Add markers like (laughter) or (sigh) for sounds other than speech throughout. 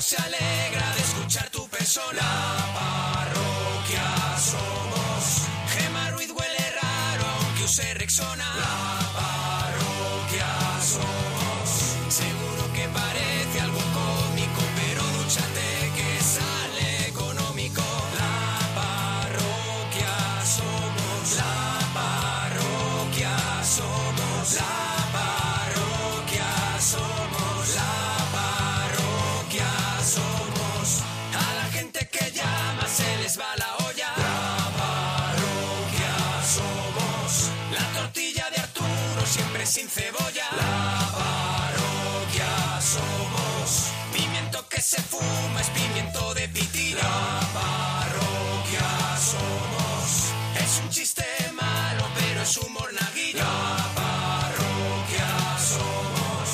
se alegra de escuchar tu persona. La parroquia somos. Gema Ruiz huele raro, aunque use Rexona. La parroquia somos. Seguro que parece algo cómico, pero dúchate que sale económico. La parroquia somos. La parroquia somos. La parroquia somos. La parroquia somos. A la gente que llama se les va la olla. La parroquia somos. La tortilla de Arturo siempre sin cebolla. La parroquia somos. Pimiento que se fuma es pimiento de pitina. La parroquia somos. Es un chiste malo, pero es humor naguillo. La parroquia somos.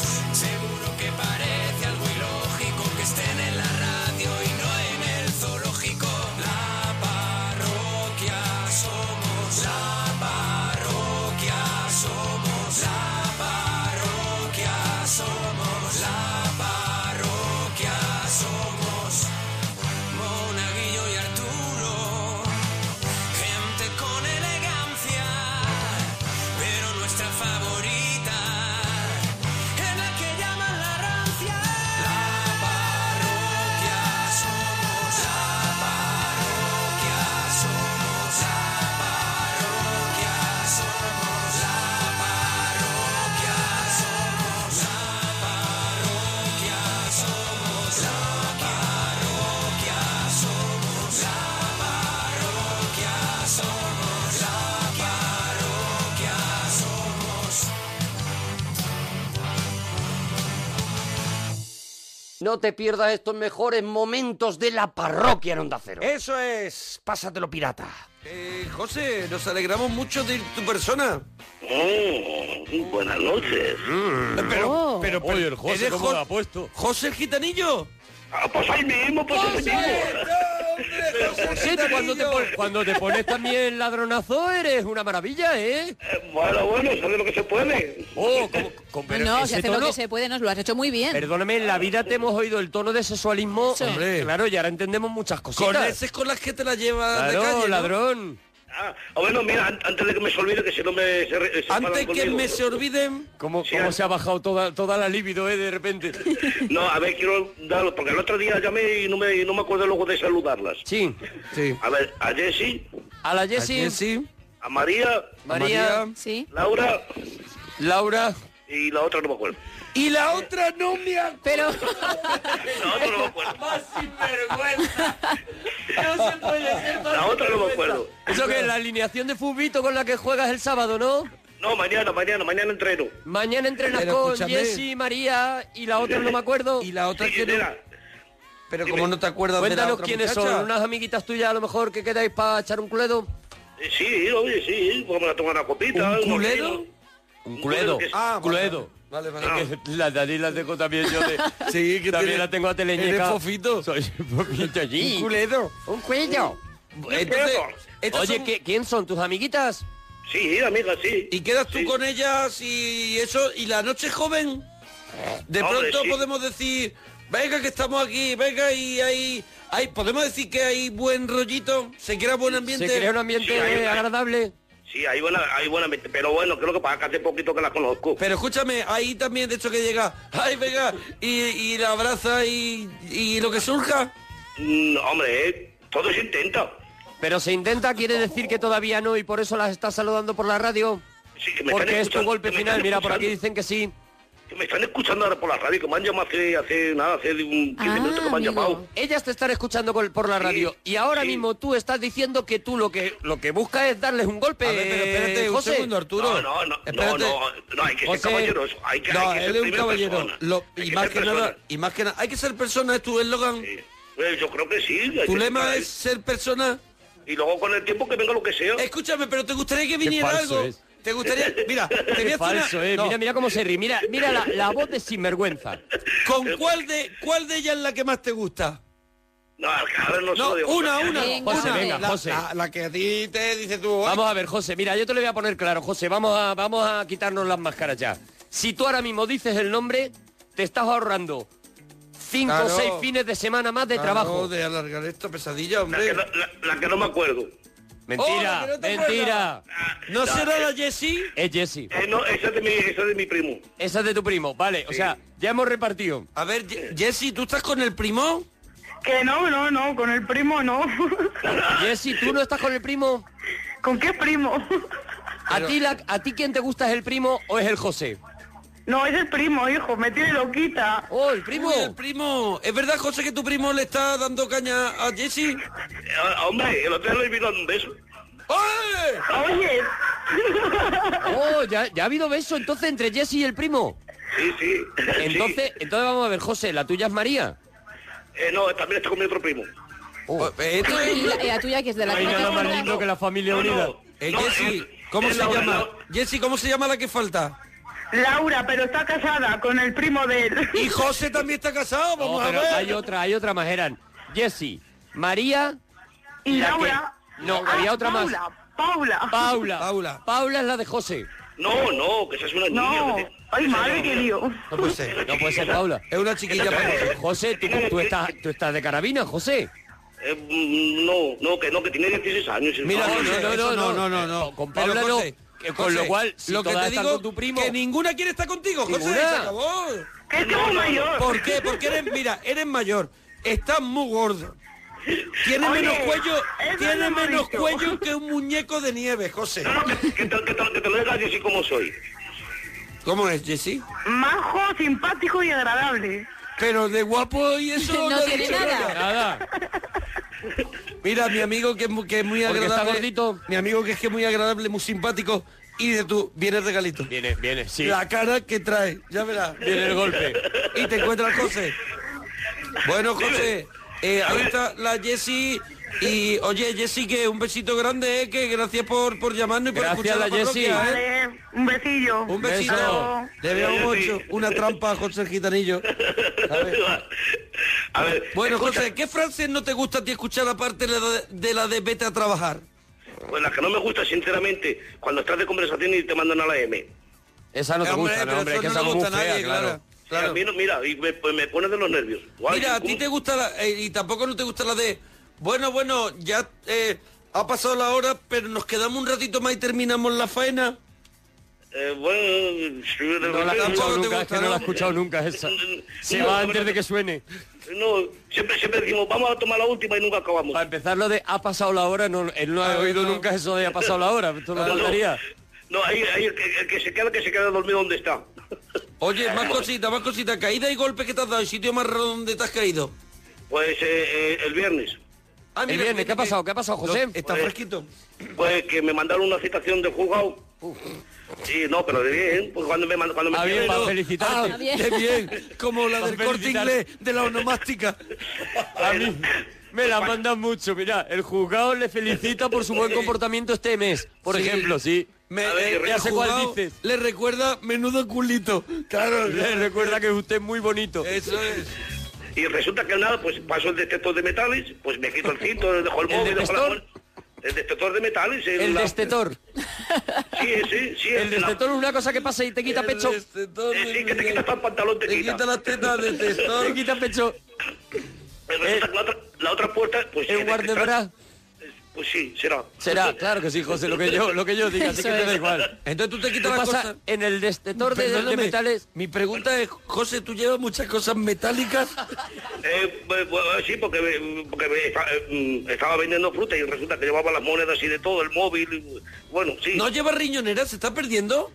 Seguro que parece algo ilógico que estén en la radio y no en el zoológico. La parroquia somos. La parroquia somos. La parroquia somos. La parroquia somos. Monaguillo y Arturo. Gente con elegancia. Pero nuestra favorita. En la que llaman la rancia La parroquia somos La parroquia somos La parroquia somos La parroquia somos La parroquia somos La parroquia somos La parroquia somos La parroquia somos No te pierdas estos mejores momentos de la parroquia en Onda Cero. Eso es, pásatelo pirata. Eh, José, nos alegramos mucho de ir tu persona. Oh, buenas noches. Mm. Pero, Oh. Oh. pero, pero, Oye, el José, ¿eres ¿cómo Jo- lo ha puesto? José el gitanillo. pues ahí mismo, pues ahí mismo. Pero José, Joseta, cuando te, Gitanillo. pon- cuando te pones también ladronazo eres una maravilla, ¿eh? Eh, Bueno, bueno, se hace lo que se puede. Oh, como- como- pero no, ese se hace lo tono- que se puede, nos lo has hecho muy bien. Perdóname, en la vida te hemos oído el tono de sexualismo. Sí. Hombre, claro, y ahora entendemos muchas cositas. Con ese es con las que te la llevas Claro, de calle, ¿no? ladrón. Ah, ah, bueno, mira, an- antes de que me se olvide, que si no me... Se, re- se Antes enfadan que conmigo. me se olviden, ¿Cómo, Sí, cómo ah. se ha bajado toda, toda la libido, eh, de repente? (laughs) No, a ver, quiero darlo, porque el otro día llamé y no me, y no me acuerdo luego de saludarlas. Sí. sí. A ver, a Jessy, A la Así Jessie, es, sí. a María, María, María. Sí. Laura Laura. y la otra no me acuerdo. Y la otra no me ha... La Pero otra no me acuerdo. ¡Más sinvergüenza! No se puede ser más La otra no me acuerdo. Eso que es la alineación de fubito con la que juegas el sábado, ¿no? No, mañana, mañana, mañana entreno. Mañana entrenas Pero con escúchame. Jessy, María y la otra no me acuerdo. Y la otra Sí, que no... mira, Pero como no te acuerdas de la Cuéntanos otra quiénes muchacha. son, unas amiguitas tuyas a lo mejor que quedáis para echar un cluedo. eh, sí, oye, sí, vamos a tomar una copita. ¿Un unos culero? vinos. Un cluedo. Ah, Cluedo. Vale, vale. Ah. Las de allí las tengo también yo de... Sí, también que tiene- la tengo a teleñeca. eres fofito. Soy fofito allí. Un culero. Un cuello. Entonces, estas Oye, son- ¿qué- ¿quién son? ¿Tus amiguitas? Sí, amiga, sí. Y quedas tú Sí. con ellas y eso, y la noche joven. De Hombre, pronto sí. podemos decir, venga que estamos aquí, venga y hay, hay, podemos decir que hay buen rollito, se crea buen ambiente. ¿Se crea un ambiente Sí, hay- eh, agradable? Sí, hay buena, hay buena, mente, pero bueno, creo que para acá hace poquito que la conozco. Pero escúchame, ahí también de hecho que llega, ay venga, y, y la abraza y, y lo que surja. Mm, hombre, eh, todo se intenta. Pero se intenta, quiere decir que todavía no y por eso las estás saludando por la radio. Sí, que me Porque están es tu escuchando, golpe que me final. están Mira, por aquí escuchando, dicen que sí. que me están escuchando ahora por la radio, que me han llamado hace, hace nada, hace un 15 Ah, minutos que me han amigo. llamado. Ellas te están escuchando col- por la Sí, radio y ahora sí. mismo tú estás diciendo que tú lo que lo que buscas es darles un golpe. A ver, pero eh, espérate un José. segundo, Arturo. No, no, no, no, Espérate. no, no, hay que ser José, caballeros, hay que, No, hay que él ser es un primera caballero. persona, Lo- hay y, que más ser que nada, persona. y más que nada, hay que ser persona, es tu eslogan. Sí. Eh, Yo creo que sí. hay Tu que lema estar es ser persona. ahí. Y luego con el tiempo que venga lo que sea. Escúchame, pero te gustaría que viniera falso algo. es. (laughs) Te gustaría. Mira, te voy Qué a hacer una- falso, eh. no, Mira, mira cómo se ríe. Mira, mira la, la voz de sinvergüenza. ¿Con cuál de cuál de ellas es la que más te gusta? No, ahora no, se No, lo digo. una, una. Venga, una. José, venga, La- José. La, la que a ti te dice tú. Vamos a ver, José. Mira, yo te lo voy a poner claro, José. Vamos a vamos a quitarnos las máscaras ya. Si tú ahora mismo dices el nombre, te estás ahorrando cinco Claro. o seis fines de semana más de Ah, trabajo. no, de alargar esta pesadilla, La que, hombre. no, la- la que no me acuerdo. Mentira, Oh, que no te mentira. ¿No la- será la eh, Jessie? Es Jessy. eh, no, esa es, de mi, esa es de mi primo. Esa es de tu primo, vale. O sea, ya hemos repartido. A ver, Ye- Jessie, ¿tú estás con el primo? Que no, no, no, con el primo no. Jessy, ¿tú no estás con el primo? ¿Con qué primo? ¿A ti, la- ¿A ti quién te gusta es el primo o es el José? No, es el primo, hijo, me tiene loquita. ¡Oh, el primo! Uy, el primo. ¿Es verdad, José, que tu primo le está dando caña a Jessie? Ah, hombre, el otro día lo invito a un beso. ¡Ole! Oye, ¡Oh, ya, ya ha habido beso entonces entre Jessy y el primo! Sí, (laughs) sí. Entonces, entonces vamos a ver, José, ¿la tuya es María? Sí. Eh, no, también está con mi otro primo. Oh, esto es- Y (laughs) la, y la tuya, que es de la No hay que te nada más acuerdas. lindo que la familia No, no, unida. Eh, no, Jessie, es- ¿cómo es se la- llama? la- Jessie, ¿cómo se llama la que falta? Laura, pero está casada con el primo de él. (laughs) Y José también está casado, No, vamos Oh, pero a ver. hay otra, hay otra más, eran Jessy, María, Y la que- Laura. no, había otra más. Paula, Paula. Paula. Paula. es la de José. No, no, que esa es una niña. No. que te- Ay, madre, qué lío. No puede ser. No puede ser Paula. Es una chiquilla para José, ¿tú, tú estás, tú estás de carabina, José. Eh, mm, no, no, que no, que tiene 16 años. Mira, Ah, No, José, no, no, eso no, no, no, no. con Pero, Paula no. José, Que con José, lo cual, si lo que todas te están digo con tu primo- que ninguna quiere estar contigo, José, se Ninguna. acabó. Que es como mayor. ¿Por qué? Porque eres, mira, eres mayor, estás muy gordo. Tienes Oye, menos cuello, eso no tienes hemos menos dicho. (laughs) cuello que un muñeco de nieve, José. No, no, que, que te, que te- que te lo diga así como soy. ¿Cómo es, Jessy? Majo, simpático y agradable. Pero de guapo y (laughs) eso No ha tiene dicho nada. Nada. Mira, mi amigo que es muy, que es muy Porque agradable. está gordito. Mi amigo que es que es muy agradable, muy simpático. Y de tú, viene el regalito. Viene, viene, sí. La cara que trae, ya verás. Viene el golpe. Y te encuentras José. Bueno, José, eh, ahí está la Jessie. Y oye, Jessie, que un besito grande, eh, que gracias por, por llamarnos y por Gracias, escuchar la, la Jessie. parroquia, eh. Vale, un besillo. Un besito. Beso. Le veo Gracias, mucho. sí. Una trampa a José el Gitanillo. A ver, Bueno, escucha, José, ¿qué frases no te gusta a ti escuchar aparte de la de, de la de vete a trabajar? Pues la que no me gusta, sinceramente, cuando estás de conversación y te mandan a la M. Esa no te Eh, hombre, gusta, pero no, hombre, eso es que no esa le es muy gusta a fea, nadie, claro. Y a mí no- mira, y me, pues me pone de los nervios. Guay, Mira, a ti ¿cómo? te gusta la- eh, y tampoco no te gusta la de, bueno, bueno, ya eh, ha pasado la hora, pero nos quedamos un ratito más y terminamos la faena. Eh, bueno, sí, No la he Tampoco escuchado te nunca, gusta, es que no ¿no? la he escuchado nunca esa. Se No, va no, antes no. de que suene. no, siempre, siempre decimos, vamos a tomar la última y nunca acabamos. Para empezar lo de ha pasado la hora, no, él no ha Ah, oído no. nunca eso de ha pasado la hora, esto no Ah, No, faltaría. No, ahí, ahí el, que, el que se queda, que se queda dormido donde está. Oye, más cositas, más cositas, caída y golpe que te has dado, el sitio más raro donde te has caído. Pues eh, eh, el viernes. Ah, El viernes, ¿qué ha que- pasado? ¿Qué ha pasado, José? Lo- Está Pues- fresquito. Pues que me mandaron una citación de juzgado. Sí, no, pero de bien, pues cuando me mand- cuando me Ah, bien, pidieron- va, felicitarte. Ah, bien. qué (laughs) bien, como la Para del corte felicitarte. inglés, de la onomástica. A mí me la mandan mucho, mira, el juzgado le felicita por su buen comportamiento este mes, por Sí. ejemplo, sí. eh, Me, A ver, ya sé cuál juzgado dices. Le recuerda menudo culito. Claro, Le recuerda que usted es muy bonito. Eso es. Y resulta que nada, pues paso el detector de metales, pues me quito el cinto, dejo el ¿El móvil, dejo la detector? mol- El detector de metales. El la- destetor. Sí, sí, sí. El la- destetor es una cosa que pasa y te quita El pecho. detector Eh, de sí, que te Miguel. quitas todo el pantalón, te Te quita. quita las tetas (laughs) de testor. Te quita pecho. Pues resulta que la otra, la otra puerta, pues... El el guardebra. detector- Pues sí, será. Será, claro que sí, José, lo que yo, lo que yo diga, así Eso que te da es. igual. Entonces tú te ¿Qué quitas las pasa cosas. en el destetor de- de, Perdóname, metales? Mi pregunta es, José, ¿tú llevas muchas cosas metálicas? Eh, pues, pues, sí, porque, me- porque me esta- eh, mm, estaba vendiendo fruta y resulta que llevaba las monedas y de todo, el móvil. y, Bueno, sí. ¿No llevas riñonera? ¿Se está perdiendo?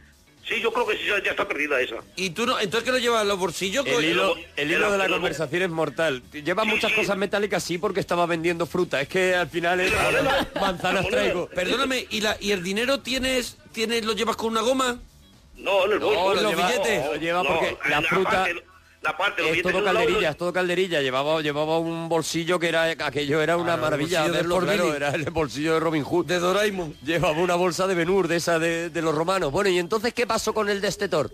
Sí, yo creo que sí, ya, ya está perdida esa. ¿Y tú no? ¿Entonces qué lo llevas? ¿Los bolsillos? El hilo, el hilo de la Pero- conversación es mortal. Lleva muchas cosas metálicas, sí, porque estaba vendiendo fruta. Es que al final es manzanas traigo. Perdóname, ¿y, la, ¿y el dinero tienes, tienes, lo llevas con una goma? No, en el No, bolso. lo No, lleva, billetes, lo lleva no, porque en la fruta parte- la parte, los es billetes todo de un lado, ¿eh? calderilla, es todo calderilla. Llevaba, llevaba un bolsillo que era, aquello era una Ah, el maravilla bolsillo de verlo, Fort claro, Billy. era el bolsillo de Robin Hood. De Doraemon. Llevaba una bolsa de Benur, de esa de, de los romanos. Bueno, ¿y entonces qué pasó con el este destetor?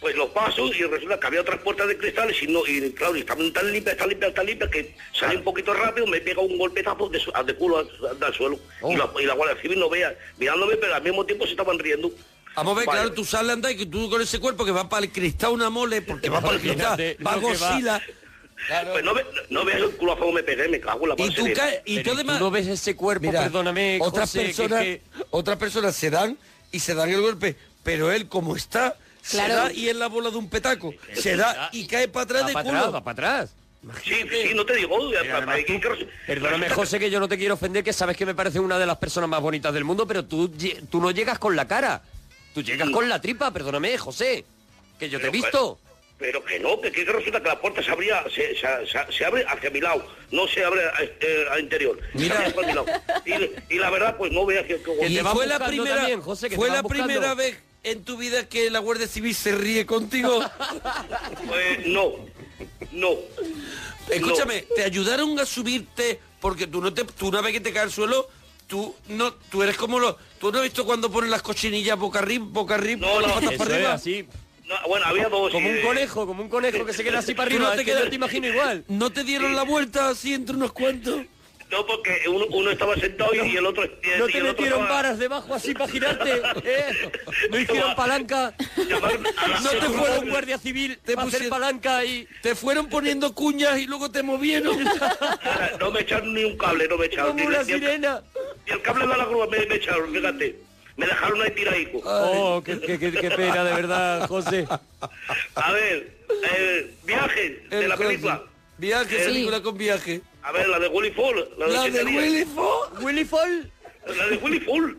Pues los pasos y resulta que había otras puertas de cristales y no, y claro, y estaban tan limpias, tan limpias, tan limpias que salí un poquito rápido, me pega un golpetazo de, su- de culo al, al suelo. Oh. Y, la, y la Guardia Civil no vea, mirándome, pero al mismo tiempo se estaban riendo. Vamos a ver, Vale. claro, tú sales andar y que tú con ese cuerpo que va para el cristal una mole, porque va para el cristal, Imagínate va lo que va. Godzilla, Pues no, ve- no veas el culo a fuego me pegué, me cago en la Y tú, parcelera. ca- y tú además... no ves ese cuerpo, Mira, pues, perdóname, otras José, que es personas, que- otras personas se dan y se dan el golpe, pero él como está, Claro. se da y es la bola de un petaco, se da y cae para atrás Va de para culo. Ah, atrás, va para atrás. Sí, sí, no te digo. uy, Pero para- para- además que- tú- que- Perdóname, resulta- José, que yo no te quiero ofender, que sabes que me parece una de las personas más bonitas del mundo, pero tú, lle- tú no llegas con la cara. Tú llegas con la tripa, perdóname, José. Que yo te Pero, he pues, visto. Pero que no, que, que resulta que la puerta se, abría, se, se- se- se abre hacia mi lado, no se abre a- eh, al interior. se Mira. abre hacia mi lado. Y, y la verdad, pues no veas que... que- Que Y te van fue la buscando primera, también, José, que fue te van la buscando. primera vez en tu vida que la Guardia Civil se (laughs) ríe contigo. Pues no, no. Escúchame, te ayudaron a subirte porque tú no te, tú una vez que te caes al suelo, tú no, tú eres como los, tú no has visto cuando ponen las cochinillas boca arriba, boca arriba, No, las no, patas Eso para es arriba. así, No, bueno, había dos. como eh, un conejo, como un conejo que se queda así para Tú arriba. no es te que quedas- yo te imagino igual. No te dieron la vuelta así entre unos cuantos. No, porque uno, uno estaba sentado y el otro... y el- No y te el otro metieron estaba- varas debajo así para girarte. ¿eh? No hicieron Igual. palanca. llamaron a la- No Se te tumbó fueron un guardia civil te pa' hacer pusieron- palanca y... Te fueron poniendo cuñas y luego te (laughs) movieron. Nada, No me echaron ni un cable, no me echaron. Como Ni, una ni el- sirena. ni el cable de la grúa me, me echaron, fíjate. Me dejaron ahí tiraico. Oh, qué, qué- qué- qué pena, de verdad, José. A ver, eh, viaje de la Entonces, película. Viaje, película con viaje. A ver, la de Willy Fall. La de, La de Chendería. Willy Fox. Willy Fall. La de Willy (laughs) Fall.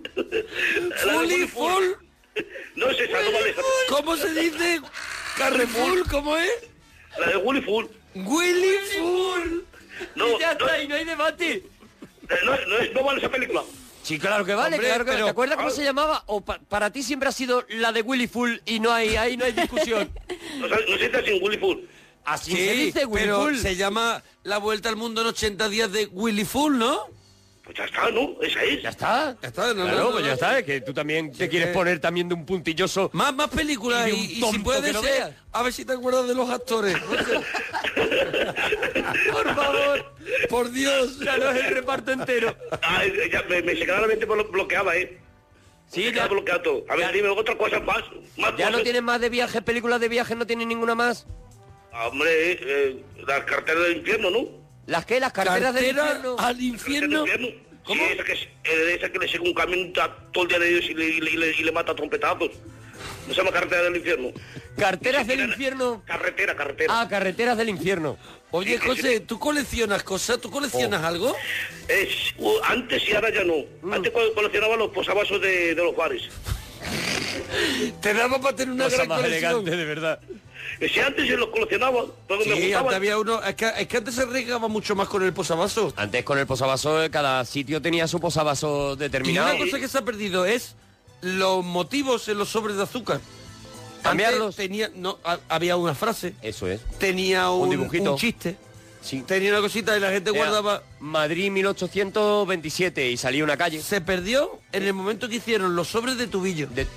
La de Willy Fall. (laughs) No es esa, no vale esa. ¿Cómo se dice? Carrefour, ¿cómo es? La de Willy Fall. Willy Fool. No, Y ya no, está, y no hay debate. eh, no, no es- no vale esa película. Sí, claro que vale, Hombre, claro que vale. pero- ¿Te acuerdas cómo se llamaba? O pa- para ti siempre ha sido la de Willy Full y no hay, ahí no (laughs) hay discusión. No, sabes- no sientas sin Willy Fall. Así Sí, se dice Willy pero Full. se llama La Vuelta al Mundo en 80 días de Willy Fool, ¿no? Pues ya está, ¿no? Esa es. Ya está. Ya está, no, claro, no, no, pues no. ya está, es que tú también te quieres que- poner también de un puntilloso. Eh, Más, más películas Y y, de un y si tonto que puede no Ah, ser, veas. a ver si te acuerdas de (laughs) los actores. Por favor, Por Dios. ya no es el reparto entero. Ay, ya me, me se quedaba la mente blo- bloqueada, ¿eh? Sí, Se ya, quedaba bloqueado todo. A ver, ya- dime otra cosa más. más ya no cosas. tienes más de viajes, películas de viajes, no tienes ninguna más. Ah, Hombre, eh, eh, las carteras del infierno, ¿no? ¿Las qué? ¿Las carteras del Cartera infierno? al Carteras infierno. del infierno. ¿Cómo? Sí, esa que, es- eh, esa que le sigue un camión ta- todo el día de Dios y le, y le- y le- y le mata a trompetazos. No se llama carretera del infierno. ¿Carteras del Carretera- infierno? Carretera, carretera. Ah, carreteras del infierno. Oye, José, ¿tú coleccionas cosas? ¿Tú coleccionas algo? Oh. Mm. Es- u- antes y ahora ya no. Antes cuando coleccionaba los posavasos de, de los bares. (laughs) Te daba para tener una Cosa gran más colección. elegante, de verdad. Eh, Si antes yo los coleccionaba, porque me Sí, antes gustaba. había uno... Es que, es que antes se arriesgaba mucho más con el posavasos. Antes con el posavasos, eh, cada sitio tenía su posavasos Y determinado. una cosa que se ha perdido es los motivos en los sobres de azúcar. Cambiarlos. Antes Tenía, no, ha- había una frase, Eso es. tenía un, dibujito. un chiste, Sí. tenía una cosita y la gente Era guardaba. Madrid 1827 y salía una calle. Se perdió en el momento que hicieron los sobres de tubillo. De-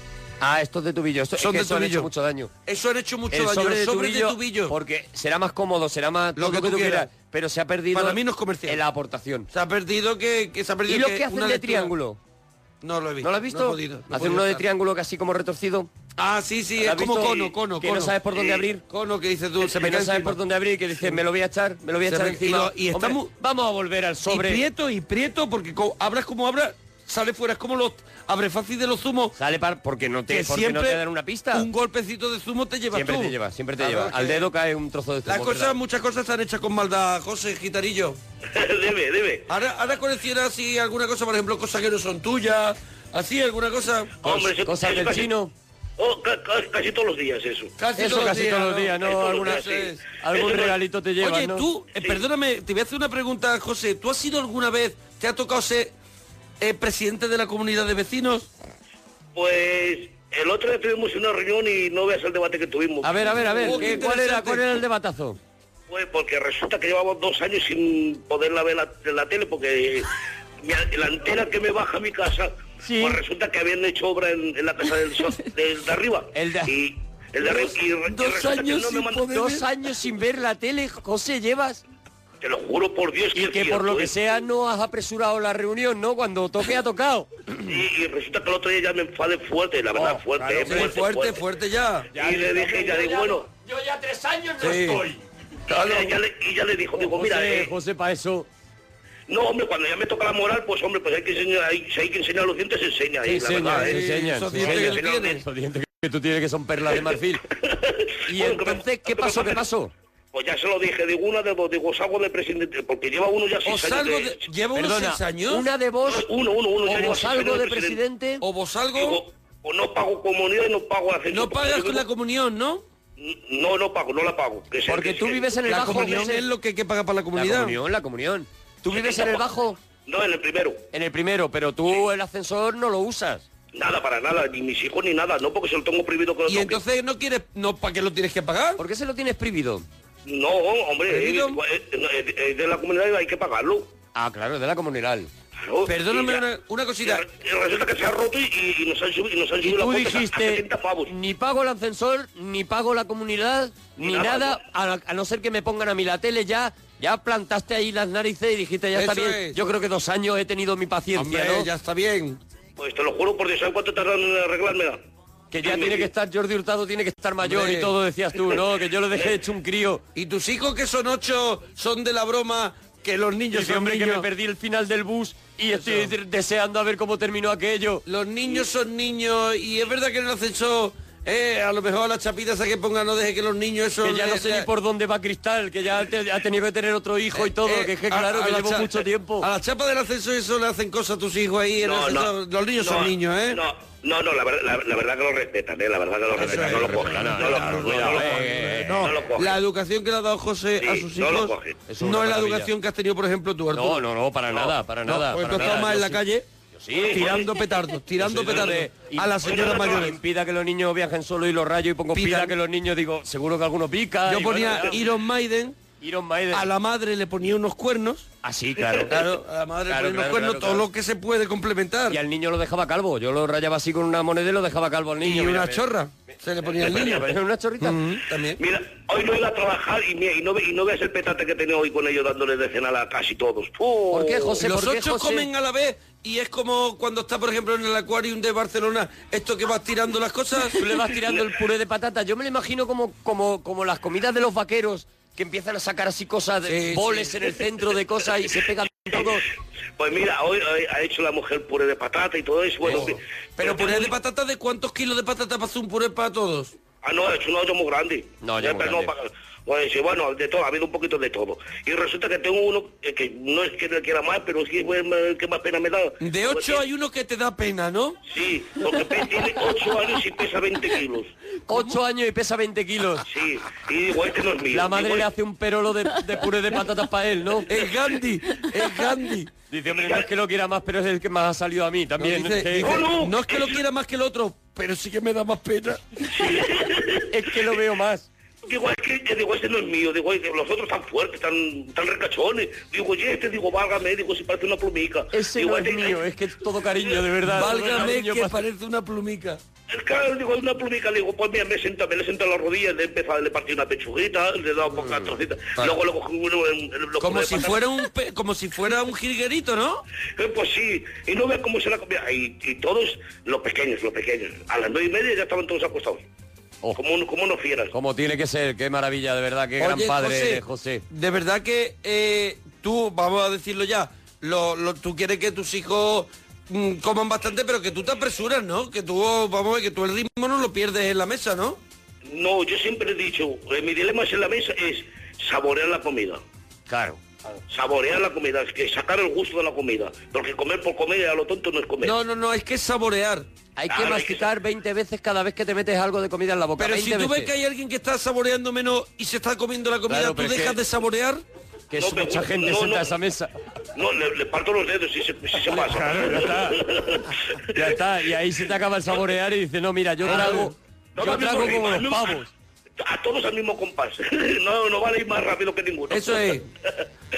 Ah, estos de tubillo. Estos, Son es que de eso han hecho tubillo. mucho daño. Eso han hecho mucho El daño. sobre los de sobres tubillo, de tubillo. Porque será más cómodo, será más Lo que tú quieras. Pero se ha perdido Para mí no es comercial. en la aportación. Se ha perdido que, que se ha perdido ¿Y lo que hacen una de lectura- triángulo? No lo he visto. ¿No lo has No visto? he podido, no he Hacen podido uno de estar. triángulo casi como retorcido. Ah, sí, sí, ¿Lo es has como visto? cono, cono, Que cono. no sabes por dónde abrir. Cono que dices tú, se me que no cae sabes encima. por dónde abrir, que dices, me lo voy a echar, me lo voy a Se echar me- y encima. lo- y está Hombre, mu- vamos a volver al sobre. Y prieto, y prieto, porque co- abras como abras, sale fuera. Es como los abre fácil de los zumos. Sale para... Porque no te, que porque siempre no te dan una pista. Un golpecito de zumo te lleva Siempre tú. te lleva, siempre te Claro lleva. que- Al dedo cae un trozo de zumo. Las cosas, ¿verdad? muchas cosas están hechas con maldad, José Gitarillo. (laughs) debe, debe. Ahora, ahora coleccionas así alguna cosa, por ejemplo, cosas que no son tuyas, así alguna cosa. Hombre, eso- cosas eso del casi- chino. Oh, ca- ca- casi todos los días eso. Casi Eso todos casi todos los días, Casi ¿no? todos los Alguna, días, sí. Algún Eso es- regalito te llevan, Eh, Oye, ¿no? tú, eh, perdóname, te voy a hacer una pregunta, José. ¿Tú has sido alguna vez, te ha tocado ser eh, presidente de la comunidad de vecinos? Pues el otro día tuvimos una reunión y no veas el debate que tuvimos. A ver, a ver, a ver. Oh, ¿qué- qué ¿cuál, era, interesante. ¿Cuál era el debatazo? Pues porque resulta que llevamos dos años sin poderla ver la, la tele porque eh, mi an- la antena que me baja a mi casa, Sí. pues resulta que habían hecho obra en, en la casa del, (laughs) so- del de arriba. El de- y, el de arriba. y re- y dos resulta que años no me sin mandan- poder- Dos años sin ver la tele, José, llevas. Te lo juro por Dios que Y es que por lo cierto, que ¿eh? sea no has apresurado la reunión, ¿no? Cuando toque ha tocado. Y, y resulta que el otro día ya me enfadé fuerte, la verdad, Oh, fuerte, claro, eh, Hombre, fuerte, fuerte, fuerte ya. Y le dije, ya digo, bueno, Yo ya tres años Sí. estoy. Y ya- ya le- y ya le dijo, Oh, digo, mira, eh, José, para eso. no, hombre, cuando ya me toca la moral, pues hombre, pues hay que enseñar, hay- si hay que enseñar los dientes, se enseña ahí, la enseña, verdad, sí, eh. enseña, esos sí, dientes enseña. que tú tienes. Esos dientes que tú tienes que son perlas de marfil. Y Bueno, que me- entonces, que ¿qué me pasó? ¿Qué parece- pasó? Pues ya se lo dije, digo una de dos, digo, salgo de presidente, porque lleva uno ya Os seis años. salgo de- de... Llevo unos Perdona, seis años. una de vos Uno, uno, uno, ya o lleva vos seis años algo de presidente. O vos salgo... Digo, o no pago comunidad y no pago la No pagas con la comunión, ¿no? No, no pago, no la pago. que se- Porque que tú se- vives en el La bajo. comunión José. es lo que hay que pagar para la La comunidad. comunión, la comunión. ¿Tú vives en el bajo? No, en el primero. En el primero, pero tú el ascensor no lo usas. Nada, para nada, ni mis hijos ni nada, no porque se lo tengo prohibido que lo Y toque. entonces no quieres... No, ¿Para qué lo tienes que pagar? ¿Por qué se lo tienes prohibido? No, hombre, eh, ¿Prohibido? eh, eh, eh, de la comunidad hay que pagarlo. Ah, claro, de la comunidad. Claro, y Perdóname ya- una, una y cosita. re- y resulta que se ha roto y, y- y nos han subido, y nos han Y subido la tú cuota a- a dijiste, 70 pavos. ni pago el ascensor, ni pago la comunidad, Ni ni nada, nada, a, a no ser que me pongan a mí la tele ya. Ya plantaste ahí las narices y dijiste, ya está Eso bien. es. Yo creo que dos años he tenido mi paciencia, Hombre, ¿no? ya está bien. Pues te lo juro por Dios, ¿sabes cuánto tardan en arreglármela? Que ya Sí, tiene sí. que estar Jordi Hurtado, tiene que estar mayor Hombre. y todo, decías tú, ¿no? Que yo lo dejé hecho un crío. ¿Y tus hijos que son ocho son de la broma que los Yo niños son hombre que niños? me perdí el final del bus y estoy de- deseando a ver cómo terminó aquello. Los niños son niños y es verdad que en el ascensor, eh, a lo mejor a las chapitas a que pongan no deje que los niños eso... Que ya no le- sé ni por dónde va Cristal, que ya te- ha tenido que tener otro hijo y todo, Eh, que es que a- claro a que la llevo cha- mucho tiempo. A la chapa del ascensor eso le hacen cosas a tus hijos ahí. en el ascensor. los niños no, son niños, ¿eh? No, no, no, la, verdad- la, la verdad que lo respetan, ¿eh? La verdad que lo respetan, es, no lo respetan, cogen. no, No no, lo no, cogen, cuidado, no lo eh, eh, cogen. eh, No lo cogen. La educación que le ha dado José a Sí, sus no hijos lo no, cogen. Eso es una es la maravilla. educación que has tenido, por ejemplo, tú, No, Arturo. no, no, para nada, para No, nada. pues para tú estabas nada. más en Yo la sí- calle yo sí. tirando petardos, tirando Yo soy petardos de- y- a la señora Oye, mayor. Impida que los niños viajen solo y los rayos y pongo Pican. pida que los niños, digo, seguro que alguno pica. Yo y ponía bueno, ya. Iron Maiden, Iron Maiden. a la madre le ponía unos cuernos. Así, claro. (laughs) Claro, a la madre Claro, le ponía unos claro, cuernos, claro, todo claro. lo que se puede complementar. Y al niño lo dejaba calvo. Yo lo rayaba así con una moneda y lo dejaba calvo al Y niño. una mira, chorra se le ponía al mira, niño. mira, mira, una chorrita. Mm, También. Mira, hoy no iba a trabajar y, mira, y, no, ve- y no veas el petate que he tenido hoy con ellos dándole de cenar a casi todos. ¡Oh! ¿Por qué, José? Los ¿por qué, ocho José? comen a la vez y es como cuando está, por ejemplo, en el acuarium de Barcelona, esto que vas tirando las cosas. Tú le vas tirando (laughs) el puré de patata. Yo me lo imagino como, como, como las comidas de los vaqueros que empiezan a sacar así cosas, de Sí, boles en el centro de cosas y se pegan todos. Pues mira, hoy eh, ha hecho la mujer puré de patata y todo eso. Bueno, que- Pero puré de patata, ¿de cuántos kilos de patata pasa un puré para todos? Ah, no, ha hecho un hoyo muy grande. No, ya Eh, muy pero no, grande. pa- bueno, sí, bueno, de todo, ha habido un poquito de todo. Y resulta que tengo uno eh, que no es que le quiera más, pero sí es el que más pena me da. Pues, De Porque- ocho hay uno que te da pena, ¿no? Sí, porque pe- tiene 8 años y pesa 20 kilos. Ocho años y pesa 20 kilos. Sí, y digo, este no es mío. La madre Digo, le hace un perolo de, de puré de patatas para él, ¿no? Es Gandhi, es Gandhi. Dice, hombre, no es que lo quiera más, pero es el que más ha salido a mí No, también. dice- que- dice, no! no es que lo quiera más que el otro, pero sí que me da más pena. es que lo veo más. Digo, es que eh, digo, este no es mío, digo, es que los otros están fuertes, están, están recachones. Digo, y este, digo, válgame, digo, si parece una plumica. Ese digo, no es este- mío, es que es todo cariño, de verdad. todo Válgame cariño que pa- parece una plumica. El cara, digo, es una plumica, le digo, pues mira, me senta, me le senta a las rodillas, le he empezado, le partí una pechuguita, le he dado Mm, pocas trocitas. Luego lo cogí uno en, en- lo Como puse si de fuera un pe- como si fuera un jilguerito, ¿no? patata. Eh, Pues sí, y no veas cómo se la comía. Y, y todos, los pequeños, los pequeños. A las nueve y media ya estaban todos acostados. Oh. Como, un- como unos fieras. Como tiene que ser, qué maravilla, de verdad, qué gran Oye, padre eres, José. De verdad que eh, tú, vamos a decirlo ya, lo, lo- tú quieres que tus hijos mm, coman bastante, pero que tú te apresuras, ¿no? Que tú, vamos a ver, que tú el ritmo no lo pierdes en la mesa, ¿no? No, yo siempre he dicho, eh, mi dilema es en la mesa es saborear la comida. Claro. Saborear la comida, es que sacar el gusto de la comida. Porque comer por comer a lo tonto no es comer. No, no, no, es que es saborear. Hay que Claro, hay que masticar 20 veces cada vez que te metes algo de comida en la boca. Pero 20 si tú ves veces. que hay alguien que está saboreando menos y se está comiendo la comida, Claro, ¿tú pero es dejas que- de saborear? Que No, es pero mucha bueno, gente no, sentada no. a esa mesa. No, le, le parto los dedos si se, si se pasa. (laughs) Claro, ya (laughs) está. Ya está, y ahí se te acaba el saborear y dices, no, mira, yo trago, No, yo no, no, trago no, como no, los no, pavos. A, a todos al mismo compás. (laughs) No, no vale (laughs) ir más rápido que ninguno. Eso es.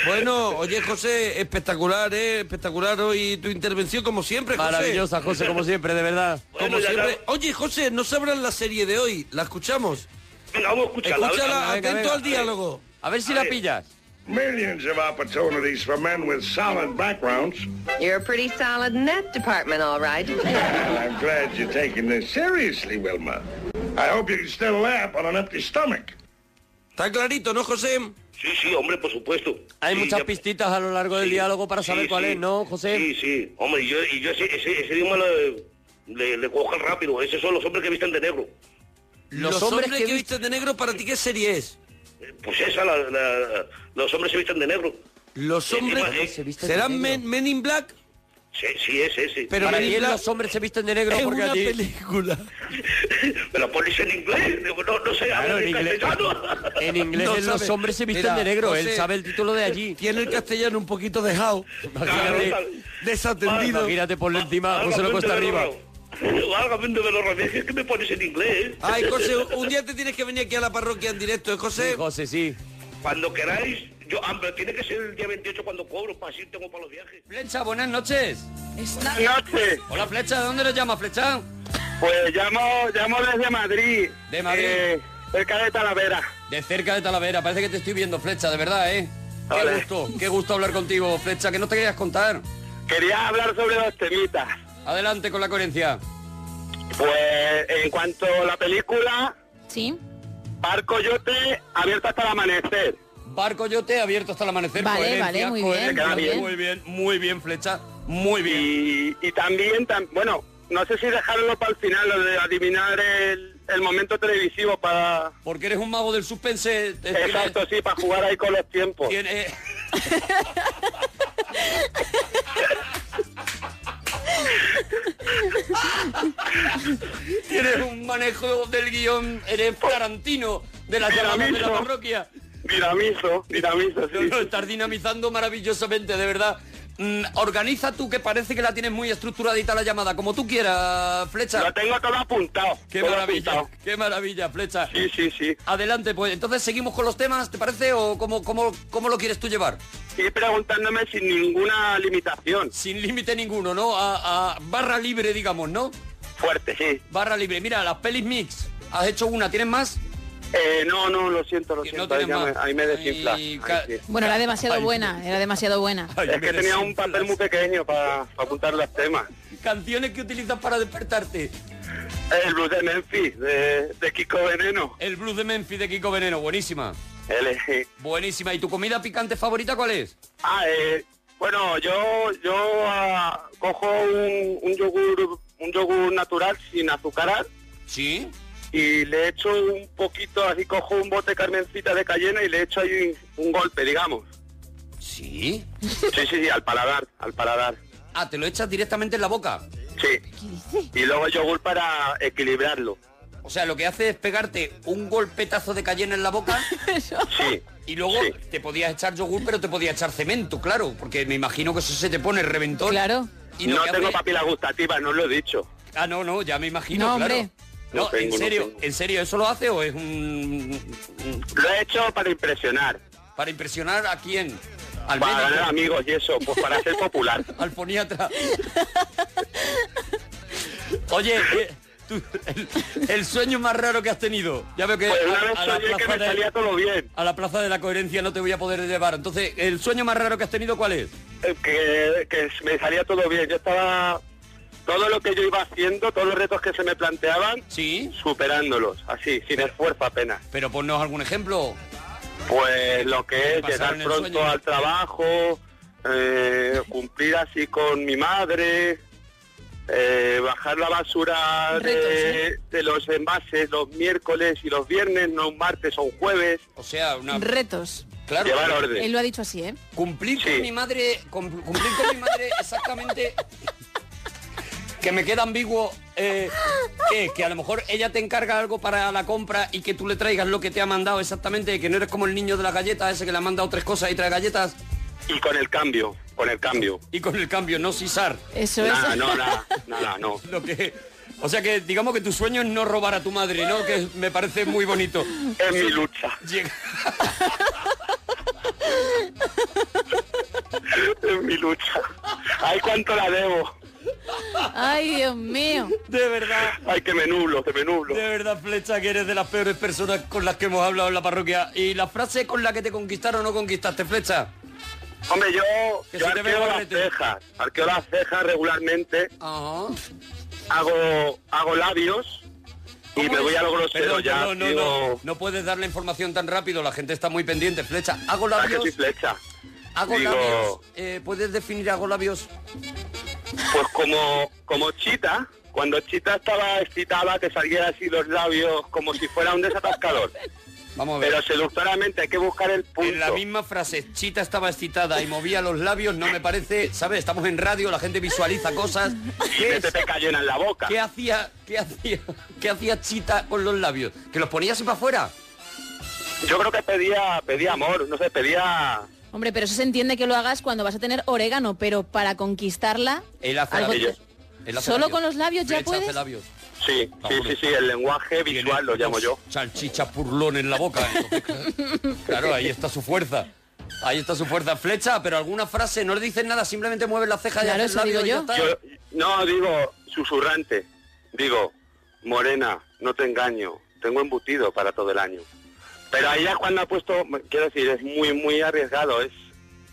Bueno, oye José, espectacular, ¿eh? espectacular hoy tu intervención como siempre, José. Maravillosa, José, como siempre, de verdad. Como Bueno, ya siempre. la- Oye José, no sabrán la serie de hoy, la escuchamos. Venga, vamos a escucharla. Escúchala, venga, venga, atento venga. al diálogo. A ver si la pillas. Millions of opportunities for men with solid backgrounds. You're pretty solid in that department, all right. (laughs) And I'm glad you're taking this seriously, Wilma. I hope you can still laugh on an empty stomach. Está clarito, ¿no, José? Sí, sí, hombre, por supuesto. Hay Sí, muchas ya- pistitas a lo largo del Sí, diálogo para sí, saber cuál sí. es, ¿no, José? Sí, sí. Hombre, y yo, y yo ese, ese, ese idioma le, le, le cojan rápido. Esos son los hombres que visten de negro. Los hombres que que visten de negro, ¿para ti qué serie es? Eh, Pues esa, la, la- los hombres se visten de negro. Los Encima, hombres... eh, se visten de ¿Serán negro. men, Men in Black? Sí, sí, ese, ese. Pero para Men in mí Black los hombres se visten de negro es porque una a ti... película. Me la pones en inglés. Digo, No, no sé, habla Claro, en en inglés, castellano. en inglés No es los sabe. hombres se visten Mira, de negro, él José, sabe el título de allí. Tiene el castellano un poquito dejado. Imagínate, Claro, Desatendido. imagínate ponle encima, José lo cuesta arriba. Válgame de los radios, es que me pones en inglés. ¿eh? Ay, José, un día te tienes que venir aquí a la parroquia en directo, ¿eh, José? Sí, José, sí. Cuando queráis, yo, ah, pero tiene que ser el día 28 cuando cobro, para así tengo para los viajes. Flecha, buenas noches. Noche. Hola, Flecha, ¿de dónde nos llama, Flecha? Pues llamo, llamo desde Madrid. De Madrid. Eh, cerca de Talavera. De cerca de Talavera, parece que te estoy viendo, Flecha, de verdad, ¿eh? Qué Vale. gusto, qué gusto hablar contigo, Flecha, que no te querías contar. Quería hablar sobre dos temitas. Adelante con la coherencia. Pues en cuanto a la película, Sí. Barco Yote abierto hasta el amanecer. Barco Yote abierto hasta el amanecer. Vale, coherencia, vale, muy coherencia, bien, muy bien. Muy bien, muy bien, Flecha, muy bien. Y, y también, tam- bueno, no sé si dejarlo para el final, lo de adivinar el, el momento televisivo para... Porque eres un mago del suspense. te- tienes- Exacto, sí, para jugar ahí con los tiempos. tienes- Tienes un manejo del guión, eres Tarantino de las llamadas de la Dinamizo. parroquia. Dinamizo, dinamizo, Lo, sí. lo estás dinamizando maravillosamente, de verdad. Mm, organiza tú, que parece que la tienes muy estructuradita la llamada, como tú quieras, Flecha. Lo tengo todo apuntado. Qué todo maravilla, apuntado. qué maravilla, Flecha. Sí, sí, sí. Adelante, pues entonces seguimos con los temas, ¿te parece? ¿O cómo, cómo, cómo lo quieres tú llevar? Y preguntándome sin ninguna limitación. Sin límite ninguno, ¿no? A, a barra libre, digamos, ¿no? Fuerte, sí. Barra libre. Mira, las pelis mix. Has hecho una, ¿tienes más? Eh, no, no, lo siento, lo Que siento. no ahí, tienes ya me, más. ahí me desinfla. Ay, Ahí ca- sí. Bueno, era demasiado Ay, buena, era demasiado buena. Ay, Es que me tenía un desinflas. papel muy pequeño para, para apuntar los temas. Canciones que utilizas para despertarte. El blues de Memphis, de, de Kiko Veneno. El blues de Memphis de Kiko Veneno, buenísima. Él es- Buenísima. ¿Y tu comida picante favorita cuál es? Ah, eh, bueno, yo yo ah, cojo un, un yogur un yogur natural sin azucarar Sí. y le echo un poquito, así cojo un bote carmencita de cayena y le echo ahí un, un golpe, digamos. Sí. Sí, sí, sí, al paladar, al paladar. Ah, te lo echas directamente en la boca. Sí. Y luego el yogur para equilibrarlo. O sea, lo que hace es pegarte un golpetazo de cayena en la (laughs) boca Sí. y luego Sí. te podías echar yogur, pero te podías echar cemento, claro, porque me imagino que eso se te pone reventón. Claro. Y lo no que tengo hace- papila gustativa, no os lo he dicho. Ah, no, no, ya me imagino, No, claro. hombre. No, No tengo, en no serio, tengo. en serio, ¿eso lo hace o es un, un- Lo he hecho para impresionar, para impresionar a quién? Al para médico, ganar amigos y eso, pues para ser popular. (laughs) al foniatra. Oye, eh, tú- el, el sueño más raro que has tenido. Ya veo que Pues una a- vez a la soñé que plaza me de- salía todo bien. a la plaza de la coherencia no te voy a poder llevar. Entonces, ¿el sueño más raro que has tenido cuál es? Eh, que, que me salía todo bien. Yo estaba todo lo que yo iba haciendo, todos los retos que se me planteaban, Sí. superándolos, así, sin esfuerzo apenas. Pero ponnos algún ejemplo. Pues lo que es pasaron llegar en el pronto sueño? al trabajo, eh, cumplir así con mi madre, eh, bajar la basura de, de los envases los miércoles y los viernes, no un martes o un jueves, O sea, una Retos. claro. llevar orden. Él lo ha dicho así, ¿eh? Cumplir Sí. con mi madre, cum- cumplir con mi madre exactamente. (laughs) Que me queda ambiguo eh, que, que a lo mejor ella te encarga algo para la compra y que tú le traigas lo que te ha mandado exactamente, que no eres como el niño de las galletas, ese que le ha mandado tres cosas y tres galletas, Y con el cambio, con el cambio. y con el cambio, no sisar. Eso es. Nada, no, nada, nada, (laughs) no. Lo que, o sea que digamos que tu sueño es no robar a tu madre, ¿no? Que me parece muy bonito. Es mi lucha, Llega- es mi lucha. Ay, cuánto la debo. Ay, Dios mío. de verdad. Ay, que me nublo, que me nublo. De verdad, Flecha, que eres de las peores personas con las que hemos hablado en la parroquia. ¿Y la frase con la que te conquistaron o no conquistaste, Flecha? Hombre, yo, Que yo se te vea arqueo las barrete. cejas, arqueo las cejas regularmente, Ajá. hago, hago labios Y me voy a lo grosero Perdón, ya, perdón, no, tío. no, no puedes dar la información tan rápido, la gente está muy pendiente. Flecha, hago Ah, que soy labios, flecha. hago Digo- labios. Eh, ¿Puedes definir hago labios? Pues como, como Chita, cuando Chita estaba excitada te salían así los labios como si fuera un desatascador. Vamos a ver. Pero seductoramente hay que buscar el punto. En la misma frase, Chita estaba excitada y movía los labios, no me parece, ¿sabes? Estamos en radio, la gente (laughs) visualiza cosas. Y ¿Qué, que es? te, te cayó en la boca. ¿Qué hacía, qué hacía, qué hacía Chita con los labios? ¿Que los ponía así para afuera? Yo creo que pedía, pedía amor, no sé, pedía... Hombre, pero eso se entiende que lo hagas cuando vas a tener orégano, pero para conquistarla... Él hace algo- labios. Él hace ¿Solo con los labios ya Flecha hace puedes? labios. Sí, sí, Hombre. sí, sí, el lenguaje visual lo llamo yo. Salchicha purlón en la boca. ¿eh? claro, ahí está su fuerza. Ahí está su fuerza. Flecha, pero alguna frase, no le dicen nada, simplemente mueves la ceja y Claro, haces eso digo labios y yo. ya está. Yo (laughs) no digo susurrante, digo morena, no te engaño, tengo embutido para todo el año. Pero ahí ya cuando ha puesto, quiero decir, es muy muy arriesgado, es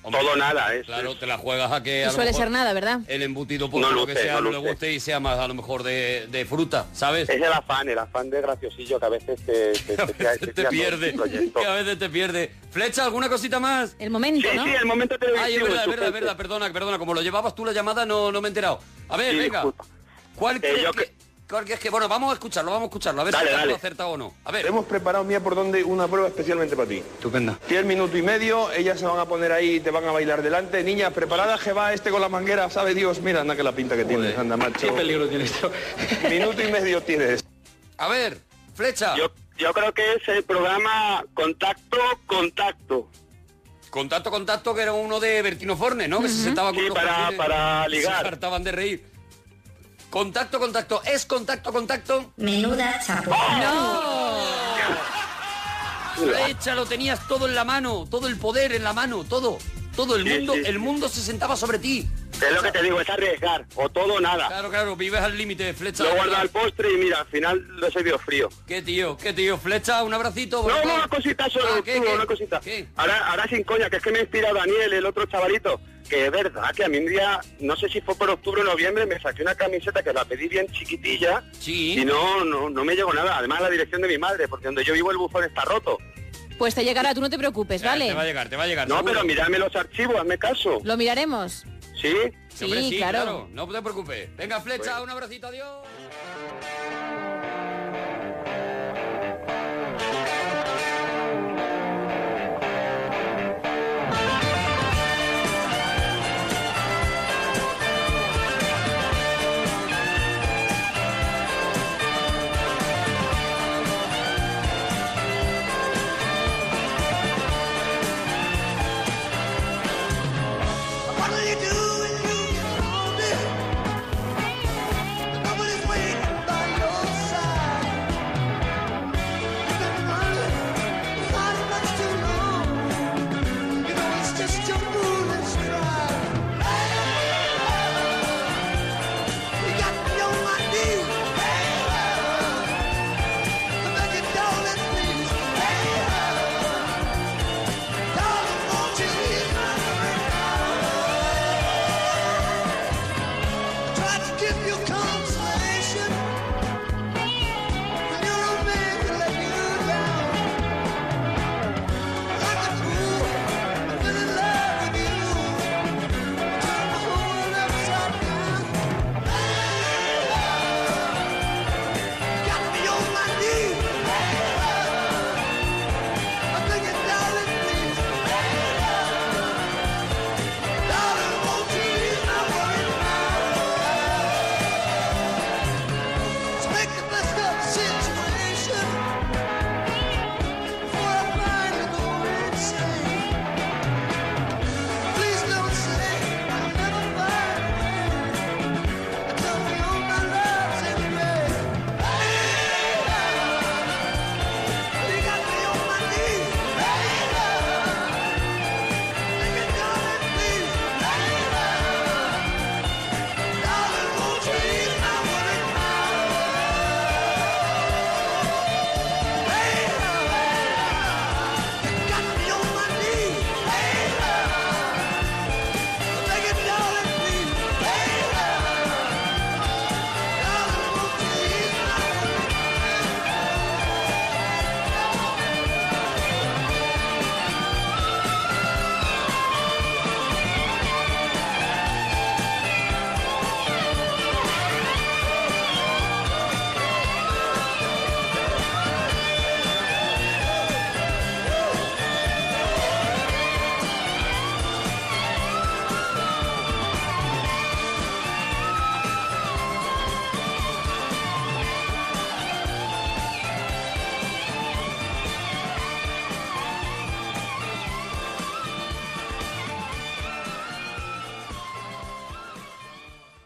Hombre, todo nada, es, Claro, es- te la juegas a que... a No lo suele mejor ser nada, ¿verdad? El embutido, por No lo luce, que sea, no no le luce. guste y sea más, a lo mejor, de, de fruta, ¿sabes? es el afán, el afán de graciosillo que a veces te, (laughs) te, te- te- te- te te- pierde, el proyecto. que (laughs) a veces te pierde. Flecha, ¿alguna cosita más? El Sí, momento, ¿no? sí, el momento televisivo. Ay, es verdad, es el verdad, es suspense. verdad, perdona, perdona, como lo llevabas tú la llamada no, no me he enterado. A ver, Sí, venga, disculpa. Eh, ¿cuál crees yo que, que- cuál crees que- Bueno, vamos a escucharlo, vamos a escucharlo, a ver Dale, si dale. lo acertado o no. A ver. Hemos preparado, Mía, por donde una prueba especialmente para ti. Estupenda. Tienes minuto y medio, ellas se van a poner ahí y te van a bailar delante. Niñas, preparadas que va este con la manguera, sabe Dios, mira, anda que la pinta que tienes, anda, macho. Qué peligro tienes (laughs) Minuto y medio tienes. A ver, Flecha. Yo, yo creo que es el programa Contacto, Contacto. Contacto, contacto, que era uno de Bertino Forne, ¿no? Que se sentaba con Sí, los para- jardines, para ligar. Se hartaban de reír. Contacto, contacto, es contacto, contacto. ¡Oh! Menuda chapó. Flecha, lo tenías todo en la mano, todo el poder en la mano, todo. Todo el Sí, mundo, sí, sí. el mundo se sentaba sobre ti. Es lo que te digo, es arriesgar, o todo o nada. Claro, claro, vives al límite, Flecha. Lo guarda al postre y mira, al final lo he servido frío. Qué tío, qué tío. Flecha, un abracito. No, bonito. no, una cosita solo, Ah, ¿qué, tú, qué? una cosita. ¿Qué? Ahora, ahora sin coña, que es que me ha inspirado Daniel, el otro chavalito, que es verdad que a mí un día, no sé si fue por octubre o noviembre, me saqué una camiseta que la pedí bien chiquitilla Sí. y no, no, no me llegó nada. Además la dirección de mi madre, porque donde yo vivo el buzón está roto. Pues te llegará, tú no te preocupes, Ya, Te va a ¿vale? llegar, te va a llegar. No, seguro. pero miradme los archivos, hazme caso. Lo miraremos. ¿Sí? Sí, hombre, Sí, sí, claro. claro. No te preocupes. Venga, Flecha, un abracito, adiós. What will you do when you get older? Nobody's waiting.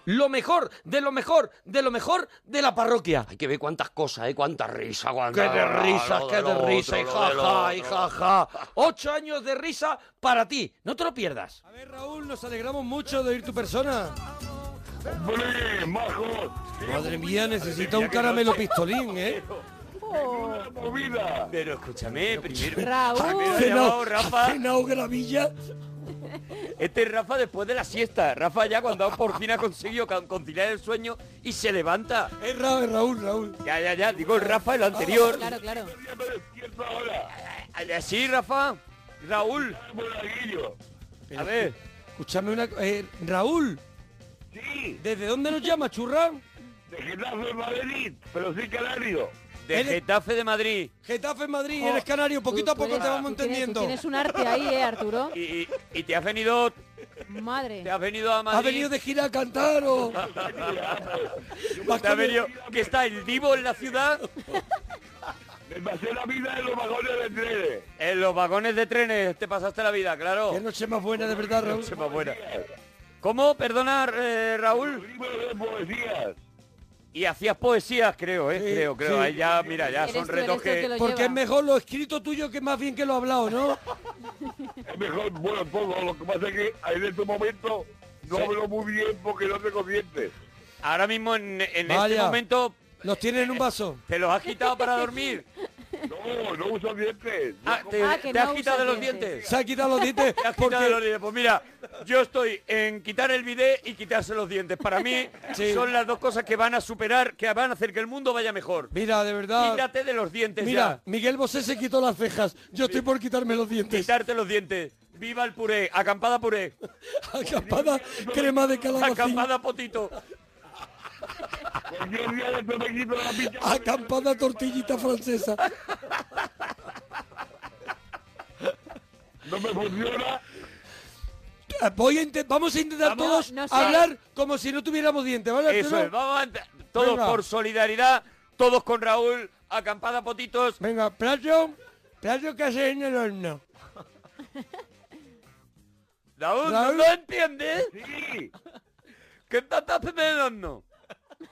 lo mejor, de lo mejor, de lo mejor de la parroquia. Hay que ver cuántas cosas, ¿eh? Cuántas risas, ¡Qué cuántas... de risas, qué de risas! ¡Y jaja, y jaja! ¡Ocho años de risa para ti! ¡No te lo pierdas! A ver, Raúl, nos alegramos mucho de oír tu persona. Madre mía, necesita un caramelo pistolín, ¿eh? Pero escúchame, primero. Ah, Raúl. primero ha llamado Rafa. Este es Rafa después de la siesta. Rafa ya cuando por fin ha conseguido con- conciliar el sueño y se levanta. Es Raúl, Raúl. Ya, ya, ya. Digo el Rafa, el anterior. Claro, claro. Así, Rafa. Raúl. A ver. Escúchame una... co- eh, Raúl. Sí, ¿Desde dónde nos llama, churra? de Getafe de Madrid, pero soy canario. De Él es- Getafe de Madrid. Getafe en Madrid, Oh, eres canario, poquito a poco te vamos entendiendo. Tienes un arte ahí, ¿eh, Arturo? (laughs) Y, y- y te has venido. Madre. Te has venido a Madrid. Ha venido de gira a cantar o... (laughs) Vas Te ha con el- venido. Que está el divo en la ciudad. Me pasé la vida en los vagones de trenes. En los vagones de trenes te pasaste la vida, claro. Qué noche más buena, de verdad, Raúl. Noche más buena. ¿Cómo? Perdona, eh, Raúl. Libro de poesías. Y hacías poesías, creo, ¿eh? Sí, creo, creo. sí. Ahí ya, mira, ya Eres son tú, eres retos tú el este que que... lo Porque lleva. es mejor lo escrito tuyo que más bien que lo hablado, ¿no? Es mejor, bueno, todo. Lo que pasa es que en este momento no hablo muy bien porque no tengo dientes. Ahora mismo, en, en este Vaya. momento, Los tienen en un vaso. te los has quitado para dormir. No, no uso dientes. Ah, te, Ah, que te no has quitado de usas los dientes. dientes. Se ha quitado los (laughs) dientes Te has quitado de los porque... dientes. Pues mira, yo estoy en quitar el bidet y quitarse los dientes. Para mí (laughs) Sí. son las dos cosas que van a superar, que van a hacer que el mundo vaya mejor. Mira, de verdad... Quítate de los dientes Mira, ya. Miguel Bosé se quitó las cejas. Yo estoy por quitarme los dientes. Quitarte los dientes. Viva el puré, acampada puré, (laughs) Acampada crema de calabacín. acampada potito. Cualquier día después me quito la pincha. Acampada tortillita francesa. No me funciona. Voy a inte- vamos a intentar Vamos, todos no sé. hablar como si no tuviéramos dientes, ¿vale? Eso Arturo? es, vamos a... Todos Venga. por solidaridad, todos con Raúl, acampada potitos. Venga, plato, plato que haces en (laughs) el horno. Raúl, Raúl. ¿no lo entiendes? Sí. ¿Qué estás haciendo?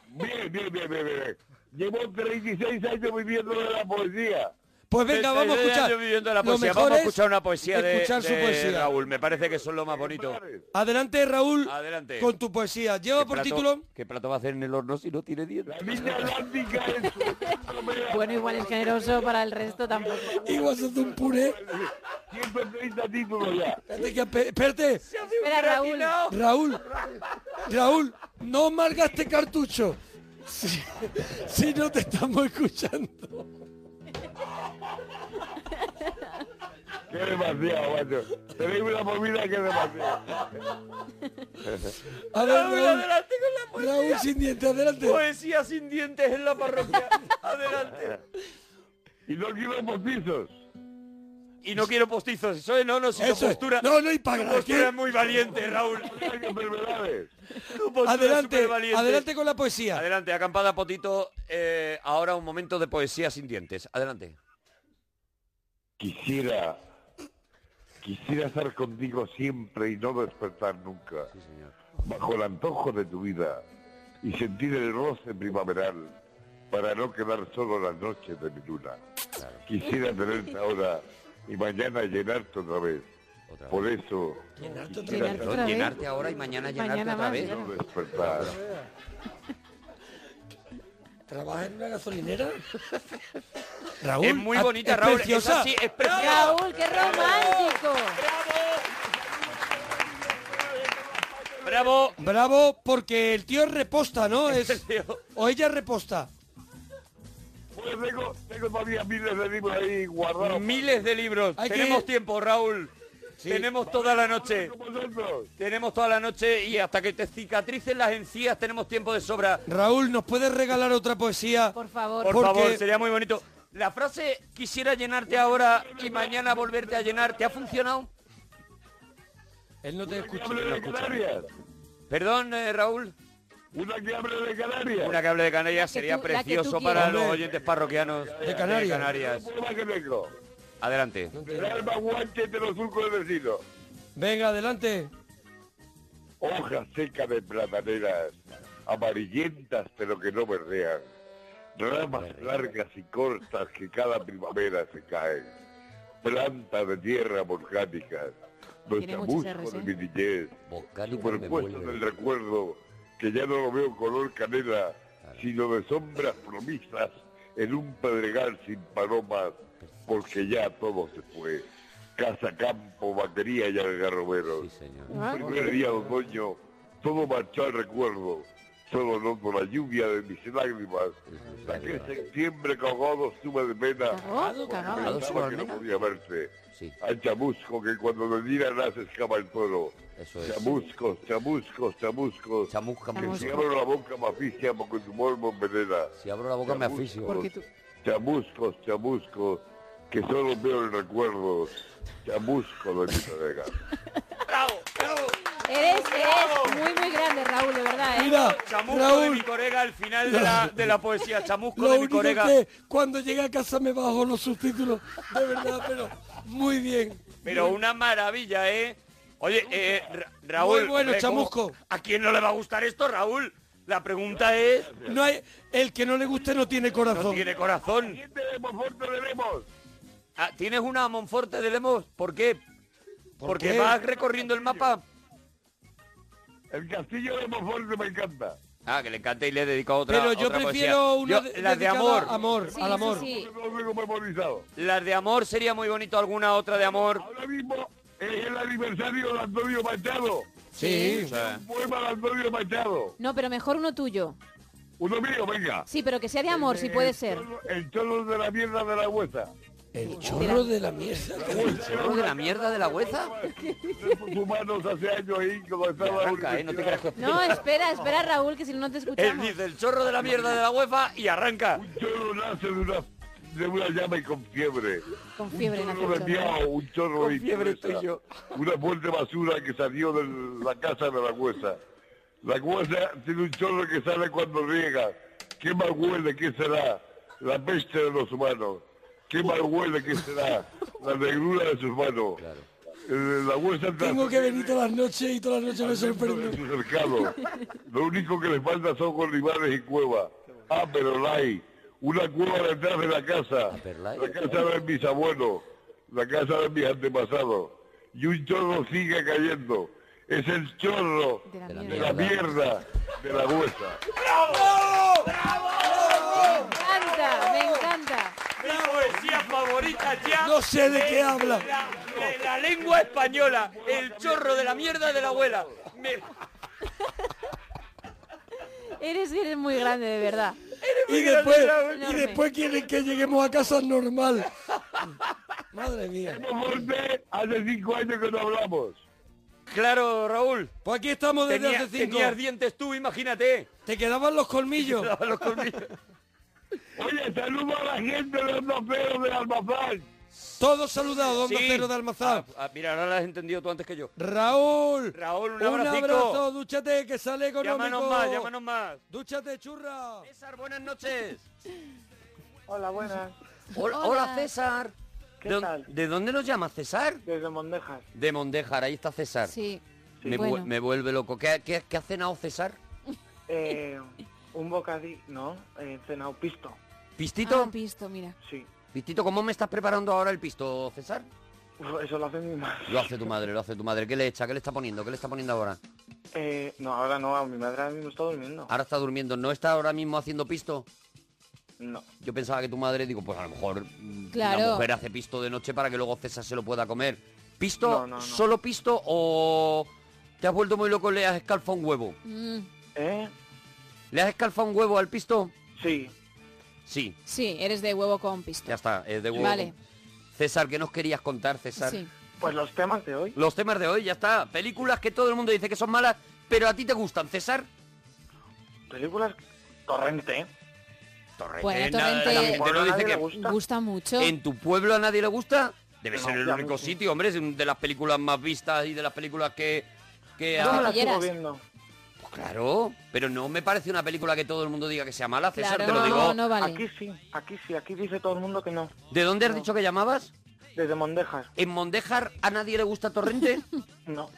Bien, bien, bien, bien, bien. Llevo 36 años viviendo de la poesía. Pues venga, vamos a escuchar. Yo viviendo la Lo poesía. mejor Vamos a es escuchar una poesía de, escuchar su de poesía. Raúl. Me parece que eso es lo más bonito. Adelante, Raúl, Adelante. con tu poesía. Lleva por plato- título... ¿Qué plato va a hacer en el horno si no tiene dientes? La niña atlántica es... Bueno, igual es generoso para el resto tampoco. Igual se hace un puré. 130 títulos ya. Espérate, que ape- espérate. Espera, Raúl. Raúl, Raúl, no malgaste cartucho. Si, si no te estamos escuchando. Qué demasiado, macho. Tenéis una movida que es demasiado. A ver, Raúl, Raúl, adelante con la Raúl poesía. sin dientes, adelante. Poesía sin dientes en la parroquia. Adelante. Y no quiero postizos. Y no quiero postizos. Eso es, no, no, si tu Eso es. postura, No, no, y para tu nada, postura ¿qué? es muy valiente, Raúl. No hay enfermedades. Tu postura es Adelante, supervaliente. adelante con la poesía. Adelante, acampada Potito. Eh, ahora un momento de poesía sin dientes. Adelante. Quisiera... Quisiera estar contigo siempre y no despertar nunca. Bajo el antojo de tu vida. Y sentir el roce primaveral. Para no quedar solo las noches de mi luna. Quisiera tenerte ahora y mañana llenarte otra vez. Por eso... quisiera Llenarte estar otra vez. Llenarte ahora y mañana llenarte Mañana otra más. vez. ya. No despertar. ¿Trabajas en una gasolinera? Raúl, es muy ah, bonita, es Raúl. Es Preciosa. así, es preciosa. Raúl, qué romántico. Bravo. Bravo, porque el tío es (laughs) reposta, ¿no? Es, tío. o ella es reposta. Pues tengo, tengo todavía miles de libros ahí guardados. Miles de libros. Hay que Tenemos ir. tiempo, Raúl. Tenemos toda la noche. con vosotros. Tenemos toda la noche y hasta que te cicatricen las encías tenemos tiempo de sobra. Raúl, ¿nos puedes regalar otra poesía? Por favor. Por Porque- favor, sería muy bonito. La frase quisiera llenarte ahora y mañana volverte a llenar, ¿te ha funcionado? Él no te escucha. Hable de Canarias. Perdón, eh, Raúl. Una que hable de Canarias. Una que hable de Canarias que sería tú- la que tú precioso quieras. para los Hombre. oyentes parroquianos de Canarias. Canarias. Una que tengo. Adelante. El alma guanche de los surcos del vecino. Venga, adelante. Hojas secas de plataneras. amarillentas pero que no verdean, ramas largas y cortas que cada primavera se caen, plantas de tierra volcánicas, los Tiene muchas Rs, chamuscos ¿eh? de mi niñez, superpuestos del recuerdo, que ya no lo veo color canela, sino de sombras promisas en un pedregal sin palomas, porque ya todo se fue. Casa, campo, batería y algarroberos. Ah. Un primer día de otoño, todo marchó al recuerdo. Solo noto la lluvia de mis lágrimas. Aquel septiembre cagado sube de pena. Cagado, cagado, sube Pensaba de que no mena. podía verte. Al chamusco que cuando me miran hace escapa el toro. es. Chamuscos, chamuscos, chamuscos. Que si chamusco. abro la boca me asfixia porque tu morbo envenena. Si abro la boca me asfixio. Porque tú- Chamuscos, chamuscos, que solo veo el recuerdo. Chamusco de mi colega. Eres, eres muy, muy grande, Raúl, de verdad, ¿eh? Mira, Chamusco de Raúl. mi corega al final de la, de la poesía. Chamusco Lo de mi único corega. que cuando llegue a casa me bajo los subtítulos, de verdad, pero muy bien. Pero una maravilla, ¿eh? Oye, eh, Ra- Raúl. Muy bueno, ¿cómo- chamusco. ¿A quién no le va a gustar esto, Raúl? La pregunta es. No hay, el que no le guste no tiene corazón. No tiene corazón. Ah, ¿Tienes una Monforte de Lemos? ¿Por qué? Porque qué? vas recorriendo el mapa. El castillo de Monforte me encanta. Ah, que le encanta y le he dedicado otra. Pero yo otra prefiero poesía. una Yo- de- las de dedicada amor. a amor, Sí, al sí, amor. sí. Las de amor sería muy bonito alguna otra de amor. Ahora mismo es el aniversario de Antonio Machado. Sí. Sí. Un poema de Antonio Machado. No, pero mejor uno tuyo. Uno mío, venga. Sí, pero que sea de amor, si puede ser. El cholo de la mierda de la huesa. El chorro de la mierda. ¿El chorro de la mierda de la hueza? Humanos hace años ahí, como estaba... Arranca, ¿eh? No te creas que... (laughs) No, espera, espera, Raúl, que si no, no te Él escuchamos. dice el chorro de la mierda de la UEFA y arranca. Un chorro nace de una, de una llama y con fiebre. Con fiebre Un nace chorro el de chorro. miau, un chorro Con de fiebre impureza. estoy yo. Una fuerte basura que salió de la casa de la huesa. La huesa tiene un chorro que sale cuando riega. ¿Qué mal huele? ¿Qué será? La peste de los humanos. ¿Qué mal huele? ¿Qué será? La negrura de sus manos. Eh, La huesa Tengo que venir todas las noches y todas las noches me sorprendo. su cercado. Lo único que les falta son rivales y cuevas. Ah, pero la hay. Una cueva detrás de la casa. La casa de mis abuelos. La casa de mis antepasados. Y un chorro sigue cayendo. Es el chorro de la, mierda de la huesa. ¡Bravo! Me encanta, me encanta. Mi poesía favorita ya. No sé de qué habla. la- de la lengua española. El chorro de la mierda de la abuela. Me- Eres, eres muy grande, de verdad. Y después, y Enorme. después quieren que lleguemos a casa normal. Madre mía. Hace cinco años que no hablamos. Claro, Raúl. Pues aquí estamos desde Tenía- hace cinco. tenías dientes tú, imagínate. Te quedaban los (laughs) colmillos. (laughs) Oye, saludo a la gente de Onda Cero de Almazán. Todos saludados, Onda Cero de Almazán. Ah, mira, ahora lo has entendido tú antes que yo. Raúl. Raúl, un un abracico. abrazo, dúchate, que sale económico. Llámanos más, llámanos más. Dúchate, churra. César, buenas noches. Hola, buenas. Hola, hola, César. ¿Qué ¿De dó- tal? ¿De dónde nos llama César? Desde Mondejas. De Mondejar, ahí está César. Sí. Me, vu- me vuelve loco. ¿Qué, qué, qué ha cenado César? Eh, un bocadillo, no, eh, cenado pisto. ¿Pistito? Ah, pisto, mira. Sí. Pistito, ¿cómo me estás preparando ahora el pisto, César? Uf, Eso lo hace mi madre. Lo hace tu madre, lo hace tu madre. ¿Qué le echa? ¿Qué le está poniendo? ¿Qué le está poniendo ahora? (laughs) Eh, no, ahora no, mi madre ahora mismo está durmiendo. Ahora está durmiendo. ¿No está ahora mismo haciendo pisto? No. Yo pensaba que tu madre, digo, pues a lo mejor mm, Claro. la mujer hace pisto de noche para que luego César se lo pueda comer. ¿Pisto? No, no, no. ¿Solo pisto o te has vuelto muy loco y le has escalfado un huevo? Mm, ¿Eh? ¿Le has escalfado un huevo al pisto? Sí. Sí, Sí, eres de huevo con pisto. ya está, es de huevo. Vale. César, ¿qué nos querías contar, César? Sí. Pues los temas de hoy. Los temas de hoy, ya está. Películas que todo el mundo dice que son malas, pero a ti te gustan, César. Películas Torrente. Torrente. Bueno, nada, Torrente- la gente no dice que Gusta mucho. en tu pueblo a nadie le gusta. Debe ser el único sitio, hombre, es de las películas más vistas y de las películas que... que Yo ha- me la estuve viendo. Pues claro, pero no me parece una película que todo el mundo diga que sea mala, César, te lo digo. Aquí sí, aquí sí, aquí dice todo el mundo que no. ¿De dónde has dicho que llamabas? Desde Mondejas. ¿En Mondejar a nadie le gusta Torrente? No.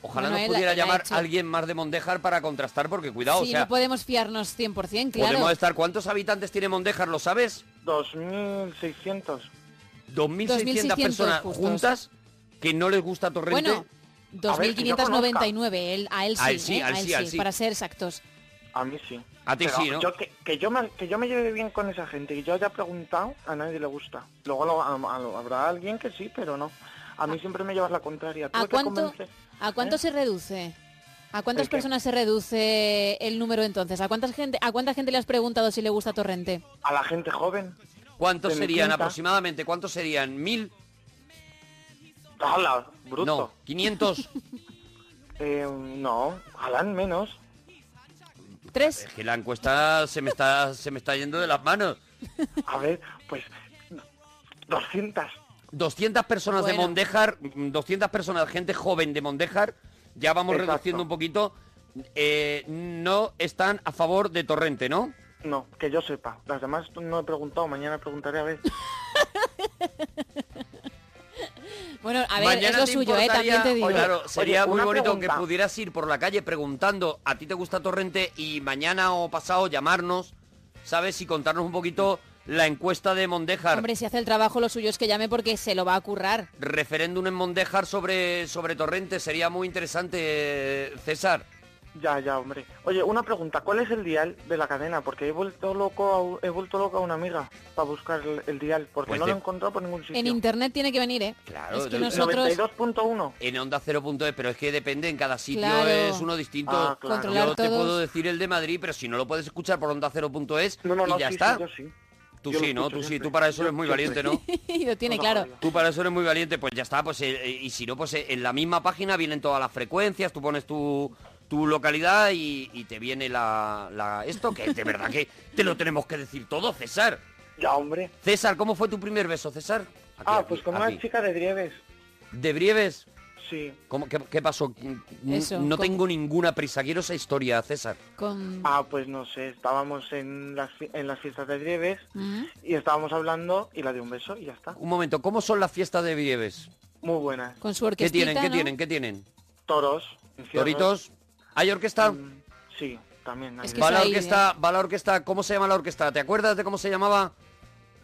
Ojalá Manuel, nos pudiera la- la ha llamar hecho. alguien más de Mondejar para contrastar, porque cuidado, sí, o sea, no podemos fiarnos 100%, claro. podemos estar... ¿Cuántos habitantes tiene Mondejar, lo sabes? 2.600. 2.600 personas justos. juntas que no les gusta Torrente. Bueno, A ver, que yo 2.599, él, a él sí, A él sí, ¿eh? a él sí, a él sí. para ser exactos. A mí sí. A ti Pero sí, ¿no? yo que, que yo me, que yo me lleve bien con esa gente, que yo haya preguntado, a nadie le gusta. Luego lo- a- a- habrá alguien que sí, pero no. A mí siempre me llevas la contraria. Tuve Ah. ¿A que cuánto, convencer- ¿A cuánto ¿Eh? se reduce? ¿A cuántas ¿El qué? personas se reduce el número entonces? ¿A cuánta gente, a cuánta gente le has preguntado si le gusta Torrente? A la gente joven. ¿Cuántos de mi serían quinta. aproximadamente? ¿Cuántos serían? ¿Mil? ¡Hala! Bruto. No, 500. (laughs) Eh, no, ojalá menos. ¿Tres? Es que la encuesta se me está, se me está yendo de las manos. A ver, pues 200. 200 personas de Bueno. Mondejar, mm, 200 personas, gente joven de Mondejar, ya vamos Exacto. reduciendo un poquito, eh, no están a favor de Torrente, ¿no? No, que yo sepa. Las demás no he preguntado, mañana preguntaré a ver. (laughs) Bueno, a ver, es lo te suyo, ¿eh? importaría- También te digo. Oye, claro, sería Oye, muy una bonito pregunta. que pudieras ir por la calle preguntando a ti te gusta Torrente y mañana o pasado llamarnos, ¿sabes? Y contarnos un poquito la encuesta de Mondejar. Hombre, si hace el trabajo, lo suyo es que llame porque se lo va a currar. Referéndum en Mondejar sobre, sobre Torrente sería muy interesante, eh, César. Ya, ya, hombre. Oye, una pregunta, ¿cuál es el dial de la cadena? Porque he vuelto loco a, he vuelto loco a una amiga para buscar el, el dial, porque Pues no te- lo he encontrado por ningún sitio. En internet tiene que venir, ¿eh? Claro, es que del- nosotros... 92.1. En onda 0.es, pero es que depende, en cada sitio Claro. es uno distinto. Ah, claro. Controlar Yo te todos. puedo decir el de Madrid, pero si no lo puedes escuchar por onda 0.es y no, ya sí, está. sí, yo (laughs) sí. Tú Yo lo sí, ¿no? escucho Tú sí, siempre. tú para eso Yo eres muy valiente, siempre. ¿no? lo tiene claro. Tú para eso eres muy valiente, pues ya está, pues eh, y si no, pues eh, en la misma página vienen todas las frecuencias, tú pones tu, tu localidad y, y te viene la, la- esto, que de verdad que te lo tenemos que decir todo, César. Ya, hombre. César, ¿cómo fue tu primer beso, César? Aquí, ah, aquí, pues con aquí. una chica de Drieves. ¿De Brieves? Sí. ¿Cómo, qué, qué pasó? N- Eso, no ¿cómo? tengo ninguna prisa, quiero esa historia, César. Ah, pues no sé, estábamos en las, fi- en las fiestas de Drieves Mm. y estábamos hablando y la de un beso y ya está. Un momento, ¿cómo son las fiestas de Brieves? Muy buena. Con su ¿Qué tienen? ¿Qué tienen? ¿Qué tienen? Toros. encierros. ¿Toritos? ¿Hay orquesta? Sí, también. hay- va, la ¿eh? orquesta, va la orquesta, ¿cómo se llama la orquesta? ¿Te acuerdas de cómo se llamaba?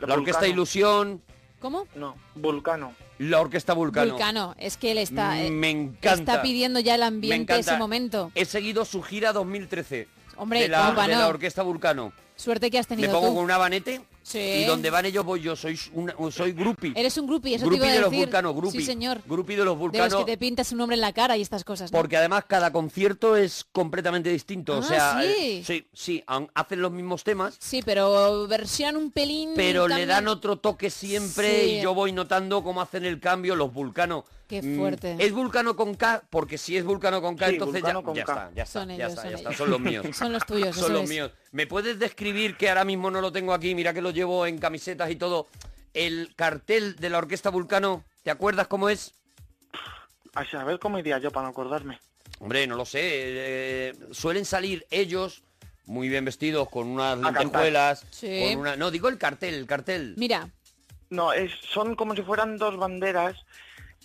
La, orquesta Vulcano. Ilusión, ¿Cómo? No, Vulcano. la orquesta Vulcano. Mm, Vulcano, es que él está, eh, Me encanta. está pidiendo ya el ambiente encanta. ese momento. He seguido su gira 2013 Hombre, de, la, cómo de no. la orquesta Vulcano. Suerte que has Me tenido pongo tú. con un abanete Sí. y donde van ellos voy yo. Soy, una- soy groupie. Eres un grupi, eso Grupi te iba a de los decir. vulcanos, grupi. Sí, señor. Grupi de los De los vulcanos. que te pintas un nombre en la cara y estas cosas. ¿no? Porque además cada concierto es completamente distinto. o Ah, sea, ¿sí? eh, sí, sí, aun- hacen los mismos temas, Sí, pero versión un pelín... pero le cambian. dan otro toque siempre Sí. y yo voy notando cómo hacen el cambio los vulcanos. Qué Mm, fuerte. ¿Es vulcano con K? Porque si es vulcano con K, Sí, entonces ya, Vulcano con ya K. está, ya está, Son ya ellos, está, son ya está, ellos. son los míos. (laughs) Son los tuyos, Son eso los es. míos. ¿Me puedes describir que ahora mismo no lo tengo aquí? Mira que lo llevo en camisetas y todo. El cartel de la orquesta Vulcano, ¿te acuerdas cómo es? Ay, A ver cómo iría yo para no acordarme. Hombre, no lo sé. eh, suelen salir ellos muy bien vestidos, con unas cantar. lentejuelas. Sí. con una- No, digo el cartel, el cartel. Mira, No, es, son como si fueran dos banderas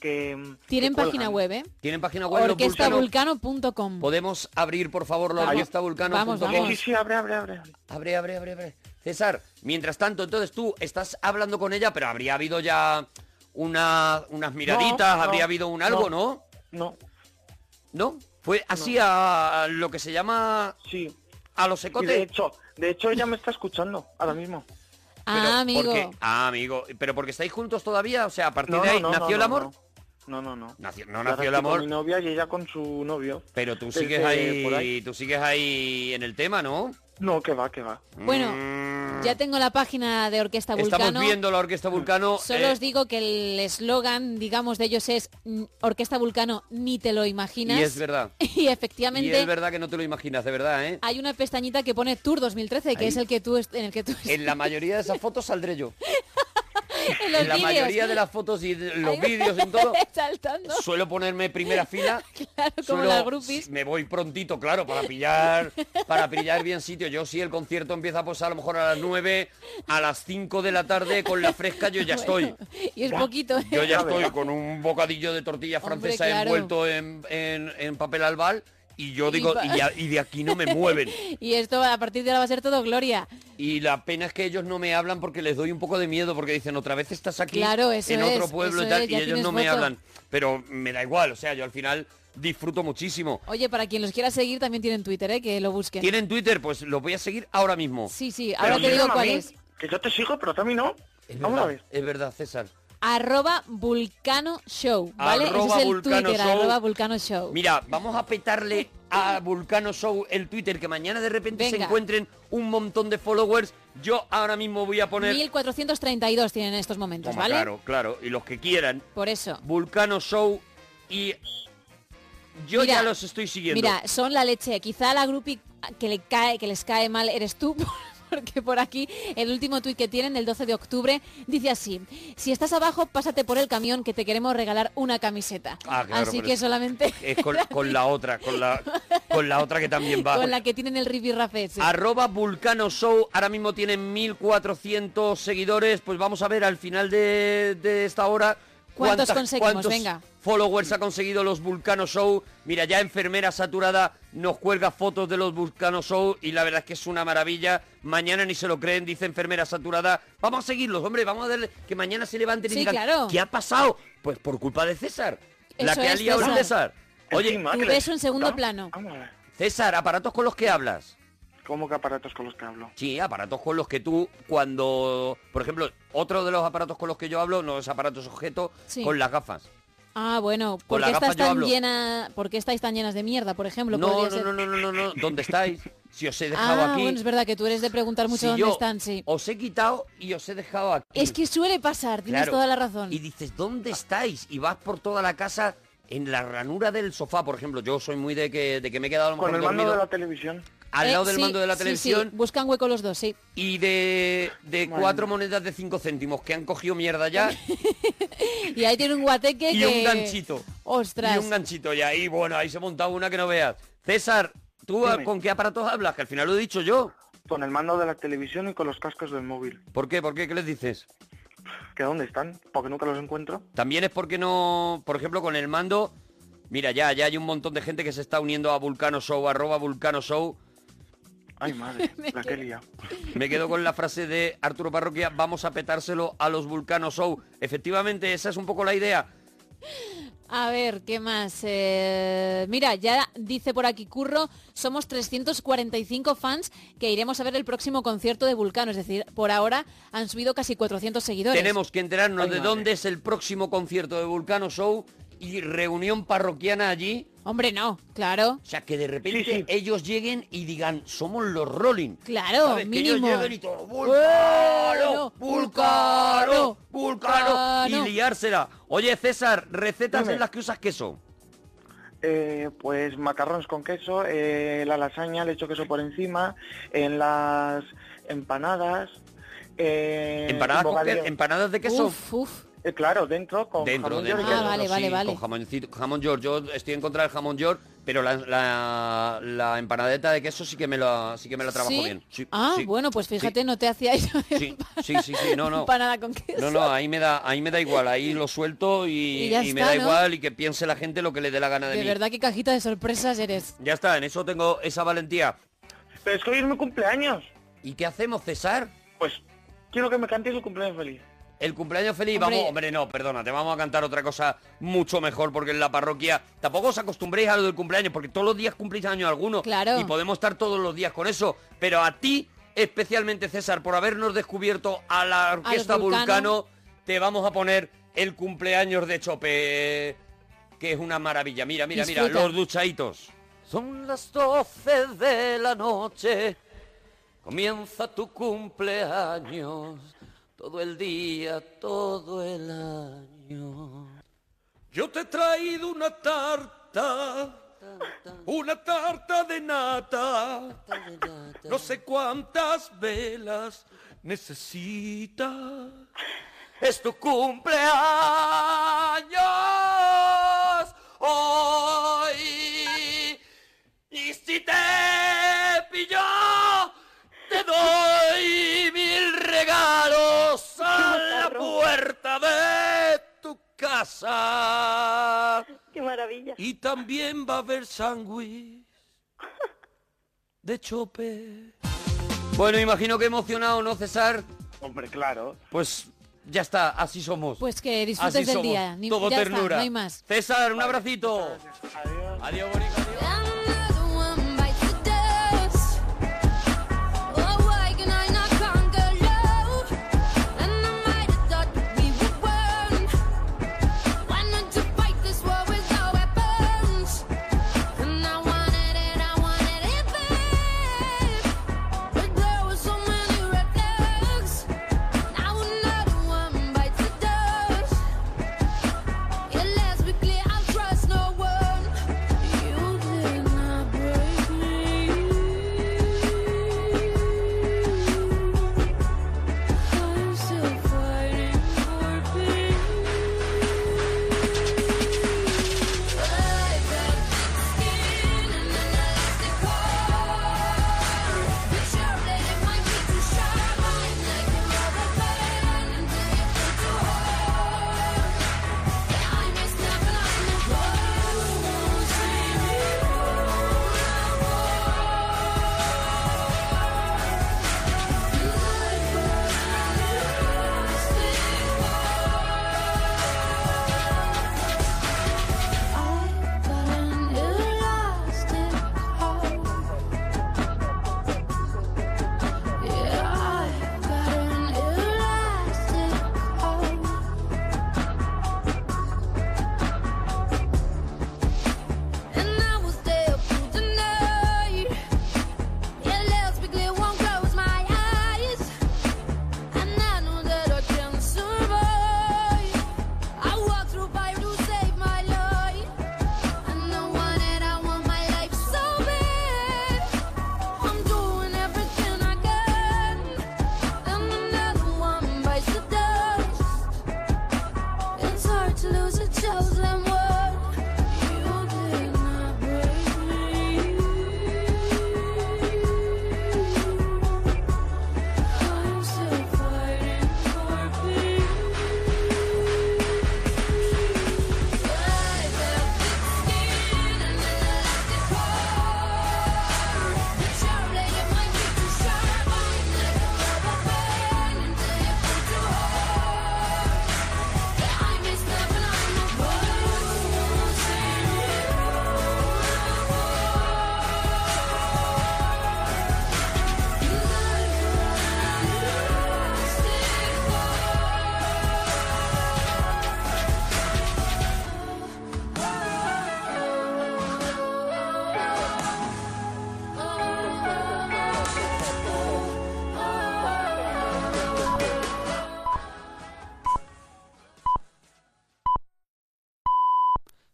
que... eh, tienen cuelgan. página web, ¿eh? ¿Tienen página web? los Vulcano? Orquestavulcano.com. ¿Podemos abrir, por favor, la Vamos. orquesta Vulcano? Vamos, vamos. Sí, sí, abre, abre, abre. Abre, abre, abre, abre. César, mientras tanto, entonces tú estás hablando con ella, pero habría habido ya una- unas miraditas, No, habría no, habido un algo, ¿no? No. ¿No? Fue así a a lo que se llama... Sí. A los Y secotes. de hecho, de hecho ella me está escuchando ahora mismo. Ah, amigo. Porque, ah, amigo. ¿Pero porque estáis juntos todavía? O sea, a partir No, de no, ahí, no, no, ¿nació el no, amor? No, no, no. Nació- no Yo ahora nació el estoy con amor. mi novia y ella con su novio. Pero tú Desde sigues por ahí, ahí. tú sigues ahí en el tema, ¿no? No, que va, que va. Mm. Bueno, ya tengo la página de Orquesta Estamos Vulcano. viendo la Orquesta Vulcano. Solo eh, os digo que el eslogan, digamos, de ellos es mm, Orquesta Vulcano, ni te lo imaginas. y es verdad. (laughs) Y Y efectivamente es verdad que no te lo imaginas, de verdad, ¿eh? hay una pestañita que pone Tour 2013, que Ahí. es el que tú est- en el que tú En la mayoría de esas fotos saldré yo. (laughs) En los la vídeos. mayoría de las fotos y de los vídeos en (laughs) todo, Saltando. suelo ponerme primera fila. Claro, (laughs) como suelo- las groupies. Me voy prontito, claro, para pillar, para pillar bien sitio. Yo sí, el concierto empieza pues a lo mejor a las 9, a las 5 de la tarde, con la fresca (laughs) yo ya estoy. Y es poquito. ¿eh? Yo (laughs) ya estoy con un bocadillo de tortilla Hombre, francesa claro. envuelto en, en- en papel albal y yo digo, pa- y, ya- y de aquí no (laughs) me mueven. Y esto a partir de ahora va a ser todo gloria. Y la pena es que ellos no me hablan porque les doy un poco de miedo, porque dicen, otra vez estás aquí Claro, eso en otro es, pueblo y eso tal, es, y ya ellos tienes no me voto. hablan. Pero me da igual, o sea, yo al final disfruto muchísimo. Oye, para quien los quiera seguir también tienen Twitter, ¿eh? que lo busquen. ¿Tienen Twitter? Pues los voy a seguir ahora mismo. Sí, sí, ahora te digo cuál es. Que yo te sigo, pero también no. Es Vamos verdad, a ver. Es verdad, César. Arroba Vulcano Show, ¿vale? Ese Arroba es el Vulcano Twitter, Show. arroba Vulcano Show. Mira, vamos a petarle a Vulcano Show el Twitter, que mañana de repente se Venga. encuentren un montón de followers. Yo ahora mismo voy a poner... 1432 tienen en estos momentos, Toma, ¿vale? Claro, claro. Y los que quieran, Por eso. Vulcano Show y... Yo Mira, ya los estoy siguiendo. Mira, son la leche. Quizá la grupi que, le cae, que les cae mal eres tú, (laughs) porque por aquí el último tuit que tienen, del 12 de octubre, dice así, si estás abajo, pásate por el camión que te queremos regalar una camiseta. Ah, claro, Así pero que es- solamente Es (laughs) con, con la otra, con la, con la otra que también va. con la que tienen el rifirrafe ese. Arroba Vulcano Show, ahora mismo tienen 1400 seguidores, pues vamos a ver al final de, de esta hora ¿Cuántos cuántas- conseguimos? cuántos Venga. followers ha conseguido los Vulcano Show. Mira, ya enfermera saturada nos cuelga fotos de los Vulcano Show y la verdad es que es una maravilla. Mañana ni se lo creen, dice enfermera saturada. Vamos a seguirlos, hombre, vamos a darle que mañana se levanten y Sí, digan, claro. ¿qué ha pasado? Pues por culpa de César, la Eso que ha es, liado el César. César. Oye, Tú ves un segundo plano. César, aparatos con los que hablas. ¿Cómo que aparatos con los que hablo? Sí, aparatos con los que tú cuando, por ejemplo, otro de los aparatos con los que yo hablo, no es aparatos objeto, Sí. con las gafas. Ah, bueno, Con ¿por la qué, gafa estás yo tan hablo. llena, ¿por qué estáis tan llenas de mierda, por ejemplo? No, no, Podría ser- no, no, no, no, no, ¿dónde (laughs) estáis? Si os he dejado Ah, aquí, bueno, es verdad que tú eres de preguntar mucho Si dónde yo- están, sí. os he quitado y os he dejado aquí. Es que suele pasar, Eh, tienes Claro. toda la razón. Y dices, ¿dónde estáis? Y vas por toda la casa en la ranura del sofá, por ejemplo. Yo soy muy de que, de que me he quedado a lo mejor Con el mando de dormido la televisión. al Eh, lado del sí, mando de la sí, televisión. sí, Buscan hueco los dos, sí. y de, de cuatro monedas de cinco céntimos que han cogido mierda (laughs) ya Y ahí tiene un guateque (laughs) y que... un ganchito. Ostras. Y un ganchito ya. Y bueno, ahí se ha montado una que no veas. César, ¿tú a- Dime. con qué aparatos hablas? Que al final lo he dicho yo. Con el mando de la televisión y con los cascos del móvil. ¿Por qué? ¿Por qué? ¿Qué les dices? ¿Que dónde están? Porque nunca los encuentro. También es porque no, por ejemplo, con el mando... Mira, ya, ya hay un montón de gente que se está uniendo a Vulcano Show, arroba Vulcano Show. (laughs) Ay, madre, la que he liado. Me quedo con la frase de Arturo Parroquia, vamos a petárselo a los Vulcano Show. Efectivamente, esa es un poco la idea. A ver, ¿qué más? Eh, mira, ya dice por aquí Curro, somos 345 fans que iremos a ver el próximo concierto de Vulcano. Es decir, por ahora han subido casi 400 seguidores. Tenemos que enterarnos Ay, de madre. dónde es el próximo concierto de Vulcano Show y reunión parroquiana allí. Hombre, no, claro. O sea, que de repente ellos lleguen y digan, somos los Rolling. Claro, ¿Sabes? Que ellos mínimo. lleguen y todo, ¡Vulcano! ¡Vulcano! ¡Vulcano! Vulcano. Y liársela. Oye, César, recetas Dime. en las que usas queso. Eh, pues macarrones con queso, eh, la lasaña, le echo queso por encima, en las empanadas. eh, ¿Empanadas, con bocadillo. que- empanadas de queso? Eh, claro, dentro con Dentro, jamón dentro. york y queso. Ah, Sí, Con jamoncito, jamón york. Yo estoy en contra del jamón york, pero la, la- la empanadeta de queso sí que me la, sí que me la trabajo ¿Sí? bien. Sí, ah, sí. bueno, pues fíjate, no te hacía eso Sí, sí, sí, sí, (laughs) no, no. para nada con queso. (laughs) No, no, ahí me da, ahí me da igual, ahí lo suelto y, Y ya y me está, da ¿no? igual y que piense la gente lo que le dé la gana de, de mí. verdad, qué cajita de sorpresas eres. Ya está, en eso tengo esa valentía. Pero es que hoy es mi cumpleaños. ¿Y qué hacemos, César? Pues quiero que me cantes el cumpleaños feliz. El cumpleaños feliz, Hombre. vamos, hombre, no, perdona, te vamos a cantar otra cosa mucho mejor porque en la parroquia tampoco os acostumbréis a lo del cumpleaños porque todos los días cumplís año alguno Claro. y podemos estar todos los días con eso, pero a ti especialmente César por habernos descubierto a la orquesta Vulcano. Vulcano, te vamos a poner el cumpleaños de Chope, que es una maravilla. Mira, mira, mira, Disfruta. los duchaitos. Son las 12 de la noche, comienza tu cumpleaños, todo el día, todo el año. Yo te he traído una tarta, una tarta de nata, no sé cuántas velas necesitas. es tu cumpleaños hoy. Y si te pillo, te doy mil regalos a la puerta de tu casa. Qué maravilla. Y también va a haber sándwich de chope. Bueno, imagino que emocionado, ¿no, César? Hombre, claro. Pues ya está, así somos. Pues que disfrutes Así del somos, día. Ni- todo ya está, ternura. no hay más. César, un abracito. Adiós. Adiós, bonito. Let's be clear, I'll trust no one. You did not break me. I'm still fighting for peace. I got thick skin and an elastic core. But you're letting my future shine bright like a rubber band until you come to harm. Yeah, I messed up and I know love won't save you. Love And I was there through the night. Your lips be clear, won't close my eyes. And I know that I can survive. I walk through fire to save my life. And I want it, I want my life so bad. I'm doing everything I can. And another one bites the dust. It's hard to lose a chosen one. You did not break me. I'm still fighting for peace. I got thick skin and an elastic core. The charlet in my need to shine bright like a rubber band until you come to harm. Yeah, I messed up and I know love won't save you. Love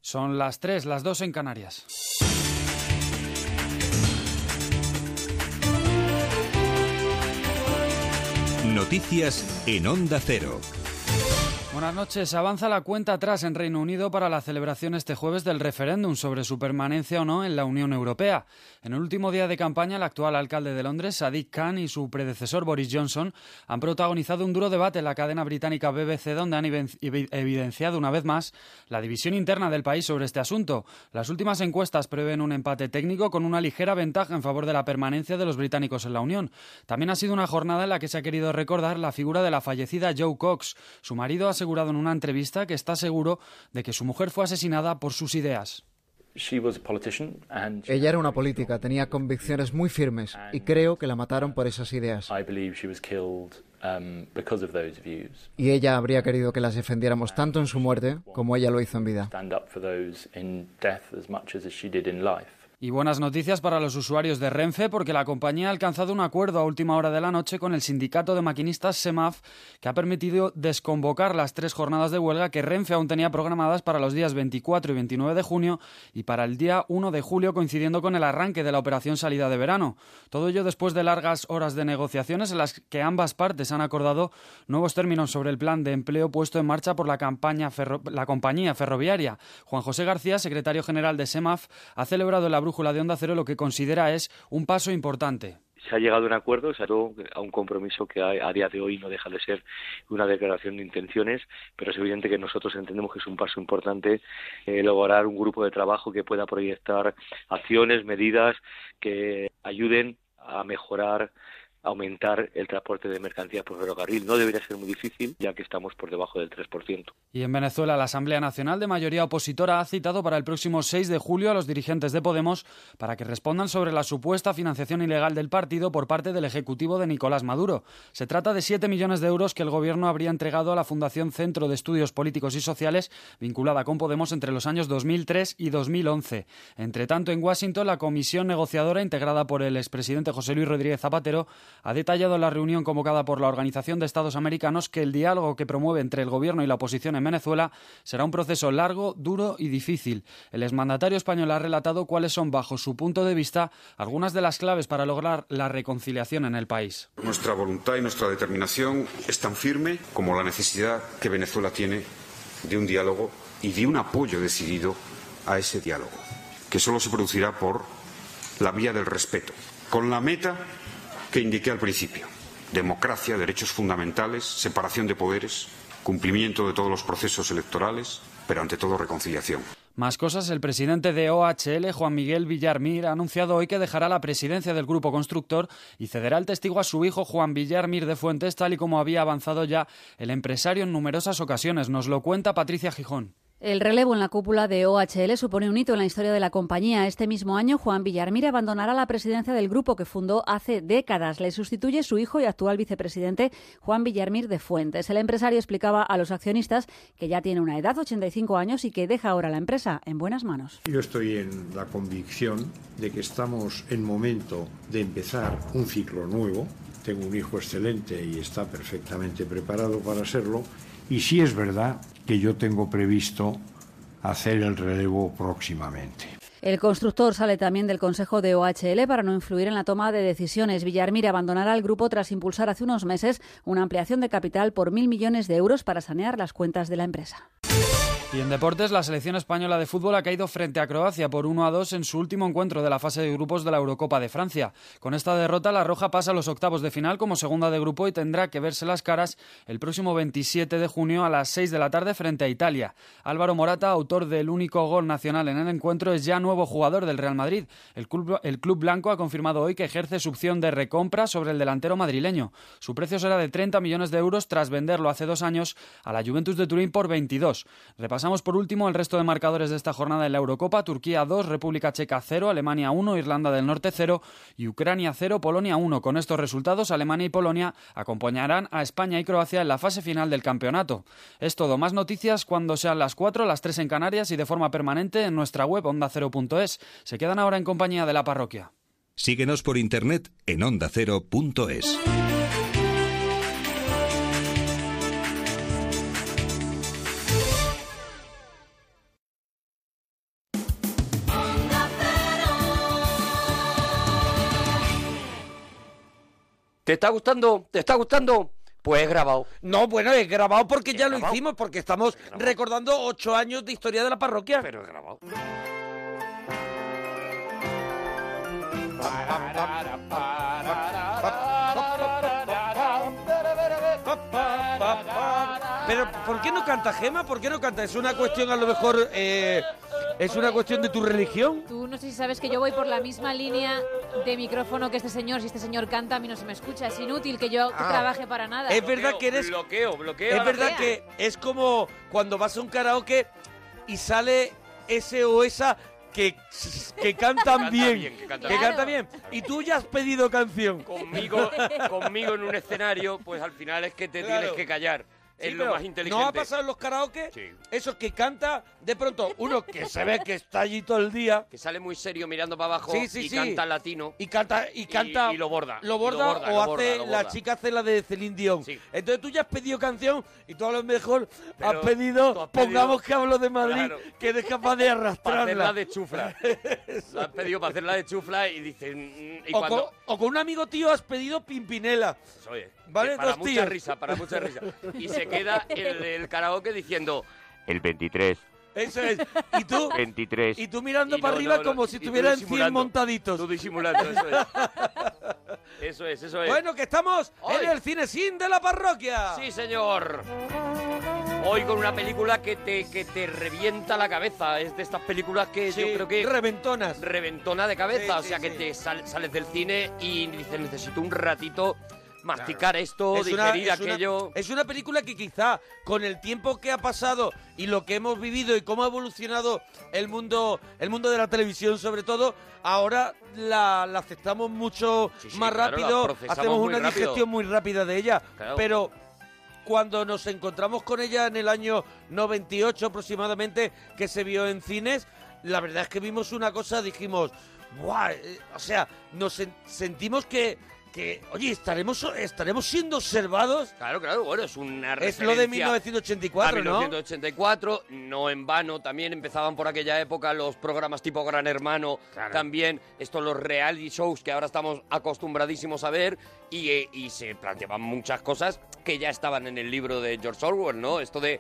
Son las 3, las 2 en Canarias. Noticias en Onda Cero. Buenas noches. Avanza la cuenta atrás en Reino Unido para la celebración este jueves del referéndum sobre su permanencia o no en la Unión Europea. En el último día de campaña, el actual alcalde de Londres, Sadiq Khan, y su predecesor Boris Johnson han protagonizado un duro debate en la cadena británica BBC, donde han even- evi- evidenciado una vez más la división interna del país sobre este asunto. Las últimas encuestas prevén un empate técnico con una ligera ventaja en favor de la permanencia de los británicos en la Unión. También ha sido una jornada en la que se ha querido recordar la figura de la fallecida Joe Cox. Su marido ha asegurado en una entrevista que está seguro de que su mujer fue asesinada por sus ideas. Ella era una política, tenía convicciones muy firmes y creo que la mataron por esas ideas. I believe she was killed um, because of those views. Y ella habría querido que las defendiéramos tanto en su muerte como ella lo hizo en vida. Stand up for those in death as much as she did in life. Y buenas noticias para los usuarios de Renfe porque la compañía ha alcanzado un acuerdo a última hora de la noche con el sindicato de maquinistas SEMAF que ha permitido desconvocar las tres jornadas de huelga que Renfe aún tenía programadas para los días 24 y 29 de junio y para el día 1 de julio coincidiendo con el arranque de la operación salida de verano. Todo ello después de largas horas de negociaciones en las que ambas partes han acordado nuevos términos sobre el plan de empleo puesto en marcha por la, campaña ferro- la compañía ferroviaria. Juan José García, secretario general de SEMAF, ha celebrado en la brújula de Onda Cero lo que considera es un paso importante. se ha llegado a un acuerdo, se ha llegado a un compromiso que a, a día de hoy no deja de ser una declaración de intenciones, pero es evidente que nosotros entendemos que es un paso importante eh, lograr un grupo de trabajo que pueda proyectar acciones, medidas que ayuden a mejorar aumentar el transporte de mercancías por ferrocarril. No debería ser muy difícil, ya que estamos por debajo del 3%. Y en Venezuela, la Asamblea Nacional de mayoría opositora ha citado para el próximo 6 de julio a los dirigentes de Podemos para que respondan sobre la supuesta financiación ilegal del partido por parte del Ejecutivo de Nicolás Maduro. Se trata de 7 millones de euros que el Gobierno habría entregado a la Fundación Centro de Estudios Políticos y Sociales, vinculada con Podemos entre los años 2003 y 2011. Entre tanto, en Washington, la comisión negociadora, integrada por el expresidente José Luis Rodríguez Zapatero, ha detallado en la reunión convocada por la Organización de Estados Americanos que el diálogo que promueve entre el Gobierno y la oposición en Venezuela será un proceso largo, duro y difícil. El exmandatario español ha relatado cuáles son, bajo su punto de vista, algunas de las claves para lograr la reconciliación en el país. Nuestra voluntad y nuestra determinación es tan firme como la necesidad que Venezuela tiene de un diálogo y de un apoyo decidido a ese diálogo, que solo se producirá por la vía del respeto, con la meta que indiqué al principio democracia, derechos fundamentales, separación de poderes, cumplimiento de todos los procesos electorales, pero ante todo reconciliación. Más cosas, el presidente de OHL, Juan Miguel Villarmir, ha anunciado hoy que dejará la presidencia del grupo constructor y cederá el testigo a su hijo Juan Villarmir de Fuentes, tal y como había avanzado ya el empresario en numerosas ocasiones. Nos lo cuenta Patricia Gijón. El relevo en la cúpula de OHL supone un hito en la historia de la compañía. Este mismo año, Juan Villarmir abandonará la presidencia del grupo que fundó hace décadas. Le sustituye su hijo y actual vicepresidente, Juan Villarmir de Fuentes. El empresario explicaba a los accionistas que ya tiene una edad, 85 años, y que deja ahora la empresa en buenas manos. Yo estoy en la convicción de que estamos en momento de empezar un ciclo nuevo. Tengo un hijo excelente y está perfectamente preparado para serlo. Y sí es verdad que yo tengo previsto hacer el relevo próximamente. El constructor sale también del Consejo de OHL para no influir en la toma de decisiones. Villarmir abandonará el grupo tras impulsar hace unos meses una ampliación de capital por mil millones de euros para sanear las cuentas de la empresa. Y en deportes, la selección española de fútbol ha caído frente a Croacia por 1 a 2 en su último encuentro de la fase de grupos de la Eurocopa de Francia. Con esta derrota, la Roja pasa a los octavos de final como segunda de grupo y tendrá que verse las caras el próximo 27 de junio a las 6 de la tarde frente a Italia. Álvaro Morata, autor del único gol nacional en el encuentro, es ya nuevo jugador del Real Madrid. El club, el club blanco ha confirmado hoy que ejerce su opción de recompra sobre el delantero madrileño. Su precio será de 30 millones de euros tras venderlo hace dos años a la Juventus de Turín por 22. Repasamos por último el resto de marcadores de esta jornada en la Eurocopa. Turquía 2, República Checa 0, Alemania 1, Irlanda del Norte 0 y Ucrania 0, Polonia 1. Con estos resultados, Alemania y Polonia acompañarán a España y Croacia en la fase final del campeonato. Es todo. Más noticias cuando sean las 4, las 3 en Canarias y de forma permanente en nuestra web onda0.es. Se quedan ahora en compañía de la parroquia. Síguenos por internet en ondacero.es. ¿Te está gustando? ¿Te está gustando? Pues es grabado. No, bueno, es grabado porque ya lo hicimos, porque estamos recordando ocho años de historia de la parroquia. Pero es grabado. Pero, ¿por qué no canta Gema? ¿Por qué no canta? Es una cuestión, a lo mejor, eh, es una cuestión de tu religión. Tú no sé si sabes que yo voy por la misma línea de micrófono que este señor. Si este señor canta, a mí no se me escucha. Es inútil que yo Ah. trabaje para nada. Es verdad que eres. Bloqueo, bloqueo. Es la verdad que bloquea. es como cuando vas a un karaoke y sale ese o esa que, que cantan canta bien. bien, que canta que bien. canta bien. Y tú ya has pedido canción. Conmigo, conmigo en un escenario, pues al final es que te tienes que callar. es Sí, lo pero más inteligente. ¿No ha pasado en los karaoke? Esos que canta, de pronto, uno que se ve que está allí todo el día. Que sale muy serio mirando para abajo Sí, sí, y sí. canta latino. Y canta, y canta. y lo borda. Lo borda, Lo borda, o lo hace. borda, lo La borda. chica hace la de Celine Dion. Entonces tú ya has pedido canción y tú a lo mejor has pedido. tú has pedido- pongamos que hablo de Madrid, Claro. que eres capaz de arrastrarla. (laughs) Para hacerla de chufla. (laughs) Lo has pedido para hacerla de chufla y dicen... mm, Y o, cuando... con, o con un amigo tío has pedido Pimpinela. Oye, Vale, que para dos mucha tías. risa, para mucha (laughs) risa. Y se queda el del karaoke diciendo... El 23. Eso es. Y tú, 23. y tú mirando Y para no, arriba no, no. como si Y tú estuvieran 100 disimulando. montaditos. Tú disimulando, eso (laughs) es. Eso es, eso es. Bueno, que estamos Hoy. en el cinesín de la parroquia. Sí, señor. Hoy con una película que te, que te revienta la cabeza. Es de estas películas que yo creo que... Reventonas. Reventona de cabeza. Sí, o sea sí, que sí. te sal- sales del cine y dices, necesito un ratito masticar esto, Es una- digerir es una- aquello... es una película que quizá con el tiempo que ha pasado y lo que hemos vivido y cómo ha evolucionado el mundo, el mundo de la televisión sobre todo, ahora la, la aceptamos mucho sí, más claro, la rápido, procesamos hacemos muy una rápido. digestión muy rápida de ella, Claro. pero cuando nos encontramos con ella en el año 98 aproximadamente, que se vio en cines, la verdad es que vimos una cosa, dijimos, "Buah", eh, o sea, nos sen- sentimos que, que, oye, estaremos, estaremos siendo observados. Claro, claro, bueno, es una Es lo de referencia 1984, a ¿no? 1984, no en vano, también empezaban por aquella época los programas tipo Gran Hermano, también estos los reality shows que ahora estamos acostumbradísimos a ver y, eh, y se planteaban muchas cosas que ya estaban en el libro de George Orwell, ¿no? Esto de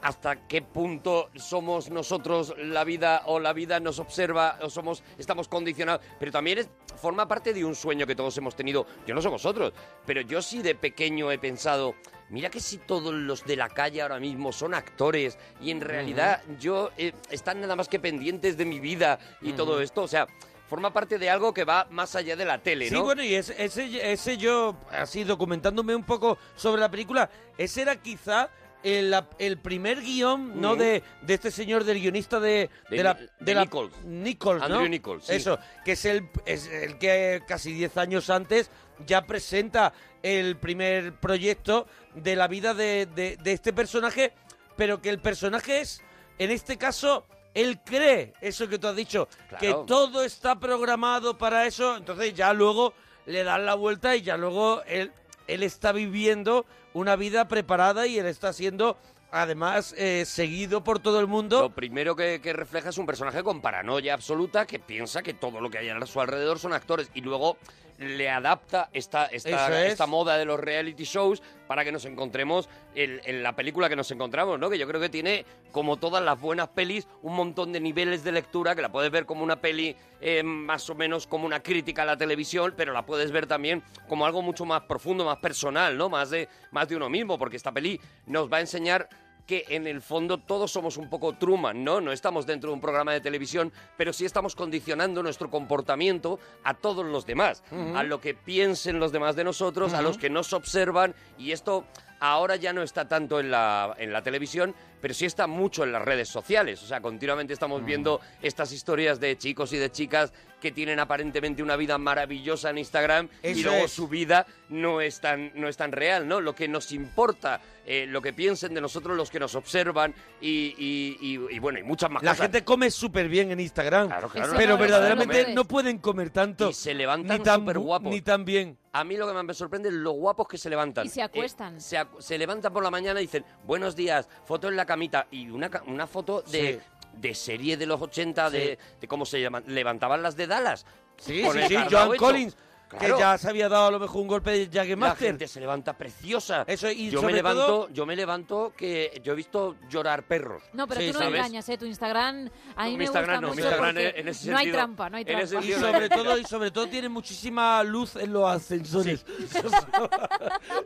hasta qué punto somos nosotros la vida o la vida nos observa o somos estamos condicionados pero también es, forma parte de un sueño que todos hemos tenido yo no sé vosotros pero yo sí de pequeño he pensado mira que si todos los de la calle ahora mismo son actores y en realidad yo eh, están nada más que pendientes de mi vida y todo esto o sea forma parte de algo que va más allá de la tele Sí, no bueno, y ese, ese, ese yo, así documentándome un poco sobre la película, ese era quizá el, el primer guión, ¿no? Ujú. De, de este señor, del guionista de, de, De la... Ni- de de la- Nichols. Nichols, ¿no? Andrew Nichols, sí. Eso, que es el, es el que casi 10 años antes ya presenta el primer proyecto de la vida de, de- de este personaje, pero que el personaje es, en este caso... Él cree eso que tú has dicho, Claro. que todo está programado para eso, entonces ya luego le dan la vuelta y ya luego él, él está viviendo una vida preparada y él está siendo además eh, seguido por todo el mundo. Lo primero que, que refleja es un personaje con paranoia absoluta que piensa que todo lo que hay a su alrededor son actores y luego le adapta esta, Eso esta, es. esta moda de los reality shows para que nos encontremos en, en la película que nos encontramos, ¿no? Que yo creo que tiene, como todas las buenas pelis, un montón de niveles de lectura que la puedes ver como una peli eh, más o menos como una crítica a la televisión, pero la puedes ver también como algo mucho más profundo, más personal, ¿no? Más de, más de uno mismo, porque esta peli nos va a enseñar que en el fondo todos somos un poco Truman, ¿no? No estamos dentro de un programa de televisión, pero sí estamos condicionando nuestro comportamiento a todos los demás, Ujú. a lo que piensen los demás de nosotros, a Ujú. los que nos observan, y esto ahora ya no está tanto en la, en la televisión, pero sí está mucho en las redes sociales, o sea, continuamente estamos viendo estas historias de chicos y de chicas que tienen aparentemente una vida maravillosa en Instagram y Eso luego es. su vida no es tan, no es tan real, ¿no? Lo que nos importa, eh, lo que piensen de nosotros los que nos observan y, y- y- y, bueno, y muchas más La cosas. gente come súper bien en Instagram, claro, Eso pero no lo verdaderamente sabemos. no pueden comer tanto. Y se levantan ni tan súper bu- guapos. Ni tan bien. A mí lo que más me sorprende es lo guapos que se levantan. Y se acuestan. Eh, se, acu- se levantan por la mañana y dicen, buenos días, foto en la camita. Y una, ca- una foto de, de serie de los 80, de, de cómo se llaman, levantaban las de Dallas. Sí, Con sí, el sí, cardao Joan hecho. Collins, Claro. que ya se había dado a lo mejor un golpe de Jagged La Master. gente se levanta preciosa. Eso, y yo me sobre levanto, todo- yo me levanto que yo he visto llorar perros. No, pero tú no ¿sabes? engañas, ¿eh? Tu Instagram, a mí mi me Instagram gusta no, mi mucho Instagram porque en ese no hay sentido- trampa, no hay en ese trampa. Y sentido no hay sobre, trampa. todo, y sobre todo tiene muchísima luz en los ascensores. (laughs)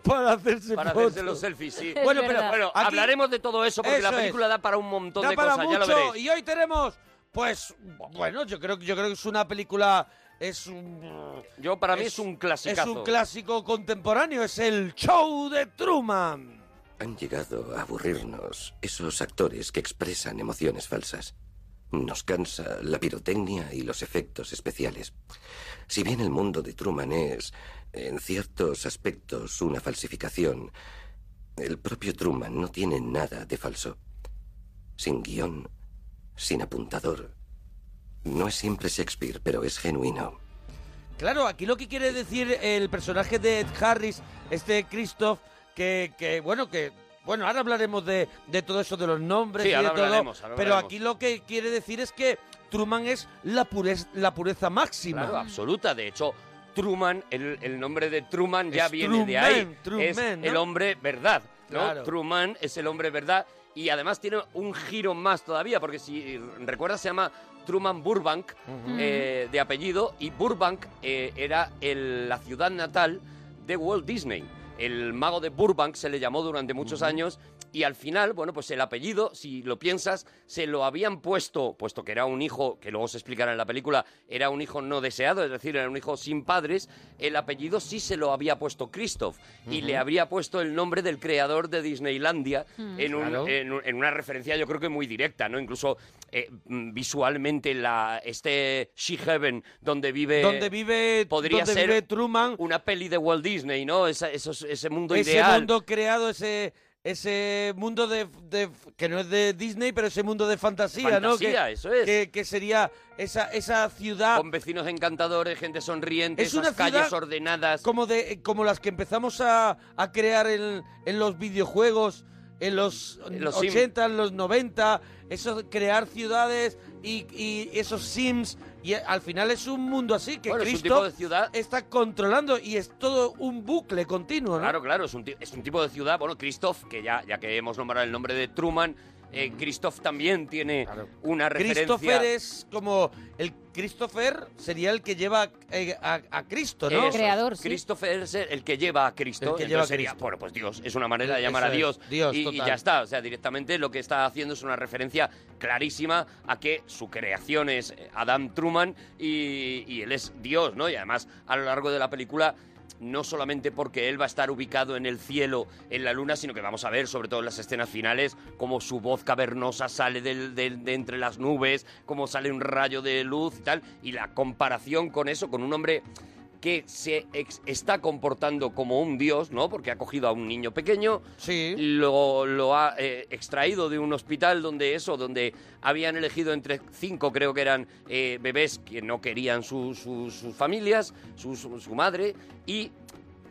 para hacerse Para fotos. hacerse los selfies, sí. Es Bueno, pero- verdad. bueno, aquí- hablaremos de todo eso porque Eso la película es. da para un montón Da de para cosas, ya lo mucho, veréis. Y hoy tenemos, pues, bueno, yo creo, yo creo que es una película, es un... Yo, para mí es un clasicazo. Es un clásico contemporáneo, es el show de Truman. Han llegado a aburrirnos esos actores que expresan emociones falsas. Nos cansa la pirotecnia y los efectos especiales. Si bien el mundo de Truman es, en ciertos aspectos, una falsificación, El propio Truman no tiene nada de falso. Sin guión, sin apuntador. No es siempre Shakespeare, pero es genuino. Claro, aquí lo que quiere decir el personaje de Ed Harris, este Christoph, que, que bueno, que bueno, ahora hablaremos de, de todo eso, de los nombres Sí, y de ahora todo. hablaremos, ahora pero hablaremos. aquí lo que quiere decir es que Truman es la pureza, la pureza máxima. Claro, absoluta. De hecho, Truman, el, el nombre de Truman ya Es viene de ahí. Truman, Truman, es ¿no? el hombre verdad, ¿no? Claro. Truman es el hombre verdad y además tiene un giro más todavía, porque si recuerdas se llama Truman Burbank Ujú. eh, de apellido y Burbank eh, era el- la ciudad natal de Walt Disney. El mago de Burbank se le llamó durante muchos años y al final, bueno, pues el apellido, si lo piensas, se lo habían puesto, puesto que era un hijo, que luego se explicará en la película, era un hijo no deseado, es decir, era un hijo sin padres, el apellido sí se lo había puesto Christoph y Ujú. le habría puesto el nombre del creador de Disneylandia Mm. en, un- Claro. en un- en una referencia yo creo que muy directa, ¿no? Incluso eh, mm, visualmente la, este She Heaven donde vive... Donde vive- podría donde ser vive Truman. Una peli de Walt Disney, ¿no? Esa- esos- ese mundo ese ideal. mundo creado, ese ese mundo de, de- que no es de Disney, pero ese mundo de fantasía, ¿no? Que, Fantasía, eso es. Que, que sería esa, esa ciudad... Con vecinos encantadores, gente sonriente, Es una esas calles ciudad ordenadas. como de eh, como las que empezamos a, a crear en, en los videojuegos en los, En los Sims. 80, en los 90, eso de crear ciudades y, y esos sims y eh, al final es un mundo así que Bueno, es un Cristo tipo de ciudad está controlando y es todo un bucle continuo, ¿no? Claro, claro, es un, ti- es un tipo de ciudad. Bueno, Christoph, que ya, ya que hemos nombrado el nombre de Truman, eh, Christoph también tiene una referencia. Christopher es como el Christopher sería el que lleva eh, a, a Cristo, ¿no? Eso es. Christopher es el que lleva a Cristo. El que Entonces lleva a sería, Cristo. bueno, pues Dios, es una manera de llamar Eso a es, Dios. Dios, y, y total. ya está. O sea, directamente lo que está haciendo es una referencia clarísima a que su creación es eh, Adam Truman y, y él es Dios, ¿no? Y además, a lo largo de la película. No solamente porque él va a estar ubicado en el cielo, en la luna, sino que vamos a ver, sobre todo en las escenas finales, cómo su voz cavernosa sale del- del- de entre las nubes, cómo sale un rayo de luz y tal, y la comparación con eso, con un hombre que se ex- está comportando como un dios, ¿no? Porque ha cogido a un niño pequeño, lo, lo ha eh, extraído de un hospital donde eso, donde habían elegido entre cinco, creo que eran eh, bebés que no querían su- su- sus familias, su, su- su madre, y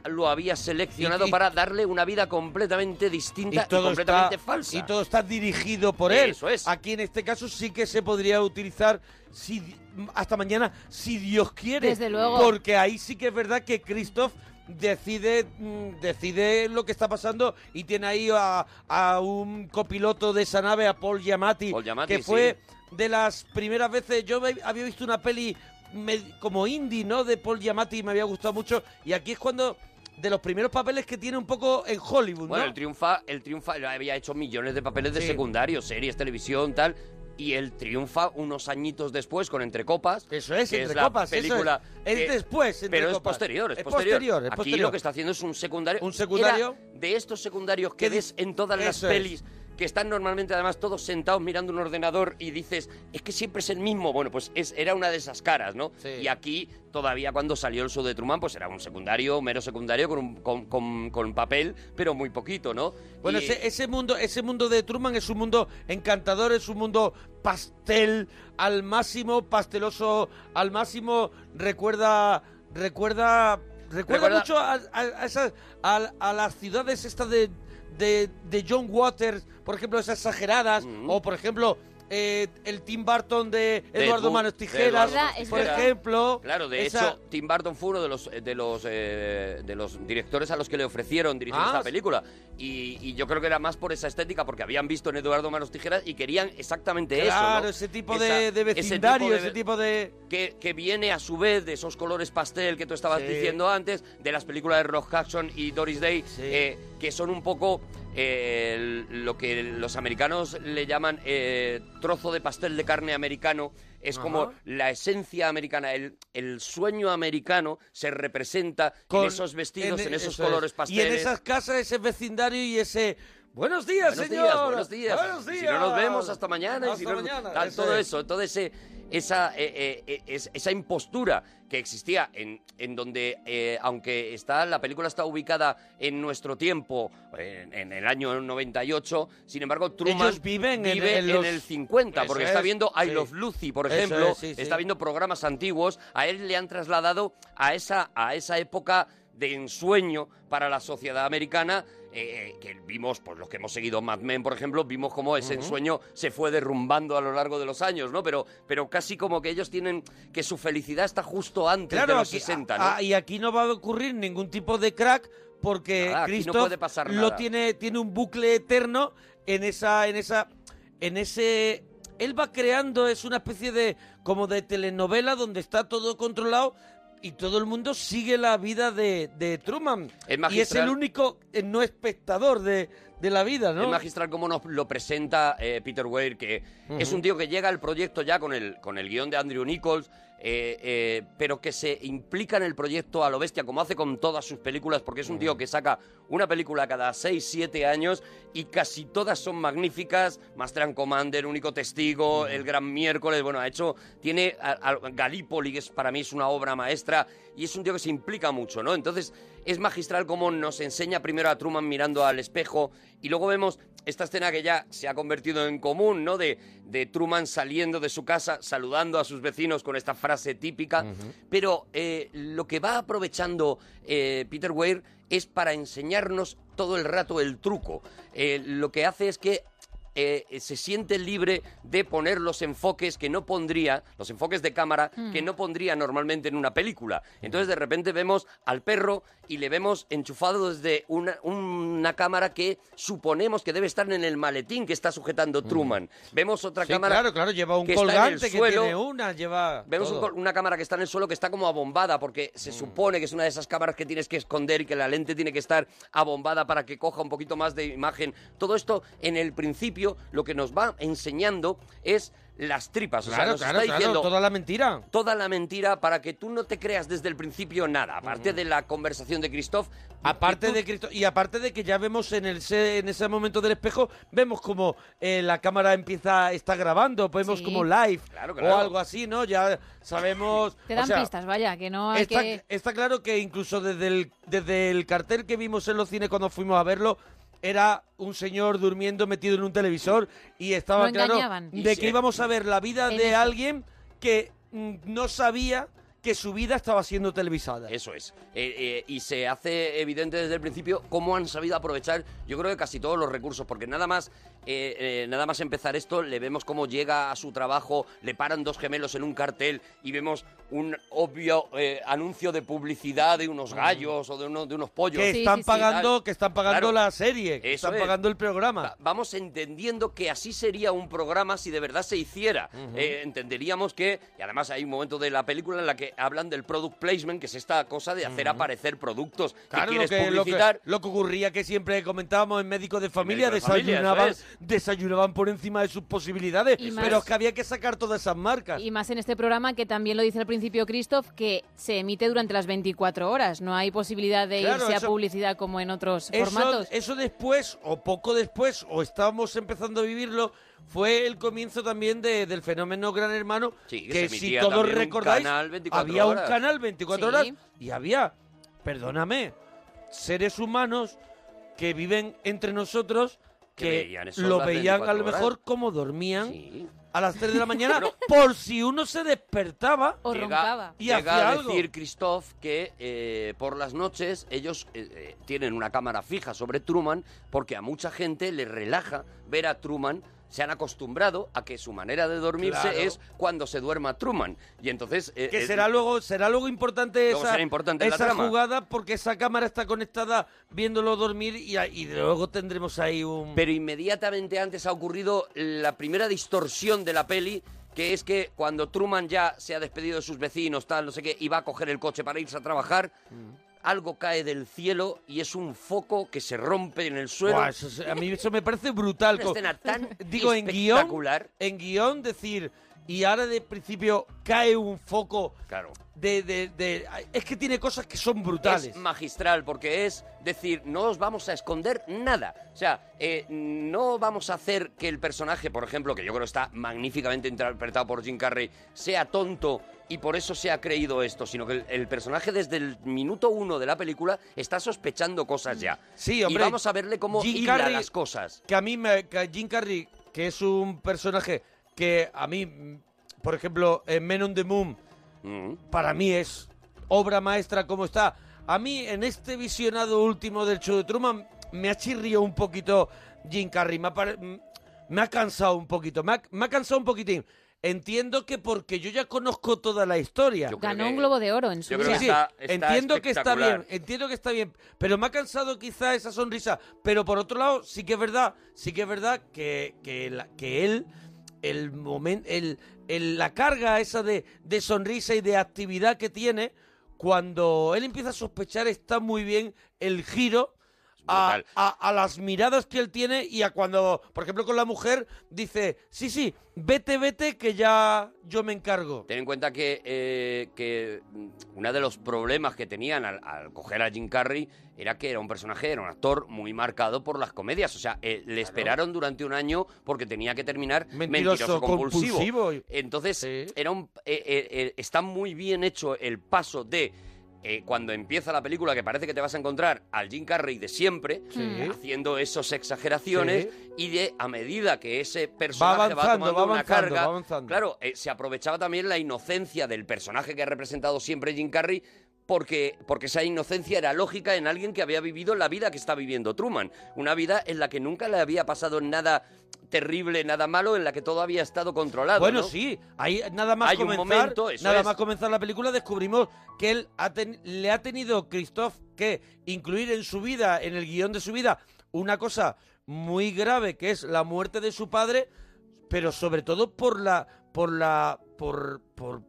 lo había seleccionado Y- y- para darle una vida completamente distinta y, completamente falsa. Y todo está dirigido por él. Eso es. Aquí en este caso sí que se podría utilizar si di- hasta mañana, si Dios quiere. Desde luego. Porque ahí sí que es verdad que Christoph decide mm, decide lo que está pasando y tiene ahí a, a un copiloto de esa nave, a Paul Giamatti, que sí. fue de las primeras veces, yo ve- había visto una peli me- como indie, ¿no? De Paul Giamatti y me había gustado mucho y aquí es cuando... De los primeros papeles que tiene un poco en Hollywood, ¿no? Bueno, el triunfa, el triunfa, él había hecho millones de papeles de Sí. secundario, series, televisión, tal. Y él triunfa unos añitos después con Entre Copas. Eso es, que Entre es la Copas, eso película. es. Es después, Entre Pero Copas. es posterior, es, Es posterior. posterior, es Aquí posterior. lo que está haciendo es un secundario. Un secundario. de estos secundarios que ves en todas las Eso es. pelis. Que están normalmente además todos sentados mirando un ordenador y dices, es que siempre es el mismo. Bueno, pues es, era una de esas caras, ¿no? Y aquí, todavía cuando salió el show de Truman, pues era un secundario, mero secundario, con, un- con, con- con papel, pero muy poquito, ¿no? Bueno, Y- ese, ese mundo, ese mundo de Truman es un mundo encantador, es un mundo pastel al máximo, pasteloso al máximo. Recuerda, recuerda, recuerda, Recuerda- mucho a, a- a esas- a- a las ciudades estas de, de, de John Waters, por ejemplo, esas exageradas, o por ejemplo. eh, el Tim Burton de de Eduardo Bu- Manos de Tijeras, Eduardo Manos por Tijeras. ejemplo. Claro, de esa- hecho, Tim Burton fue uno de los de los eh, de los directores a los que le ofrecieron dirigir Ah, esta sí. película. Y, y yo creo que era más por esa estética, porque habían visto en Eduardo Manos Tijeras y querían exactamente eso. Claro, ¿no? ese tipo Esa- de, de ese tipo vecindario, de- ese tipo de... que, que viene a su vez de esos colores pastel que tú estabas Sí. diciendo antes, de las películas de Rock Jackson y Doris Day, eh, que son un poco eh, el- lo que los americanos le llaman eh, trozo de pastel de carne americano. Es como Ajá. la esencia americana, el, el sueño americano se representa Con- en esos vestidos, en, esos eso colores es. pasteles. Y en esas casas, ese vecindario y ese Buenos días, Buenos señor. días, buenos días. Buenos Si días. no nos vemos hasta mañana. y Hasta si no- mañana, tal, eso todo es. eso, toda ese, esa, eh, eh, es- esa impostura que existía en, en donde, eh, aunque está, la película está ubicada en nuestro tiempo, en, en el año 98, sin embargo, Truman Ellos viven en- vive en los- el 50, porque Eso está es, viendo I sí. Love Lucy, por Eso ejemplo, es, sí, sí. está viendo programas antiguos, a él le han trasladado a esa, a esa época de ensueño para la sociedad americana, eh, eh, que vimos, pues los que hemos seguido Mad Men, por ejemplo, vimos cómo ese Ujú. ensueño se fue derrumbando a lo largo de los años, ¿no? Pero, pero casi como que ellos tienen que su felicidad está justo antes de los 60, ¿no? ah, y aquí no va a ocurrir ningún tipo de crack porque Nada, aquí no Cristo puede pasar lo nada. tiene tiene un bucle eterno en esa en esa en ese él va creando es una especie de como de telenovela donde está todo controlado y todo el mundo sigue la vida de, de Truman y es el magistral. único eh, no espectador de, de la vida, ¿no? El magistral, como nos lo presenta eh, Peter Weir, que es Ujú. un tío que llega al proyecto ya con el, con el guión de Andrew Nichols, eh, eh, pero que se implica en el proyecto a lo bestia, como hace con todas sus películas, porque es un tío que saca una película cada 6, 7 años y casi todas son magníficas. Master and Commander, Único Testigo, El Gran Miércoles, bueno, ha hecho, tiene a- a- Gallipoli, que es, para mí es una obra maestra, y es un tío que se implica mucho, ¿no? Entonces, es magistral como nos enseña primero a Truman mirando al espejo y luego vemos esta escena que ya se ha convertido en común, ¿no? De, de Truman saliendo de su casa, saludando a sus vecinos con esta frase típica. Pero eh, lo que va aprovechando eh, Peter Weir es para enseñarnos todo el rato el truco. Eh, lo que hace es que eh, eh, se siente libre de poner los enfoques que no pondría, los enfoques de cámara Mm. que no pondría normalmente en una película. Hmm. Entonces de repente vemos al perro y le vemos enchufado desde una, una cámara que suponemos que debe estar en el maletín que está sujetando Truman. Vemos otra Hmm. Sí, cámara claro, claro, lleva un que está en el colgante que suelo. tiene una, lleva Vemos un todo. Mm. col- una cámara que está en el suelo que está como abombada, porque se supone que es una de esas cámaras que tienes que esconder y que la lente tiene que estar abombada para que coja un poquito más de imagen. Todo esto, en el principio, lo que nos va enseñando es las tripas. O sea, Claro, nos claro, está claro, diciendo toda la mentira. toda la mentira para que tú no te creas desde el principio nada, aparte de la conversación de Christoph. Aparte de Cristo, y aparte de que ya vemos en el se- en ese momento del espejo, vemos como eh, la cámara empieza, está grabando, vemos Sí. como live Claro, claro. o algo así, ¿no? Ya sabemos. Te o dan sea, pistas, vaya, que no hay Está, que... está claro que incluso desde el, desde el cartel que vimos en los cines cuando fuimos a verlo, era un señor durmiendo metido en un televisor y estaba Lo claro engañaban. de Y sí. que íbamos a ver la vida En de eso. alguien que mm, no sabía que su vida estaba siendo televisada. Eso es. Eh, eh, y se hace evidente desde el principio cómo han sabido aprovechar, yo creo que casi todos los recursos, porque nada más, eh, eh, nada más empezar esto, le vemos cómo llega a su trabajo, le paran dos gemelos en un cartel y vemos un obvio eh, anuncio de publicidad de unos gallos o de, uno- de unos pollos. Que están pagando, que están pagando Claro. la serie, que Eso están es. pagando el programa. Va- Vamos entendiendo que así sería un programa si de verdad se hiciera. Ujú. Eh, entenderíamos que, y además hay un momento de la película en la que hablan del product placement, que es esta cosa de hacer aparecer productos Claro, que lo quieres que, lo, que, publicitar. lo que ocurría que siempre comentábamos en médicos de familia, Médicos de Familia, eso desayunaban, es. desayunaban por encima de sus posibilidades, Y pero más- es que había que sacar todas esas marcas. Y más en este programa que también lo dice al principio Christoph, que se emite durante las 24 horas. No hay posibilidad de Claro, irse eso- a publicidad como en otros Eso, formatos. eso después, o poco después, o estábamos empezando a vivirlo, fue el comienzo también de- del fenómeno Gran Hermano, Sí, que que se si emitía todos también un recordáis, canal 24 había un horas. canal 24 Sí. horas y había, perdóname, seres humanos que viven entre nosotros Que que veían eso lo las veían a 24 lo horas. mejor como dormían a las 3 de la (laughs) mañana por si uno se despertaba Llega- y llega hacía a algo. decir Christoph que eh, por las noches ellos eh, eh, tienen una cámara fija sobre Truman porque a mucha gente les relaja ver a Truman. Se han acostumbrado a que su manera de dormirse Claro. es cuando se duerma Truman. Y entonces... eh, Que eh, será luego, será luego importante Luego esa, será importante la esa trama. jugada porque esa cámara está conectada viéndolo dormir y, a- y luego tendremos ahí un... Pero inmediatamente antes ha ocurrido la primera distorsión de la peli, que es que cuando Truman ya se ha despedido de sus vecinos, tal, no sé qué, y va a coger el coche para irse a trabajar, algo cae del cielo y es un foco que se rompe en el suelo. Buah, (laughs) eso es- a mí eso me parece brutal. Una co- escena tan (laughs) Digo, en guión, espectacular. en guión decir y ahora de principio cae un foco de, de- de- Es que tiene cosas que son brutales. Es magistral porque es decir, no os vamos a esconder nada. O sea, eh, no vamos a hacer que el personaje, por ejemplo, que yo creo está magníficamente interpretado por Jim Carrey, sea tonto y por eso se ha creído esto, sino que el, el personaje desde el minuto uno de la película está sospechando cosas ya. Sí, hombre. Y vamos a verle cómo Jim hila Carrey- las cosas. Que a mí, me, que Jim Carrey, que es un personaje que a mí, mm, por ejemplo, en Men on the Moon, para mí es obra maestra como está. A mí, en este visionado último del show de Truman, me ha chirrido un poquito Jim Carrey. Me ha, pare- mm, me ha cansado un poquito. Me ha, me ha cansado un poquitín. Entiendo que porque yo ya conozco toda la historia. Ganó un globo de oro en su Sí, día. sí, entiendo que está bien, entiendo que está bien, pero me ha cansado quizá esa sonrisa. Pero por otro lado, sí que es verdad, sí que es verdad que, que, la- que él, el momento, el, el- la carga esa de, de sonrisa y de actividad que tiene, cuando él empieza a sospechar está muy bien el giro. A, a- a las miradas que él tiene y a cuando, por ejemplo, con la mujer dice, sí, sí, vete, vete, que ya yo me encargo. Ten en cuenta que, eh, que mm, uno de los problemas que tenían al, al coger a Jim Carrey era que era un personaje, era un actor muy marcado por las comedias. O sea, eh, le esperaron durante un año porque tenía que terminar mentiroso, compulsivo. Entonces, era un, eh, eh, eh, está muy bien hecho el paso de eh, cuando empieza la película, que parece que te vas a encontrar al Jim Carrey de siempre, Sí. haciendo esas exageraciones, y de a medida que ese personaje va, avanzando, tomando va una avanzando, carga, va avanzando. claro, eh, se aprovechaba también la inocencia del personaje que ha representado siempre Jim Carrey. Porque, porque esa inocencia era lógica en alguien que había vivido la vida que está viviendo Truman. Una vida en la que nunca le había pasado nada terrible, nada malo, en la que todo había estado controlado. Bueno, ¿no? sí, ahí nada más Hay un comenzar, momento, eso nada es. más comenzar la película descubrimos que él ha ten- le ha tenido Christoph que incluir en su vida, en el guión de su vida, una cosa muy grave que es la muerte de su padre, pero sobre todo por la por la por por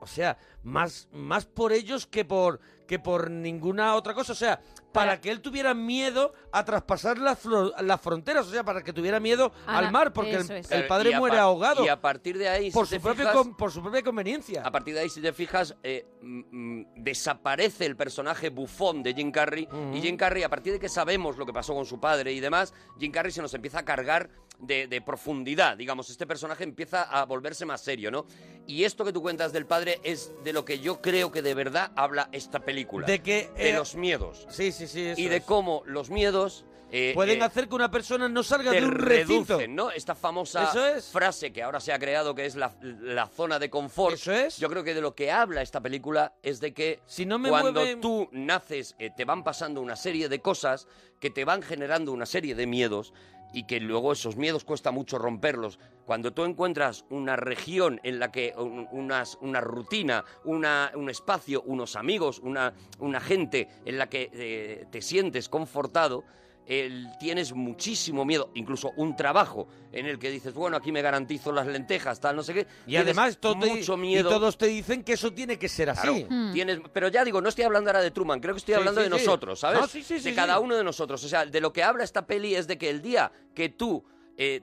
o sea, más más por ellos que por que por ninguna otra cosa, o sea, para que él tuviera miedo a traspasar las, fro- las fronteras, o sea, para que tuviera miedo Ah, al mar, porque el, eso es. el Eh, Y padre a muere par- ahogado. y a partir de ahí, si por te su, propio fijas- con- por su propia conveniencia. A partir de ahí, si te fijas, eh, mm, mm, desaparece el personaje bufón de Jim Carrey. Y Jim Carrey, a partir de que sabemos lo que pasó con su padre y demás, Jim Carrey se nos empieza a cargar de, de profundidad. Digamos, este personaje empieza a volverse más serio, ¿no? Y esto que tú cuentas del padre es de lo que yo creo que de verdad habla esta película. De que, De eh, los miedos. Sí, sí, sí. eso Y de es. cómo los miedos... eh, Pueden eh, hacer que una persona no salga te de un recinto. reducen, ¿no? Esta famosa Eso frase que ahora se ha creado, que es la, la zona de confort. Yo creo que de lo que habla esta película es de que me cuando mueven- tú naces eh, te van pasando una serie de cosas que te van generando una serie de miedos y que luego esos miedos cuesta mucho romperlos. Cuando tú encuentras una región en la que un- unas, una rutina, una, un espacio, unos amigos, una, una gente en la que eh, te sientes confortado, el- tienes muchísimo miedo, incluso un trabajo en el que dices, bueno, aquí me garantizo las lentejas, tal, no sé qué. Y Tienes además, todo te- mucho y miedo. todos te dicen que eso tiene que ser Claro, así. tienes- pero ya digo, no estoy hablando ahora de Truman, creo que estoy Sí, hablando sí, de sí. nosotros, ¿sabes? No, sí, sí, de sí, cada sí. uno de nosotros. O sea, de lo que habla esta peli es de que el día que tú. eh,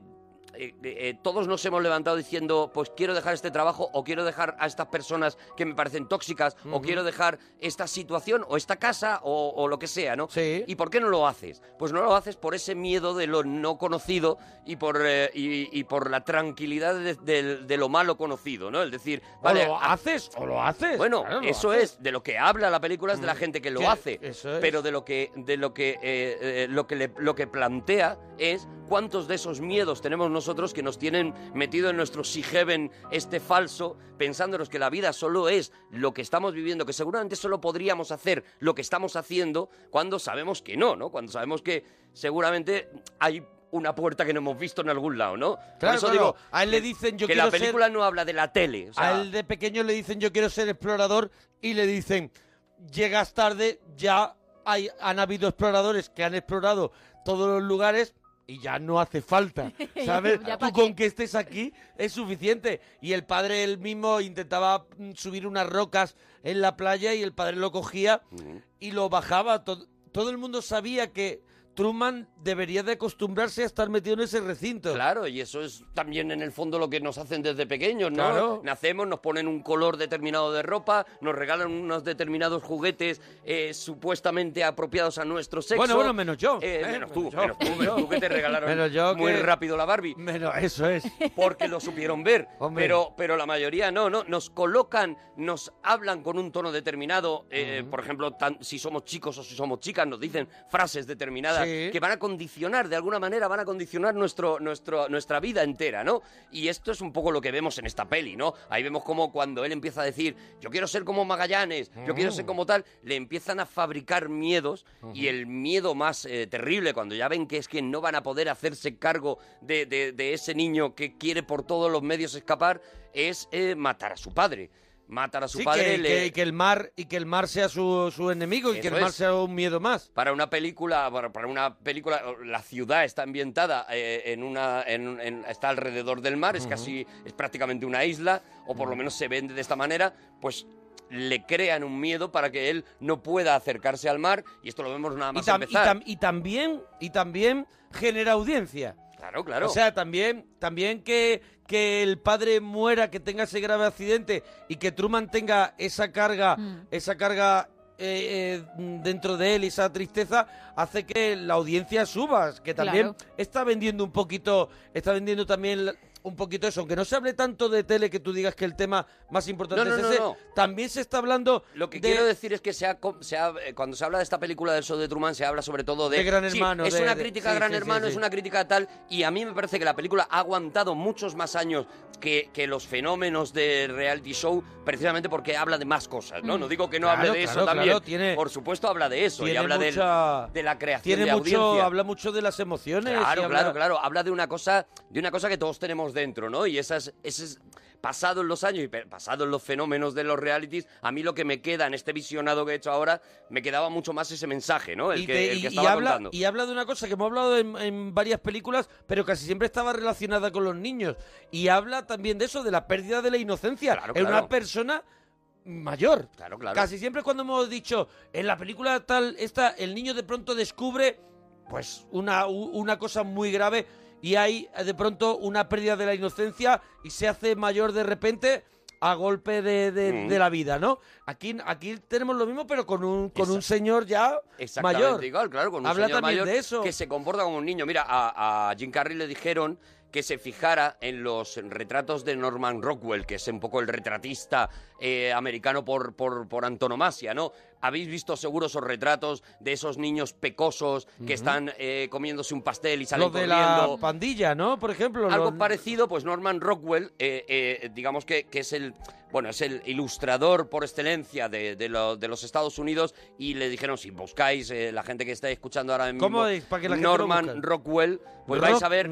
eh, eh, todos nos hemos levantado diciendo, pues quiero dejar este trabajo o quiero dejar a estas personas que me parecen tóxicas o Ujú. quiero dejar esta situación o esta casa o, o lo que sea, ¿no? ¿Y por qué no lo haces? Pues no lo haces por ese miedo de lo no conocido y por, eh, y, y por la tranquilidad de, del- de lo malo conocido, ¿no? Es decir, O vale, lo a- haces, o lo haces. bueno, claro, lo eso haces. es de lo que habla la película es de la gente que lo que- hace, eso es. pero de lo que de lo que eh, eh, lo que le- lo que plantea es cuántos de esos miedos tenemos nosotros que nos tienen metido en nuestro si heaven este falso, pensándonos que la vida solo es lo que estamos viviendo, que seguramente solo podríamos hacer lo que estamos haciendo cuando sabemos que no, ¿no? Cuando sabemos que seguramente hay una puerta que no hemos visto en algún lado, ¿no? Por Claro, eso claro. digo A él le que- dicen, yo que la quiero ser- película no habla de la tele, o sea, a él de pequeño le dicen yo quiero ser explorador y le dicen llegas tarde, ya hay, han habido exploradores que han explorado todos los lugares y ya no (laughs) hace falta, ¿sabes? Ya Tú con que estés aquí es suficiente. Y el padre él mismo intentaba mm, subir unas rocas en la playa y el padre lo cogía y lo bajaba. To- Todo, el mundo sabía que Truman debería de acostumbrarse a estar metido en ese recinto. Claro, y eso es también en el fondo lo que nos hacen desde pequeños, ¿no? Claro. Nacemos, nos ponen un color determinado de ropa, nos regalan unos determinados juguetes eh, supuestamente apropiados a nuestro sexo. Bueno, bueno, menos yo. Eh, ¿eh? menos, tú, yo. menos tú, menos tú, que te regalaron Menos yo muy que- rápido la Barbie. Menos, eso es. Porque lo supieron ver. (laughs) Hombre. Pero, pero la mayoría no, no. Nos colocan, nos hablan con un tono determinado. eh, Por ejemplo, tan- si somos chicos o si somos chicas, nos dicen frases determinadas Sí. que van a condicionar, de alguna manera, van a condicionar nuestro, nuestro, nuestra vida entera, ¿no? Y esto es un poco lo que vemos en esta peli, ¿no? Ahí vemos como cuando él empieza a decir, yo quiero ser como Magallanes, yo quiero ser Mm. como tal, le empiezan a fabricar miedos y el miedo más eh, terrible cuando ya ven que es que no van a poder hacerse cargo de, de- de ese niño que quiere por todos los medios escapar es eh, matar a su padre. Matar a su Sí, padre que, le... que- que el mar y que el mar sea su, su enemigo y que Eso el mar es. sea un miedo más. Para una película, para para una película, la ciudad está ambientada eh, en una, en- en- está alrededor del mar, es Ujú. casi, es prácticamente una isla, o por lo menos se vende de esta manera, pues le crean un miedo para que él no pueda acercarse al mar y esto lo vemos nada Y, más tam- y empezar. tam- y también y también genera audiencia. Claro, claro. O sea, también también que que el padre muera, que tenga ese grave accidente y que Truman tenga esa carga, esa carga eh, eh, dentro de él y esa tristeza hace que la audiencia suba, que también Claro. está vendiendo un poquito, está vendiendo también la- un poquito eso, aunque no se hable tanto de tele que tú digas que el tema más importante No, no, es no, ese, no. también se está hablando Lo que de- quiero decir es que se ha com- se ha- eh, cuando se habla de esta película del show de Truman se habla sobre todo de... De Gran sí, Hermano, es de- una de- crítica a sí, Gran sí, sí, Hermano, es sí. una crítica a tal, y a mí me parece que la película ha aguantado muchos más años que, que los fenómenos de reality show, precisamente porque habla de más cosas, ¿no? Mm. No digo que no Claro, hable de claro, eso también. claro, tiene- Por supuesto habla de eso y tiene habla del- mucha- de la creación de tiene mucho, audiencia. habla mucho de las emociones. Claro, y habla- claro, claro. Habla de una cosa, de una cosa que todos tenemos dentro, ¿no? Y esas, ese es pasado en los años y pe- pasado en los fenómenos de los realities, a mí lo que me queda en este visionado que he hecho ahora, me quedaba mucho más ese mensaje, ¿no? El, y, que, te- el y- que y estaba habla, contando. y habla de una cosa que hemos hablado en, en varias películas, pero casi siempre estaba relacionada con los niños. Y habla también de eso, de la pérdida de la inocencia en claro. una persona mayor. Claro, claro. Casi siempre cuando hemos dicho, en la película tal, esta, el niño de pronto descubre pues una, u- una cosa muy grave y hay eh, de pronto una pérdida de la inocencia y se hace mayor de repente a golpe de, de- Mm. de la vida, ¿no? Aquí, aquí tenemos lo mismo, pero con un, con un señor ya Exactamente mayor. igual, claro, con un Habla señor también mayor de eso. que se comporta como un niño. Mira, a, a Jim Carrey le dijeron que se fijara en los retratos de Norman Rockwell, que es un poco el retratista eh, americano por, por, por antonomasia, ¿no? Habéis visto seguro esos retratos de esos niños pecosos que Ujú. están eh, comiéndose un pastel y salen Los de corriendo. la pandilla, ¿no? Por ejemplo. Algo los- parecido, pues Norman Rockwell, eh, eh, digamos que, que es el bueno, es el ilustrador por excelencia de, de lo- de los Estados Unidos y le dijeron, si buscáis eh, la gente que está escuchando ahora mismo, ¿Cómo es? Para que la gente lo busque. Norman Rockwell, pues Rock- vais a ver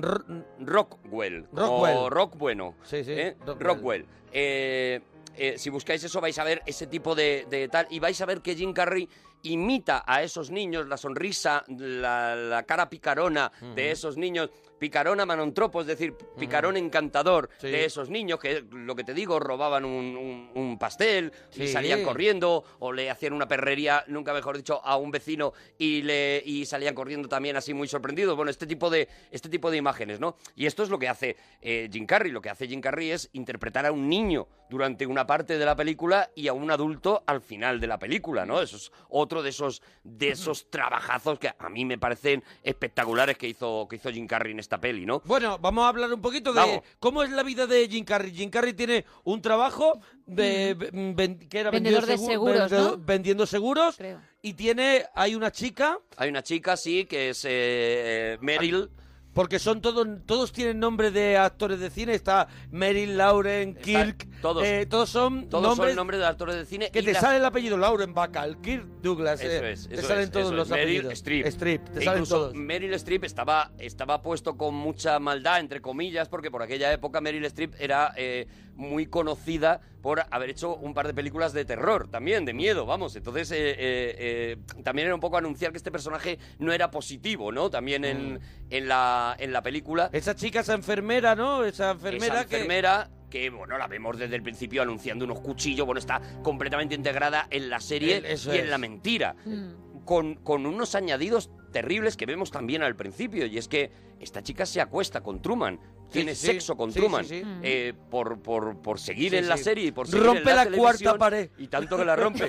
Rockwell, o Rockwell. Rock Bueno, Sí, sí, ¿eh? Rockwell. Rockwell. Eh, eh, si buscáis eso vais a ver ese tipo de, de tal y vais a ver que Jim Carrey imita a esos niños, la sonrisa, la, la cara picarona de Ujú. esos niños, picarona manontropo, es decir, picarón encantador Sí. de esos niños que, lo que te digo, robaban un, un- un pastel y Sí. salían corriendo o le hacían una perrería, nunca mejor dicho, a un vecino y, le, y salían corriendo también así muy sorprendidos. Bueno, este tipo de, este tipo de imágenes, ¿no? Y esto es lo que hace eh, Jim Carrey. Lo que hace Jim Carrey es interpretar a un niño durante una parte de la película y a un adulto al final de la película, ¿no? Eso es otro de esos, de esos trabajazos que a mí me parecen espectaculares que hizo, que hizo Jim Carrey en esta peli, ¿no? Bueno, vamos a hablar un poquito de Vamos. cómo es la vida de Jim Carrey. Jim Carrey tiene un trabajo de ven- ven- que era Vendedor de segu- seguros, vendedor- ¿no? vendiendo seguros y tiene hay una chica Hay una chica, sí, que es eh, Meryl. porque son todos todos tienen nombre de actores de cine, está Meryl Lauren Kirk, todos. eh, todos son Todos nombres son nombres de actores de cine. que y te las- sale el apellido Lauren Bacall, Kirk Douglas, Eso eh, es, te eso salen es, todos eso los es. Meryl apellidos. Streep. te E salen incluso todos. Meryl Streep estaba, estaba puesto con mucha maldad, entre comillas, porque por aquella época Meryl Streep era eh, muy conocida por haber hecho un par de películas de terror también, de miedo, vamos. Entonces, eh, eh, eh, también era un poco anunciar que este personaje no era positivo, ¿no? También en, Mm. en, la, en la película. Esa chica, esa enfermera, ¿no? Esa enfermera Esa que enfermera que bueno la vemos desde el principio anunciando unos cuchillos bueno está completamente integrada en la serie El- eso y en es. la mentira con, con unos añadidos terribles que vemos también al principio, y es que esta chica se acuesta con Truman, tiene sí, sexo con sí, Truman, sí, sí. eh, por, por, por seguir Sí, en la sí. serie y por seguir Rompe en la, la televisión, cuarta pared. Y tanto que la rompe.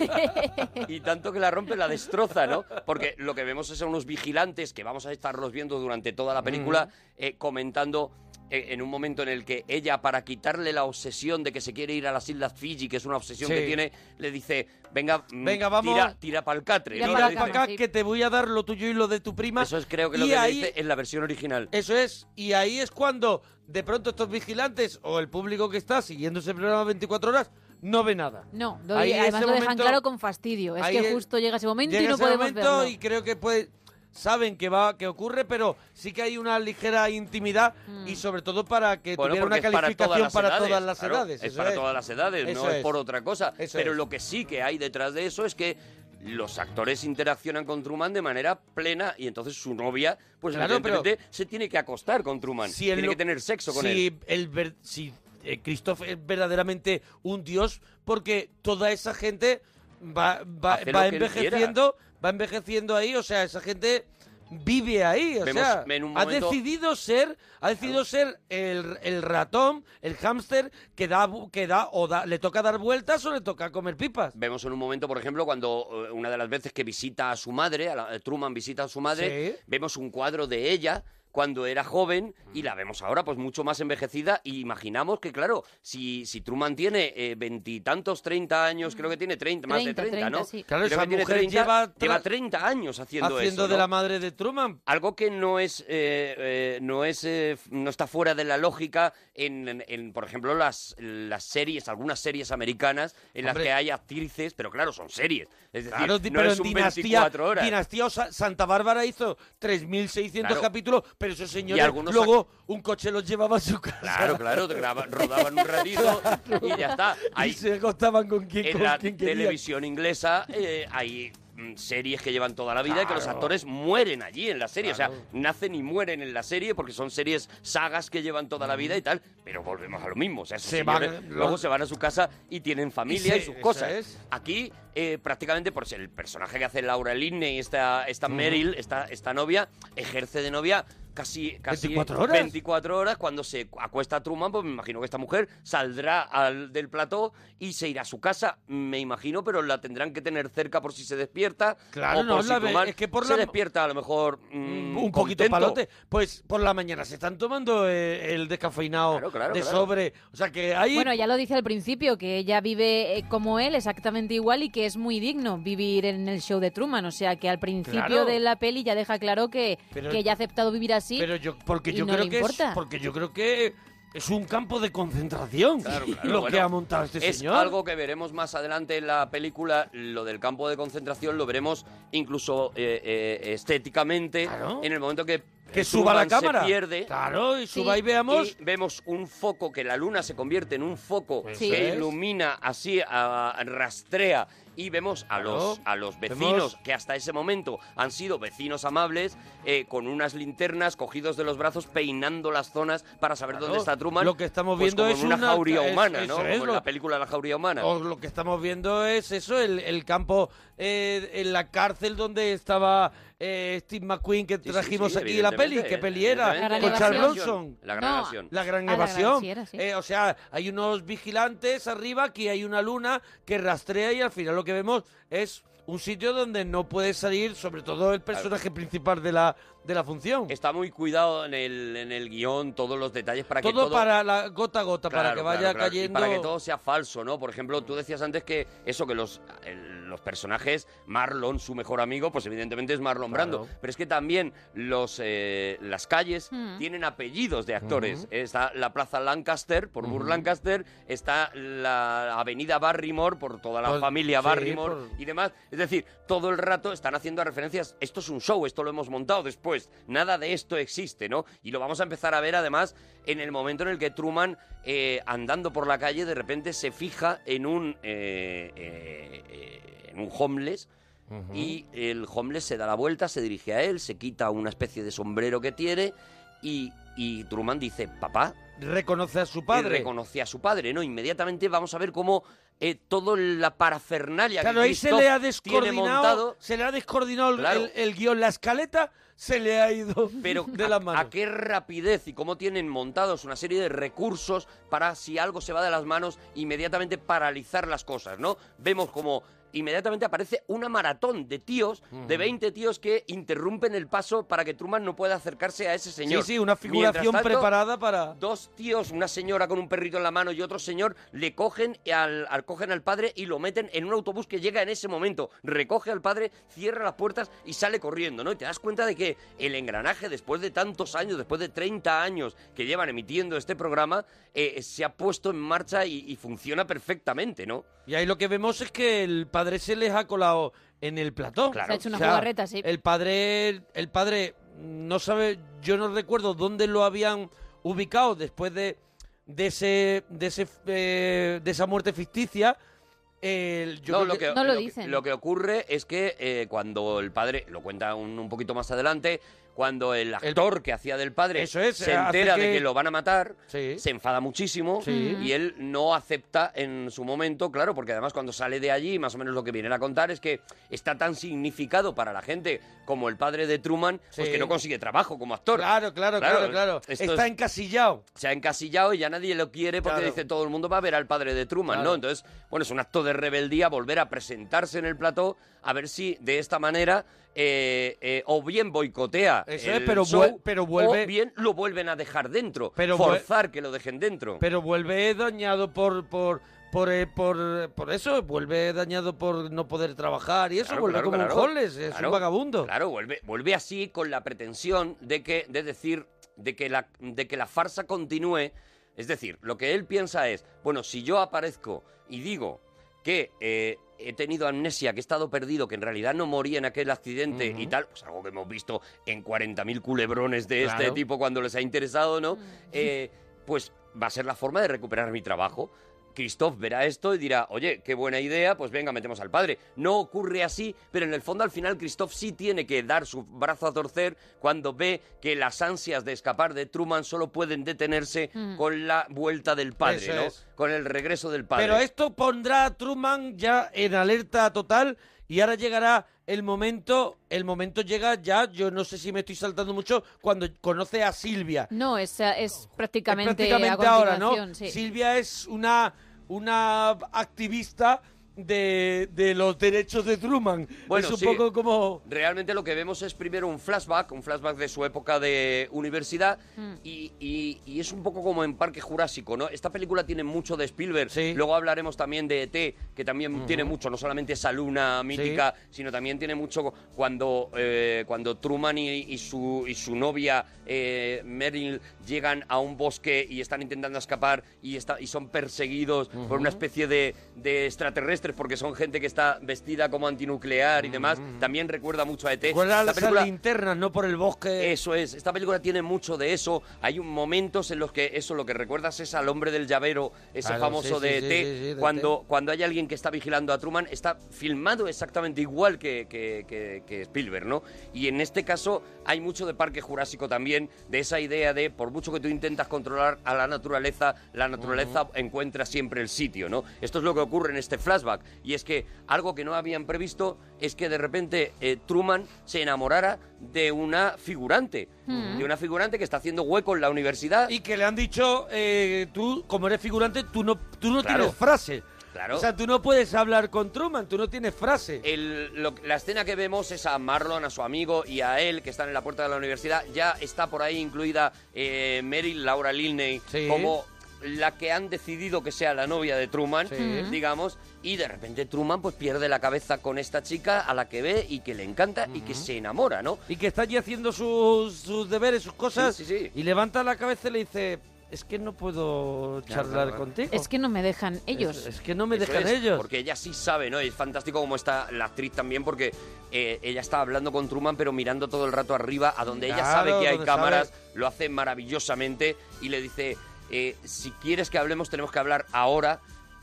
y tanto que la rompe, la destroza, ¿no? Porque lo que vemos es a unos vigilantes que vamos a estarlos viendo durante toda la película Ujú. eh, comentando eh, en un momento en el que ella, para quitarle la obsesión de que se quiere ir a las Islas Fiji, que es una obsesión Sí. que tiene, le dice, venga, mm, Venga, vamos. tira, tira pa'l catre. Mira ¿no? Le para dice. acá que te voy a dar lo tuyo y lo de tu prima. Eso es creo que lo que le dice en la versión original. Eso es. Y ahí es cuando de pronto estos vigilantes o el público que está siguiendo ese programa 24 horas no ve nada. No, lo- Ahí, además ese lo dejan momento- claro con fastidio. Es ahí que es- justo llega ese momento y Llega no ese podemos momento verlo. y creo que pues saben que va que ocurre, pero sí que hay una ligera intimidad Mm. y sobre todo para que Bueno, tuviera porque una es para calificación para edades, todas las claro, edades. Es eso para todas las edades, Eso no es por otra cosa. Eso Pero es. lo que sí que hay detrás de eso es que los actores interaccionan con Truman de manera plena y entonces su novia, pues Claro, evidentemente se tiene que acostar con Truman, Si él tiene lo- que tener sexo con si él. el ver- si eh, Christoph es verdaderamente un dios, porque toda esa gente va, va, Hace va lo que él envejeciendo, va envejeciendo ahí, o sea, esa gente vive ahí, o Vemos sea, en un ha momento- decidido ser, ha decidido ser el, el ratón, el hámster que da, bu- que da o da, le toca dar vueltas o le toca comer pipas. Vemos en un momento, por ejemplo, cuando eh, una de las veces que visita a su madre, a la- eh, Truman visita a su madre, Sí. vemos un cuadro de ella cuando era joven y la vemos ahora pues mucho más envejecida y imaginamos que claro, si, si Truman tiene eh, veintitantos, treinta años, creo que tiene treinta, más de 30, Mm. treinta, ¿no? 30, sí. Claro, Creo esa que tiene mujer 30, lleva tra- lleva 30 años haciendo, Haciendo eso, de ¿no? la madre de Truman. Algo que no es, eh, eh, no es, eh, f- no está fuera de la lógica en, en- en, por ejemplo, las, las series, algunas series americanas en las Hombre. que hay actrices, pero claro, son series. Es decir, Claro, di- no pero es en un dinastía, 24 horas. dinastía o Sa- Santa Bárbara hizo 3.600 Claro. capítulos, pero esos señores algunos luego un coche los llevaba a su casa. Claro, claro, graba- rodaban un (laughs) ratito y ya está. Y se acostaban con quien, En con la quien querían. televisión inglesa eh, hay mm, series que llevan toda la vida y que los Claro. actores mueren allí en la serie. O Claro. sea, nacen y mueren en la serie porque son series, sagas que llevan toda la vida y tal. Pero volvemos a lo mismo. O sea, esos Se señores van- luego se van a su casa y tienen familia y, Sí, sus eso cosas. es. Aquí, eh, prácticamente, por ser el personaje que hace Laura Linney, esta, esta Ujú. Meryl, esta, esta novia, ejerce de novia casi, casi 24 horas. 24 horas, cuando se acuesta a Truman, pues me imagino que esta mujer saldrá al, del plató y se irá a su casa, me imagino, pero la tendrán que tener cerca por si se despierta. Claro, o no, por si la ve- Truman es que por se la- despierta a lo mejor mm, un poquito contento. palote. Pues por la mañana se están tomando eh, el descafeinado de claro. sobre. O sea que ahí... Bueno, ya lo dice al principio, que ella vive eh, como él, exactamente igual, y que es muy digno vivir en el show de Truman. O sea, que al principio Claro. de la peli ya deja claro que, Pero- que ella ha aceptado vivir así. Pero yo, porque y yo no creo le que es, importa. porque yo creo que es un campo de concentración (laughs) Claro, lo que bueno, ha montado este es señor. algo que veremos más adelante en la película. Lo del campo de concentración lo veremos incluso eh, eh, estéticamente en el momento que. Que eh, suba la Truman se cámara. pierde. Claro, y suba y veamos. Y vemos un foco, que la luna se convierte en un foco Sí. que es. ilumina así, a- rastrea. Y vemos a los, Claro. a los vecinos Vemos- que hasta ese momento han sido vecinos amables, eh, con unas linternas cogidos de los brazos, peinando las zonas para saber Claro. dónde está Truman. Lo que estamos pues viendo como es en una, una- jauría es- humana, eso ¿no? es Como lo- en la película La jauría humana. O lo que estamos viendo es eso, el, el campo eh, en la cárcel donde estaba eh, Steve McQueen que sí, trajimos sí, aquí la peli, evidentemente, que peli era, evidentemente. con La Gran Charles Evasión. Bronson. La Gran No. Evasión. La Gran Ah, La Gran Evasión. sí era, sí. Eh, o sea, hay unos vigilantes arriba, aquí hay una luna que rastrea y al final lo que vemos es un sitio donde no puede salir, sobre todo el personaje principal de la, de la función. Está muy cuidado en el, en el guión, todos los detalles para que todo, todo... para la gota a gota, para Claro, que vaya claro, claro. Y cayendo. para que todo sea falso, ¿no? Por ejemplo, tú decías antes que eso, que los, el- los personajes, Marlon, su mejor amigo, pues evidentemente es Marlon Brando. Pero es que también los, eh, las calles Mm. tienen apellidos de actores. Hmm. Está la Plaza Lancaster, por Burr Lancaster, está la Avenida Barrymore, por toda la Pues, familia sí, Barrymore por- y demás. Es decir, todo el rato están haciendo referencias. Esto es un show, esto lo hemos montado después. Nada de esto existe, ¿no? Y lo vamos a empezar a ver además en el momento en el que Truman, eh, andando por la calle, de repente se fija en un, eh, eh, eh, en un homeless. Y el homeless se da la vuelta, se dirige a él, se quita una especie de sombrero que tiene y, y Truman dice, papá, Reconoce a su y padre. reconoce a su padre, ¿no? Inmediatamente vamos a ver cómo eh, todo la parafernalia Claro, que ahí se Christoph le ha tiene montado. descoordinado, se le ha descoordinado el- Claro. el, el guión, la escaleta se le ha ido Pero de a- las manos. a qué rapidez y cómo tienen montados una serie de recursos para si algo se va de las manos, inmediatamente paralizar las cosas, ¿no? Vemos como inmediatamente aparece una maratón de tíos, de Ujú. 20 tíos que interrumpen el paso para que Truman no pueda acercarse a ese señor. Sí, sí, una Mientras figuración tanto, preparada para... Dos tíos, una señora con un perrito en la mano y otro señor, le cogen al, al- cogen al padre y lo meten en un autobús que llega en ese momento. Recoge al padre, cierra las puertas y sale corriendo, ¿no? Y te das cuenta de que el engranaje, después de tantos años, después de 30 años que llevan emitiendo este programa, eh, se ha puesto en marcha y, y funciona perfectamente, ¿no? Y ahí lo que vemos es que el padre se les ha colado en el plató. Se ha hecho una jugarreta, sí. El padre, el padre no sabe, yo no recuerdo dónde lo habían ubicado después de, de ese, de ese, eh, de esa muerte ficticia. El, yo No, creo lo que- que, que- lo que ocurre es que eh, cuando el padre, lo cuenta un, un poquito más adelante, cuando el actor que hacía del padre Eso es, eh, se hace entera de que- que lo van a matar, se enfada muchísimo Sí. y él no acepta en su momento, claro, porque además cuando sale de allí, más o menos lo que vienen a contar es que está tan significado para la gente como el padre de Truman, pues Sí. que no consigue trabajo como actor. Claro, claro, claro, claro. esto Está es- encasillado. se ha encasillado y ya nadie lo quiere porque Claro. dice todo el mundo va a ver al padre de Truman, Claro. ¿no? Entonces, bueno, es un acto de rebeldía volver a presentarse en el plató a ver si de esta manera eh, eh, o bien boicotea Eso el es, pero show, vuel- pero vuelve- o bien lo vuelven a dejar dentro, Pero vuel- forzar que lo dejen dentro. Pero vuelve dañado por por por, eh, por por eso, vuelve dañado por no poder trabajar y eso Claro, vuelve claro, como claro. un holes, es Claro. un vagabundo. Claro, vuelve, vuelve así con la pretensión de que, de decir, de que la, de que la farsa continúe. Es decir, lo que él piensa es, bueno, si yo aparezco y digo que eh, he tenido amnesia, que he estado perdido, que en realidad no morí en aquel accidente y tal, pues algo que hemos visto en 40.000 culebrones de este Claro. tipo cuando les ha interesado, ¿no? Eh, pues va a ser la forma de recuperar mi trabajo. Christoph verá esto y dirá, oye, qué buena idea, pues venga, metemos al padre. No ocurre así, pero en el fondo al final Christoph sí tiene que dar su brazo a torcer cuando ve que las ansias de escapar de Truman solo pueden detenerse Mm. con la vuelta del padre, Eso ¿no? es. Con el regreso del padre. Pero esto pondrá a Truman ya en alerta total y ahora llegará el momento, el momento llega ya, yo no sé si me estoy saltando mucho, cuando conoce a Silvia. No, es, eh, es prácticamente, a prácticamente ahora, continuación. ¿no? sí. Silvia es una, una activista de, de los derechos de Truman. Bueno, es un sí. poco como... Realmente lo que vemos es primero un flashback, un flashback de su época de universidad Mm. y, y- y es un poco como en Parque Jurásico, ¿no? Esta película tiene mucho de Spielberg, luego hablaremos también de ET, que también tiene mucho, no solamente esa luna mítica, sino también tiene mucho cuando, eh, cuando Truman y, y su, y su novia eh, Meryl llegan a un bosque y están intentando escapar y, está- y son perseguidos por una Ujú. especie especie de, de extraterrestres porque son gente que está vestida como antinuclear y demás. También recuerda mucho a ET. Recuerda Esta las película- linternas, no por el bosque. eso es, esta película tiene mucho de eso. Hay un- momentos en los que eso lo que recuerdas es al hombre del llavero, ese Claro, famoso sí, de sí, ET, sí, sí, sí, de E cuando, cuando hay alguien que está vigilando a Truman, está filmado exactamente igual que, que- que- que Spielberg, ¿no? Y en este caso hay mucho de Parque Jurásico también, de esa idea de por mucho que tú intentas controlar a la naturaleza, la naturaleza encuentra siempre el sitio, ¿no? Esto es lo que ocurre en este flashback. Y es que algo que no habían previsto es que de repente eh, Truman se enamorara de una figurante. Mm. De una figurante que está haciendo hueco en la universidad. Y que le han dicho, eh, tú, como eres figurante, tú no, tú no Claro. tienes frase. Claro. O sea, tú no puedes hablar con Truman, tú no tienes frase. El- lo- la escena que vemos es a Marlon, a su amigo y a él que están en la puerta de la universidad. Ya está por ahí incluida eh, Meryl Laura Linney Sí. como la que han decidido que sea la novia de Truman, Sí. Ujú. digamos, y de repente Truman pues pierde la cabeza con esta chica a la que ve y que le encanta y que se enamora, ¿no? Y que está allí haciendo sus, sus deberes, sus cosas, Sí, sí, sí. y levanta la cabeza y le dice, es que no puedo charlar claro. contigo. Es que no me dejan ellos. Es, es que no me Eso dejan es, ellos. Porque ella sí sabe, ¿no? Es fantástico como está la actriz también, porque eh, ella está hablando con Truman, pero mirando todo el rato arriba, a donde ella Claro, sabe que hay donde sabe. cámaras, lo hace maravillosamente y le dice: eh, Si quieres que hablemos, tenemos que hablar ahora.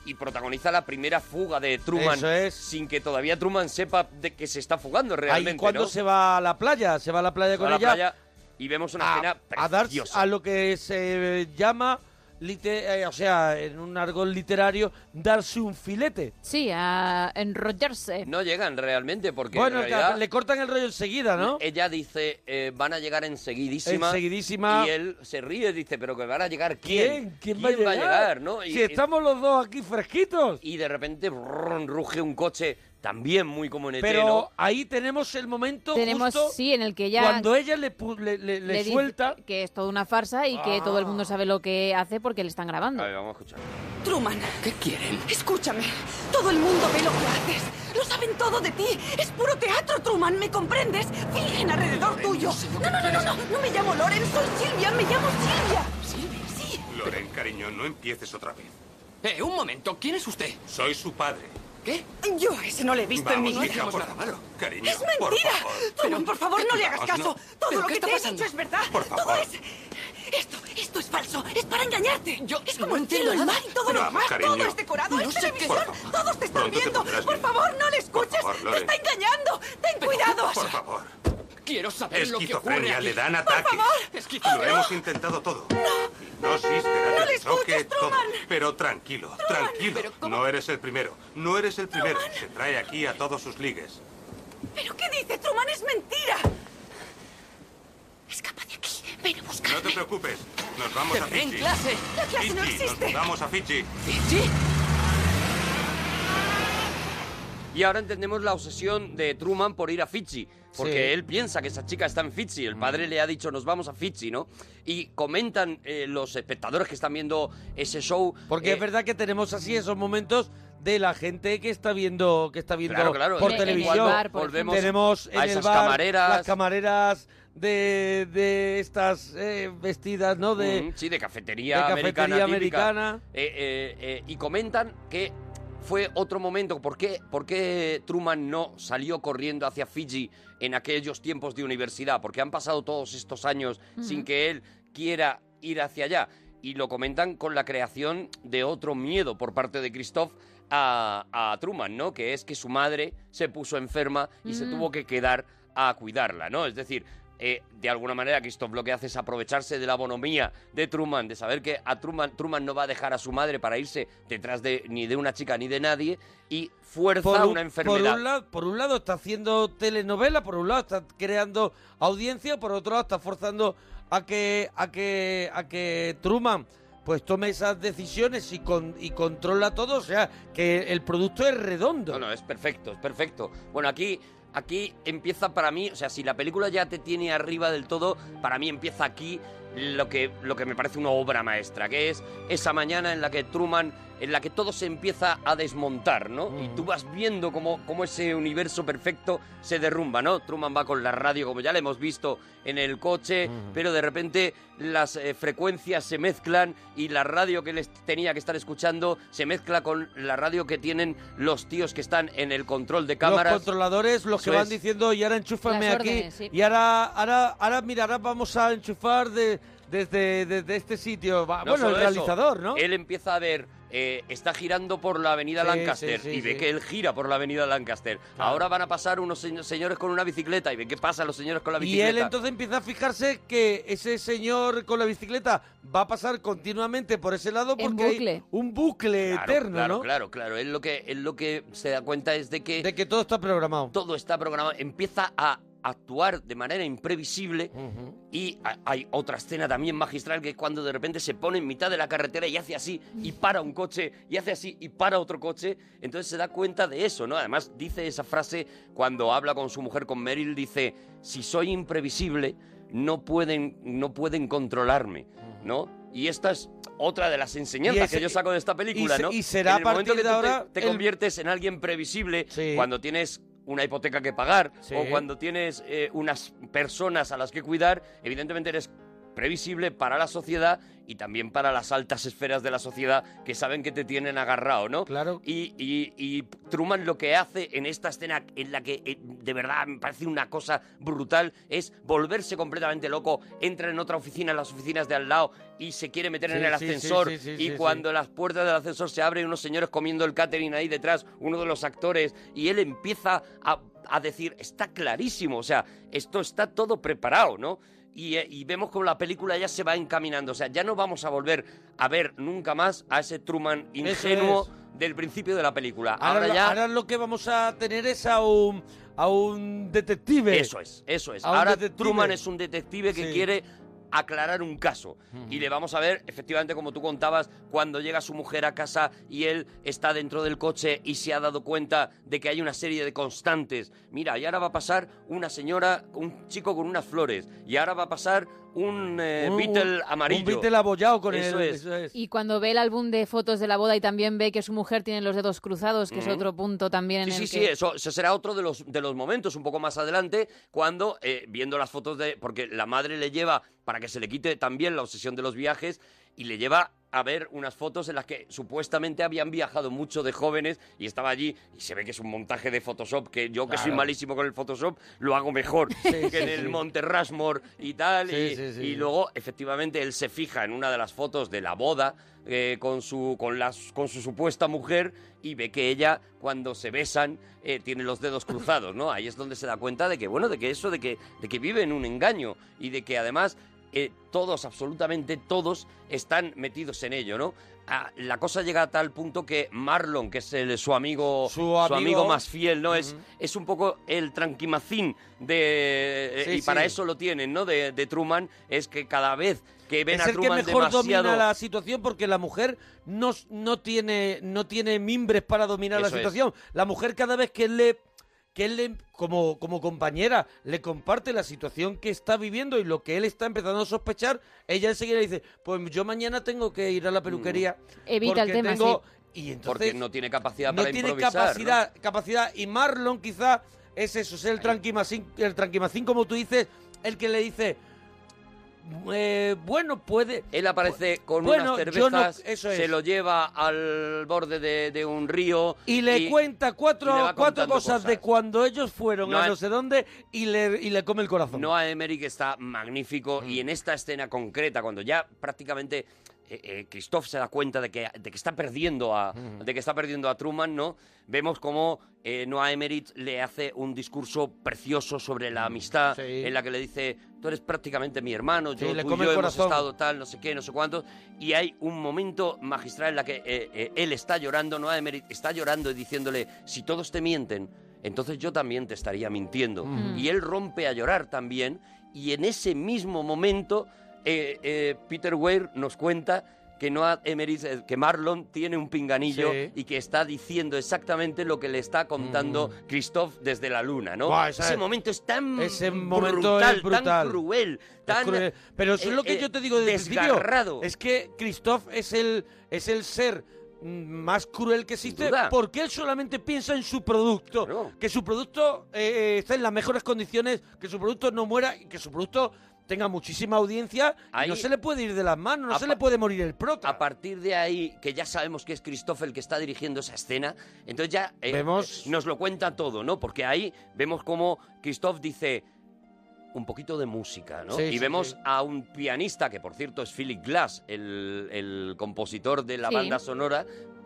Y protagoniza la primera fuga de Truman Eso sin que todavía Truman sepa de que se está fugando realmente. Ahí cuando ¿no? se va a la playa, se va a la playa Se va con a la ella Ah, playa y vemos una escena a dar preciosa. a lo que se llama lite- eh, o sea, en un argot literario, darse un filete. Sí, a enrollarse. No llegan realmente porque Bueno, en que realidad le cortan el rollo enseguida, ¿no? ella dice, eh, van a llegar enseguidísima. Enseguidísima. Y él se ríe, dice, pero que van a llegar ¿Quién? quién. ¿Quién va a llegar? ¿no? Si estamos los dos aquí fresquitos. Y de repente brrrr, ruge un coche también muy comunetero. Pero ahí tenemos el momento Tenemos, justo sí, en el que ya... cuando ella le, pu- le, le- le le dice suelta... Que es toda una farsa y que Ah. todo el mundo sabe lo que hace porque le están grabando. A ver, vamos a escuchar. Truman. ¿Qué quieren? Escúchame. Todo el mundo ve lo que haces. Lo saben todo de ti. Es puro teatro, Truman. ¿Me comprendes? Fingen alrededor tuyo. No, no, no, no, no. No me llamo Loren. Soy Silvia. Me llamo Silvia. ¿Silvia? Sí. Loren, cariño, no empieces otra vez. Eh, un momento. ¿Quién es usted? Soy su padre. ¿Qué? Yo a ese no le he visto Vamos, en mi vida. hija, por favor, cariño. ¡Es mentira! Truman, por favor, no le hagas Vamos, caso. no. Todo ¿Pero lo qué que está te he pasando? dicho es verdad. Por Todo favor. es... Esto, esto es falso. Es para engañarte. Yo es como no el cielo, entiendo el nada. mar y todo Pero lo vamos, demás. Todo cariño. es decorado. No es sé qué- televisión. por Todos te están Pronto te viendo. pondrás por bien. favor, no le escuches. favor, te Loren. está engañando. Ten cuidado. Por favor. Quiero saber lo que ocurre Esquizofrenia, aquí. le dan Por ataques. favor. Lo hemos intentado todo. No, no No sísfera, le de choque, escuches, todo. Truman. Pero tranquilo, tranquilo. No eres el primero. No eres el primero. Se trae aquí a todos sus ligues. ¿Pero qué dice? Truman es mentira. Escapa de aquí. Ven a No buscarme. te preocupes. Nos vamos Te a veré en Fiji. clase. La clase no Fiji, existe. Nos mudamos a Fiji. Y ahora entendemos la obsesión de Truman por ir a Fiji. Porque él piensa que esa chica está en Fiji. El padre le ha dicho, nos vamos a Fiji, ¿no? Y comentan eh, los espectadores que están viendo ese show. Porque eh, es verdad que tenemos así esos momentos de la gente que está viendo que está viendo Claro, claro. por En el televisión. bar, por Volvemos ejemplo. tenemos en a el esas bar camareras. las camareras de, de estas eh, vestidas, ¿no? De Ujú, sí, de cafetería, de cafetería americana. típica. americana. Eh, eh, eh, y comentan que fue otro momento. ¿Por qué, por qué Truman no salió corriendo hacia Fiji en aquellos tiempos de universidad? Porque han pasado todos estos años Ujú. sin que él quiera ir hacia allá. Y lo comentan con la creación de otro miedo por parte de Christoph a, a Truman, ¿no? Que es que su madre se puso enferma y se Mm. tuvo que quedar a cuidarla, ¿no? Es decir, eh, de alguna manera Christoph lo que hace es aprovecharse de la bonomía de Truman, de saber que a Truman, Truman no va a dejar a su madre para irse detrás de ni de una chica ni de nadie y fuerza un- una Por enfermedad. un, lado, por un lado está haciendo telenovela, por un lado está creando audiencia, por otro lado está forzando a que a que a que Truman pues tome esas decisiones y con y controla todo, o sea, que el producto es redondo. No, no, es perfecto, es perfecto. Bueno, aquí, aquí empieza para mí, o sea, si la película ya te tiene arriba del todo, para mí empieza aquí lo que, lo que me parece una obra maestra, que es esa mañana en la que Truman, en la que todo se empieza a desmontar, ¿no? Y tú vas viendo cómo, cómo ese universo perfecto se derrumba, ¿no? Truman va con la radio, como ya le hemos visto, en el coche, pero de repente las eh, frecuencias se mezclan y la radio que les tenía que estar escuchando se mezcla con la radio que tienen los tíos que están en el control de cámaras. Los controladores, los que Eso van es. diciendo, y ahora enchúfame Las aquí. órdenes, sí. Y ahora, ahora, ahora, mira, ahora vamos a enchufar de, desde, desde este sitio. Va- No bueno, el solo eso, realizador, ¿no? Él empieza a ver, eh, está girando por la avenida Sí, Lancaster sí, sí, y ve sí. que él gira por la avenida Lancaster. Ahora van a pasar unos seño- señores con una bicicleta y ve que pasan los señores con la Y bicicleta. él entonces empieza a fijarse que ese señor con la bicicleta va a pasar continuamente por ese lado En porque hay bucle. un bucle Claro, eterno, claro, ¿no? Claro, claro. Él lo, que, él lo que se da cuenta es de que... De que todo está programado. Todo está programado. Empieza a actuar de manera imprevisible y ha- hay otra escena también magistral que es cuando de repente se pone en mitad de la carretera y hace así y para un coche y hace así y para otro coche. Entonces se da cuenta de eso, ¿no? Además dice esa frase cuando habla con su mujer, con Meryl, dice, si soy imprevisible, no pueden, no pueden controlarme, ¿no? Y esta es otra de las enseñanzas ese- que yo saco de esta película, y se- ¿no? y será en el a momento partir que de tú te- ahora te, el- conviertes en alguien previsible cuando tienes una hipoteca que pagar Sí. o cuando tienes eh, unas personas a las que cuidar, evidentemente eres previsible para la sociedad y también para las altas esferas de la sociedad que saben que te tienen agarrado, ¿no? Claro. Y, y- y Truman lo que hace en esta escena en la que eh, de verdad me parece una cosa brutal es volverse completamente loco, entra en otra oficina, en las oficinas de al lado y se quiere meter Sí, en el sí, ascensor sí, sí, sí, y sí, cuando las puertas del ascensor se abren unos señores comiendo el catering ahí detrás, uno de los actores y él empieza a, a decir, está clarísimo, o sea, esto está todo preparado, ¿no? y, eh, y vemos como la película ya se va encaminando. O sea, ya no vamos a volver a ver nunca más a ese Truman ingenuo del principio de la película. Ahora, Ahora, ya... ahora lo que vamos a tener es a un, a un detective. Eso es, eso es. A un Ahora detective. Truman es un detective que Sí. quiere aclarar un caso. Y le vamos a ver, efectivamente, como tú contabas, cuando llega su mujer a casa y él está dentro del coche y se ha dado cuenta de que hay una serie de constantes. Mira, y ahora va a pasar una señora, un chico con unas flores. Y ahora va a pasar un eh, Un- Beatle un- amarillo. un Beatle abollado con Eso el- es. eso es. Y cuando ve el álbum de fotos de la boda y también ve que su mujer tiene los dedos cruzados, que es Ujú. otro punto también en Sí, el sí, que... sí, eso, eso será otro de los, de los momentos un poco más adelante, cuando eh, viendo las fotos de... Porque la madre le lleva, para que se le quite también la obsesión de los viajes, y le lleva a ver unas fotos en las que supuestamente habían viajado mucho de jóvenes y estaba allí y se ve que es un montaje de Photoshop, que yo que soy Claro. malísimo con el Photoshop, lo hago mejor (laughs) que en el Monte Rushmore y tal. Sí, y, sí, sí. y luego, efectivamente, él se fija en una de las fotos de la boda eh, con, su, con, las, con su supuesta mujer y ve que ella, cuando se besan, eh, tiene (laughs) los dedos cruzados, ¿no? Ahí es donde se da cuenta de que, bueno, de que eso, de que, de que vive en un engaño y de que además eh, todos, absolutamente todos, están metidos en ello, ¿no? Ah, la cosa llega a tal punto que Marlon, que es el- su amigo, su amigo, amigo. más fiel, ¿no? es, es un poco el tranquimacín de... eh, Sí, y para sí. eso lo tienen, ¿no? De, de Truman, es que cada vez que ven es a el que Truman mejor domina demasiado... la situación porque la mujer no, no, tiene, no tiene mimbres para dominar Eso la es. situación. La mujer cada vez que él le que él le- como, como compañera le comparte la situación que está viviendo y lo que él está empezando a sospechar, ella enseguida le dice, pues yo mañana tengo que ir a la peluquería. Evita el porque tema, tengo-". Y Mm. porque entonces no tiene capacidad no para tiene improvisar. ¿no? capacidad, capacidad. Y Marlon quizá es eso, es el tranquimacín, el tranquimacín como tú dices, el que le dice, eh, bueno, puede... Él aparece con unas cervezas, se lo lleva al borde de, de un río Y le cuenta y le cuatro, va cuatro contando cosas, de cuando ellos fueron No a hay- no sé dónde y le, y le come el corazón. Mm. Noah Emmerich está magnífico y en esta escena concreta, cuando ya prácticamente eh, eh, Christoph se da cuenta de que, de que está perdiendo a, Mm. de que está perdiendo a Truman, ¿no? Vemos cómo eh, Noah Emmerich le hace un discurso precioso sobre Mm. la amistad, en la que le dice, tú eres prácticamente mi hermano, yo, Sí, le tú come y yo el hemos corazón. estado tal, no sé qué, no sé cuántos, y hay un momento magistral en la que eh, eh, él está llorando, Noah Emmerich está llorando y diciéndole, si todos te mienten, entonces yo también te estaría mintiendo. Mm. Y él rompe a llorar también, y en ese mismo momento eh, eh, Peter Weir nos cuenta que Noah Emmerich, eh, que Marlon tiene un pinganillo Sí. y que está diciendo exactamente lo que le está contando Christoph desde la luna, ¿no? Mm. Buah, esa- ese momento es tan Ese momento brutal, es brutal. tan cruel, Es tan cruel. Pero eso es eh, lo que eh, yo te digo desde el desgarrado. principio. Es que Christoph es el, es el ser mm, más cruel que existe duda. porque él solamente piensa en su producto. Que su producto eh, eh, está en las mejores condiciones, que su producto no muera y que su producto tenga muchísima audiencia. y Ahí- no se le puede ir de las manos, no A se pa- le puede morir el prota. A partir de ahí, que ya sabemos que es Christoph el que está dirigiendo esa escena, entonces ya eh, eh, nos lo cuenta todo, ¿no? Porque ahí vemos como Christoph dice un poquito de música, ¿no? Sí, y sí, vemos sí. a un pianista, que por cierto es Philip Glass, el, el compositor de la Sí. banda sonora,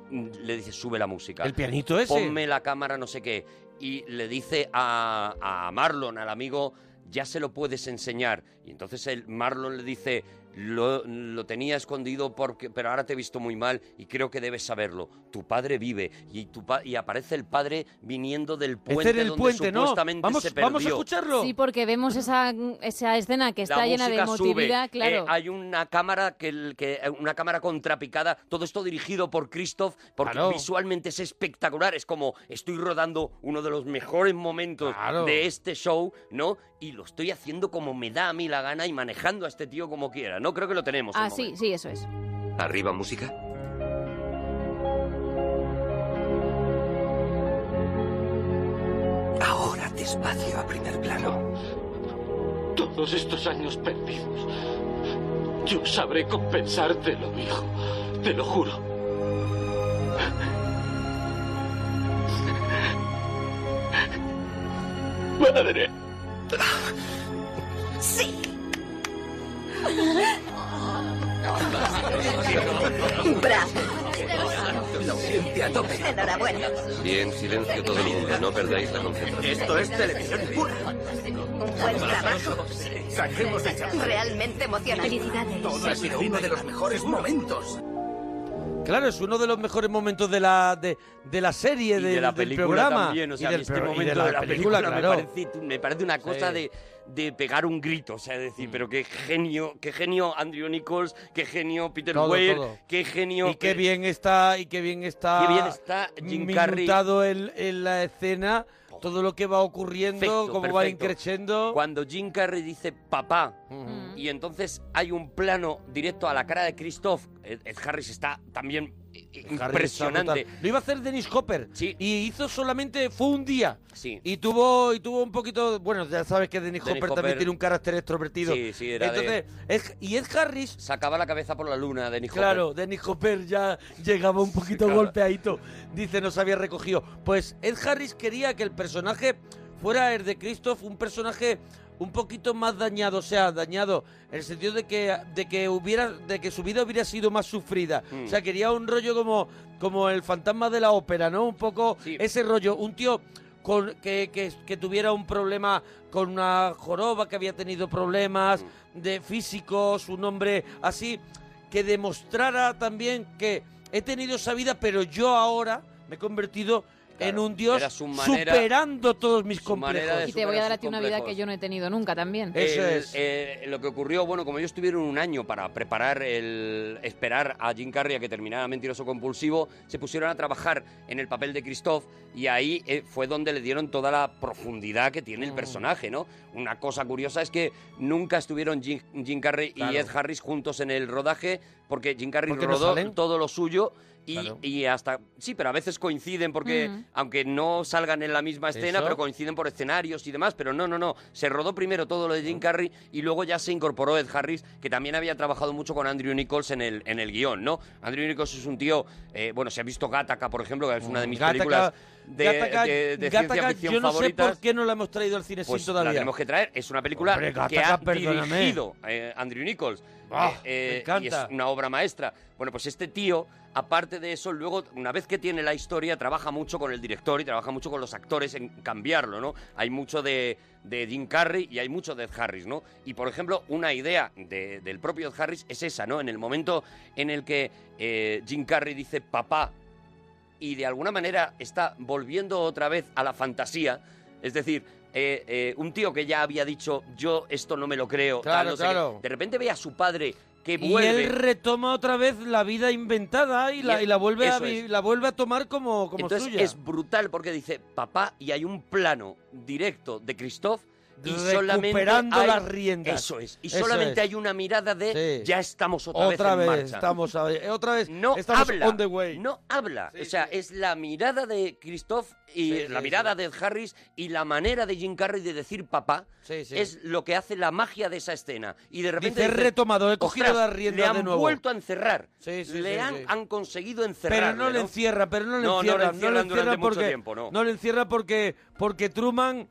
mm, le dice, sube la música. El pianito ese. Ponme la cámara, no sé qué. Y le dice a, a Marlon, al amigo, ya se lo puedes enseñar. Y entonces el Marlon le dice, lo, lo tenía escondido, porque, pero ahora te he visto muy mal y creo que debes saberlo. Tu padre vive y, tu pa- y aparece el padre viniendo del puente Este era el donde puente, ¿no? supuestamente Vamos- se vamos a perdió. Sí, porque vemos esa, esa escena que está La llena de música sube, emotividad, eh, claro. hay una cámara que, el- que eh, una cámara contrapicada, todo esto dirigido por Christoph, porque Claro. visualmente es espectacular. Es como estoy rodando uno de los mejores momentos Claro. de este show, ¿no? Y lo estoy haciendo como me da a mí la gana y manejando a este tío como quiera. No creo que lo tenemos. el Ah, sí, sí, eso es. Arriba música. Ahora despacio a primer plano. Todos estos años perdidos. Yo sabré compensártelo, hijo. Te lo juro. Madre. Sí. Bravo. Siente a tope. Enhorabuena. Bien, silencio todo el mundo. No perdáis la concentración. Esto es televisión pura. Buen trabajo. Saquemos de chapa. Realmente emocionante. Todo ha sido uno de los mejores momentos. Claro, es uno de los mejores momentos de la, de, de la serie, Y del- de la del película programa. también, o sea, y del este pro- y momento de la, película, claro. me, parece, me parece una cosa Sí. Mm. de, de pegar un grito, o sea, de decir, pero qué genio, qué genio Andrew Nichols, qué genio Peter Todo, Weir, todo. qué genio... Y qué bien está, y qué bien está, Qué bien está Jim Carrey. minutado el- en la escena, todo lo que va ocurriendo, Perfecto, cómo va perfecto. increciendo. Cuando Jim Carrey dice papá, y entonces hay un plano directo a la cara de eh, Christoph, Ed, Ed Harris está también impresionante. Lo iba a hacer Dennis Hopper. Y hizo solamente, fue un día. Y tuvo, y tuvo un poquito, bueno, ya sabes que Dennis, Dennis Hopper, también Hopper- tiene un carácter extrovertido. Sí, sí, era de- Entonces, Ed- y Ed Harris... Sacaba la cabeza por la luna, Dennis Hopper. Claro, Dennis Hopper ya llegaba un poquito Claro. golpeadito. Dice, nos había recogido. Pues Ed Harris quería que el personaje fuera el de Christoph, un personaje un poquito más dañado, o sea, dañado en el sentido de que de que hubiera de que su vida hubiera sido más sufrida. Mm. O sea, quería un rollo como como el fantasma de la ópera, ¿no? Un poco ese rollo, un tío con, que, que- que tuviera un problema con una joroba, que había tenido problemas Mm. de físicos, un hombre así, que demostrara también que he tenido esa vida, pero yo ahora me he convertido en un dios era su manera- superando todos mis manera complejos. de Y te voy a dar a ti una vida complejos. que yo no he tenido nunca también. El- eh, lo que ocurrió, bueno, como ellos tuvieron un año para preparar el. esperar a Jim Carrey a que terminara Mentiroso Compulsivo, se pusieron a trabajar en el papel de Christoph y ahí eh, fue donde le dieron toda la profundidad que Mm. tiene el personaje, ¿no? Una cosa curiosa es que nunca estuvieron Jim, Jim Carrey y Claro. Ed Harris juntos en el rodaje porque Jim Carrey Porque no rodó salen. todo lo suyo. Y, Claro. y hasta sí pero a veces coinciden porque Mm. aunque no salgan en la misma escena Eso. pero coinciden por escenarios y demás, pero no, no, no. Se rodó primero todo lo de Jim Carrey y luego ya se incorporó Ed Harris, que también había trabajado mucho con Andrew Nichols en el, en el guión, ¿no? Andrew Nichols es un tío, eh, bueno, se ha visto Gattaca, por ejemplo, que es una de mis Gattaca- películas de, Gattaca- de- de Gattaca, ciencia ficción yo no favoritas. sé por qué no la hemos traído al cine Pues sin la todavía. tenemos que traer. Es una película Hombre, que Gattaca, ha perdóname. dirigido eh, Andrew Nichols. Eh, Ah, me encanta. y es una obra maestra. Bueno, pues este tío, aparte de eso, luego, una vez que tiene la historia, trabaja mucho con el director y trabaja mucho con los actores en cambiarlo, ¿no? Hay mucho de, de Jim Carrey y hay mucho de Ed Harris, ¿no? Y, por ejemplo, una idea de- del propio Ed Harris es esa, ¿no? En el momento en el que eh, Jim Carrey dice, papá, y de alguna manera está volviendo otra vez a la fantasía. Es decir, eh, eh, un tío que ya había dicho, yo esto no me lo creo. tal, Claro, no sé qué. claro. De repente ve a su padre que Y vuelve. él retoma otra vez la vida inventada y, la, es- y la, vuelve a, eso vi- es. la vuelve a tomar como, como Entonces suya. es brutal porque dice, papá, y hay un plano directo de Christoph. Y Recuperando solamente hay- las riendas. Eso es. Y Eso solamente es. hay una mirada de Sí. ya estamos otra, vez en marcha. estamos a- eh, otra vez no estamos habla, on the way. no habla. o sea, es la mirada de Christoph y Sí, la sí, mirada de Ed Harris y la manera de Jim Carrey de decir papá Sí, sí. es lo que hace la magia de esa escena. Y de repente Dice, "He retomado, he cogido "Ostras, las riendas le han de nuevo". vuelto a encerrar. Sí, sí, le sí, han, sí. han conseguido encerrar. pero no le encierra, pero no le No, no le encierra, no le encierran durante encierra mucho porque tiempo, no. le encierra porque porque Truman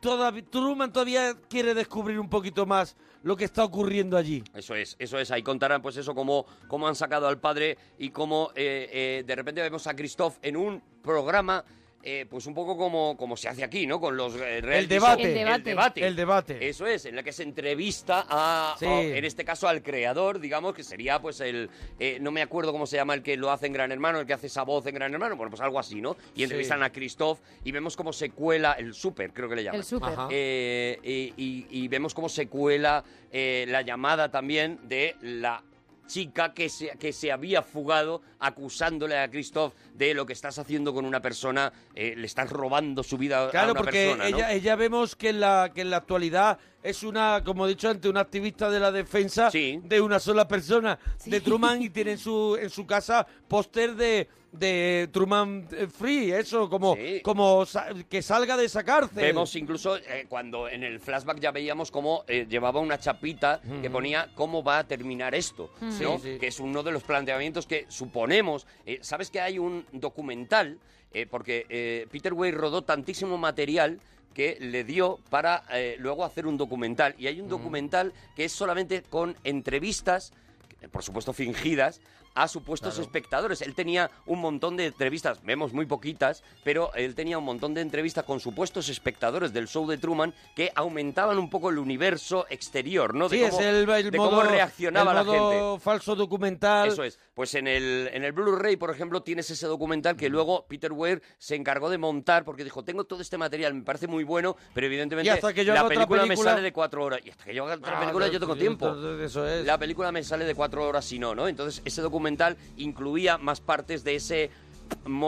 todav- Truman todavía quiere descubrir un poquito más lo que está ocurriendo allí. Eso es, eso es. Ahí contarán, pues eso, cómo, cómo han sacado al padre y cómo eh, eh, de repente vemos a Christoph en un programa, eh, pues un poco como, como se hace aquí, ¿no? Con los eh, reality debate. show. El debate. El debate. Eso es, en la que se entrevista a, Sí. a- en este caso, al creador, digamos, que sería, pues el, eh, no me acuerdo cómo se llama el que lo hace en Gran Hermano, el que hace esa voz en Gran Hermano, bueno, pues algo así, ¿no? Y entrevistan a Christoph y vemos cómo se cuela el súper, creo que le llaman. El súper. Ajá. Eh, y, y- y vemos cómo se cuela eh, la llamada también de la chica que se, que se había fugado acusándole a Christoph de lo que estás haciendo con una persona, eh, le estás robando su vida a Claro, una porque persona. ¿no? ella, ella vemos que en, la, que en la actualidad es una, como he dicho antes, una activista de la defensa de una sola persona, de Truman, y tiene en su, en su casa póster de, de Truman eh, Free, eso, como, como sa- que salga de esa cárcel. Vemos incluso eh, cuando en el flashback ya veíamos cómo eh, llevaba una chapita que ponía cómo va a terminar esto, Mm. Sí, ¿no? sí. Que es uno de los planteamientos que suponemos. eh, Sabes que hay un documental, Eh, porque eh, Peter Way rodó tantísimo material que le dio para eh, luego hacer un documental. Y hay un documental que es solamente con entrevistas eh, por supuesto fingidas, a supuestos espectadores. Él tenía un montón de entrevistas, vemos muy poquitas, pero él tenía un montón de entrevistas con supuestos espectadores del show de Truman que aumentaban un poco el universo exterior, ¿no? De Sí, cómo- es el, el de modo, cómo reaccionaba el la gente. modo falso documental. Eso es. Pues en el, en el Blu-ray, por ejemplo, tienes ese documental que luego Peter Weir se encargó de montar porque dijo, tengo todo este material, me parece muy bueno, pero evidentemente Y hasta que yo la haga otra película, me película- sale de cuatro horas. Y hasta que yo haga otra Ah, película yo tengo tiempo. Eso es. La película me sale de cuatro horas si no, ¿no? Entonces ese documental incluía más partes de ese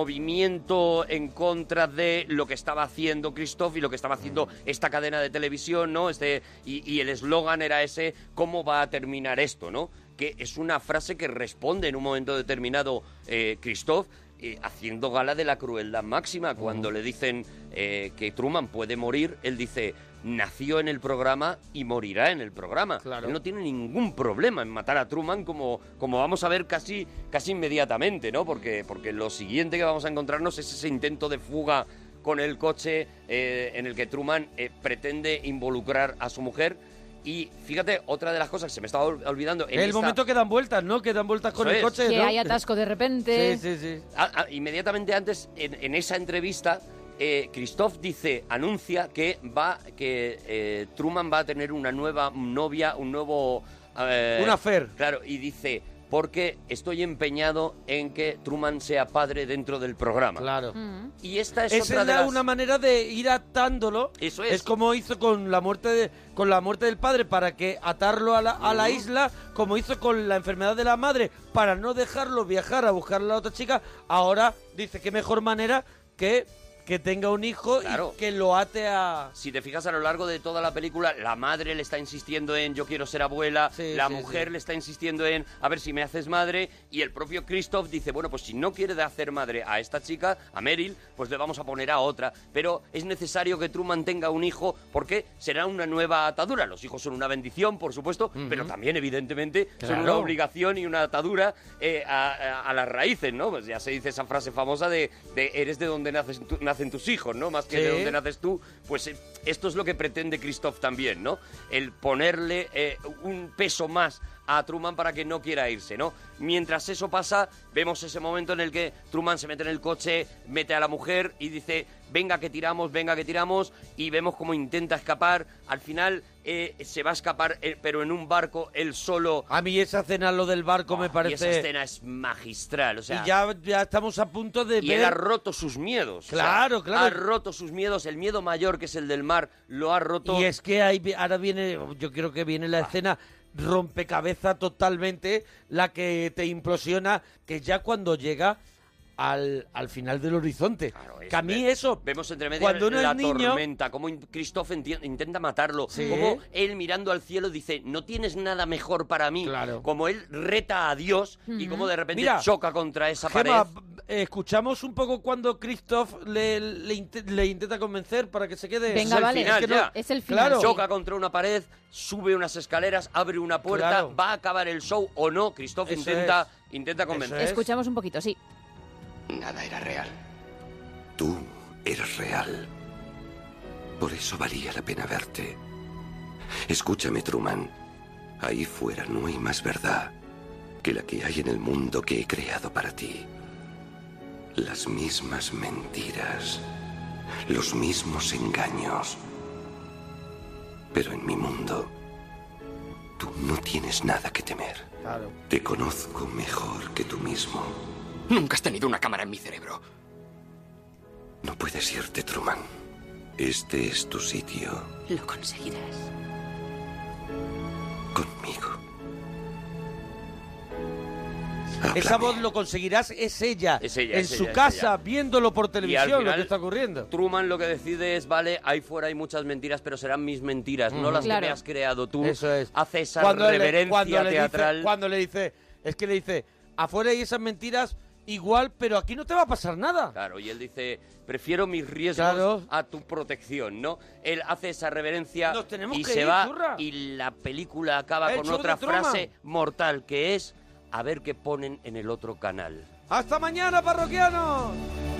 movimiento en contra de lo que estaba haciendo Christoph y lo que estaba haciendo esta cadena de televisión, ¿no? Este, y, y el eslogan era ese, ¿cómo va a terminar esto, ¿no? Que es una frase que responde en un momento determinado eh, Christoph eh, haciendo gala de la crueldad máxima. Cuando le dicen eh, que Truman puede morir, él dice, nació en el programa y morirá en el programa. Claro. Él no tiene ningún problema en matar a Truman, como, como vamos a ver casi, casi inmediatamente, ¿no? Porque, porque lo siguiente que vamos a encontrarnos es ese intento de fuga con el coche eh, en el que Truman eh, pretende involucrar a su mujer. Y fíjate, otra de las cosas que se me estaba ol- olvidando. en el esta- momento que dan vueltas, ¿no? Que dan vueltas con Eso el es. coche. Que ¿no? hay atasco de repente. Sí, sí, sí. A- a- Ah, inmediatamente antes, en, en esa entrevista, eh, Christoph dice, anuncia que va, que eh, Truman va a tener una nueva novia, un nuevo. eh, Un affair. Claro, y dice. Porque estoy empeñado en que Truman sea padre dentro del programa. Claro. Y esta es, Esa otra de la- las- una manera de ir atándolo. Eso es. Es como hizo con la muerte de- con la muerte del padre para que atarlo a la, a la Ujú. isla, como hizo con la enfermedad de la madre para no dejarlo viajar a buscar a la otra chica. Ahora dice qué mejor manera que que tenga un hijo y que lo ate a Si te fijas a lo largo de toda la película, la madre le está insistiendo en yo quiero ser abuela, la sí, mujer sí. le está insistiendo en a ver si me haces madre, y el propio Christoph dice, bueno, pues si no quiere de hacer madre a esta chica, a Meryl, pues le vamos a poner a otra. Pero es necesario que Truman tenga un hijo porque será una nueva atadura. Los hijos son una bendición, por supuesto, pero también, evidentemente, son una Claro. obligación y una atadura eh, a, a- a las raíces, ¿no? Pues ya se dice esa frase famosa de, de eres de donde naces tu- nacen tus hijos, ¿no? Más que de Sí. donde naces tú, pues eh, esto es lo que pretende Christoph también, ¿no? El ponerle eh, un peso más a Truman para que no quiera irse, ¿no? Mientras eso pasa, vemos ese momento en el que Truman se mete en el coche, mete a la mujer y dice, venga que tiramos, venga que tiramos, y vemos cómo intenta escapar. Al final eh, se va a escapar, eh, pero en un barco, él solo... a mí esa escena lo del barco me Ah, Y esa parece escena es magistral, o sea... y ya, ya estamos a punto de Y ver él ha roto sus miedos. o sea, Claro, claro. Ha roto sus miedos. El miedo mayor, que es el del mar, lo ha roto. Y es que ahí vi- ahora viene, yo creo que viene Ah. la escena rompecabeza totalmente, la que te implosiona, que ya cuando llega al, al final del horizonte. es- que a mí eso, Vemos entre medio cuando uno la es niño, tormenta, como Christoph enti- intenta matarlo, Sí. como él mirando al cielo dice, no tienes nada mejor para mí, como él reta a Dios y como de repente Mira, choca contra esa Gemma, pared. b- eh, escuchamos un poco cuando Christoph le, le inte- le intenta convencer para que se quede. Eso es el final, que no- ya. Claro. Choca contra una pared, sube unas escaleras, abre una puerta, Claro. va a acabar el show o no. Christoph Eso intenta, intenta convencer. Escuchamos un poquito, sí. Nada era real. Tú eres real. Por eso valía la pena verte. Escúchame, Truman. Ahí fuera no hay más verdad que la que hay en el mundo que he creado para ti. Las mismas mentiras, los mismos engaños. Pero en mi mundo, tú no tienes nada que temer. Claro. Te conozco mejor que tú mismo. Nunca has tenido una cámara en mi cerebro. No puedes irte, Truman. Este es tu sitio Lo conseguirás. conmigo. Esa voz lo conseguirás, es ella. Es ella, en es su ella, es casa, ella. viéndolo por televisión, lo final- que está ocurriendo. Truman lo que decide es, vale, ahí fuera hay muchas mentiras, pero serán mis mentiras, no Ujú. las Claro. que me has creado tú. Eso es. Hace esa le- reverencia cuando le teatral. Dice, cuando le dice, es que le dice, afuera hay esas mentiras igual, pero aquí no te va a pasar nada. Claro, y él dice, prefiero mis riesgos a tu protección, ¿no? Él hace esa reverencia tenemos y que se ir, va zurra. y la película acaba El con show de otra Truman. frase mortal que es, a ver qué ponen en el otro canal. Hasta mañana, parroquianos.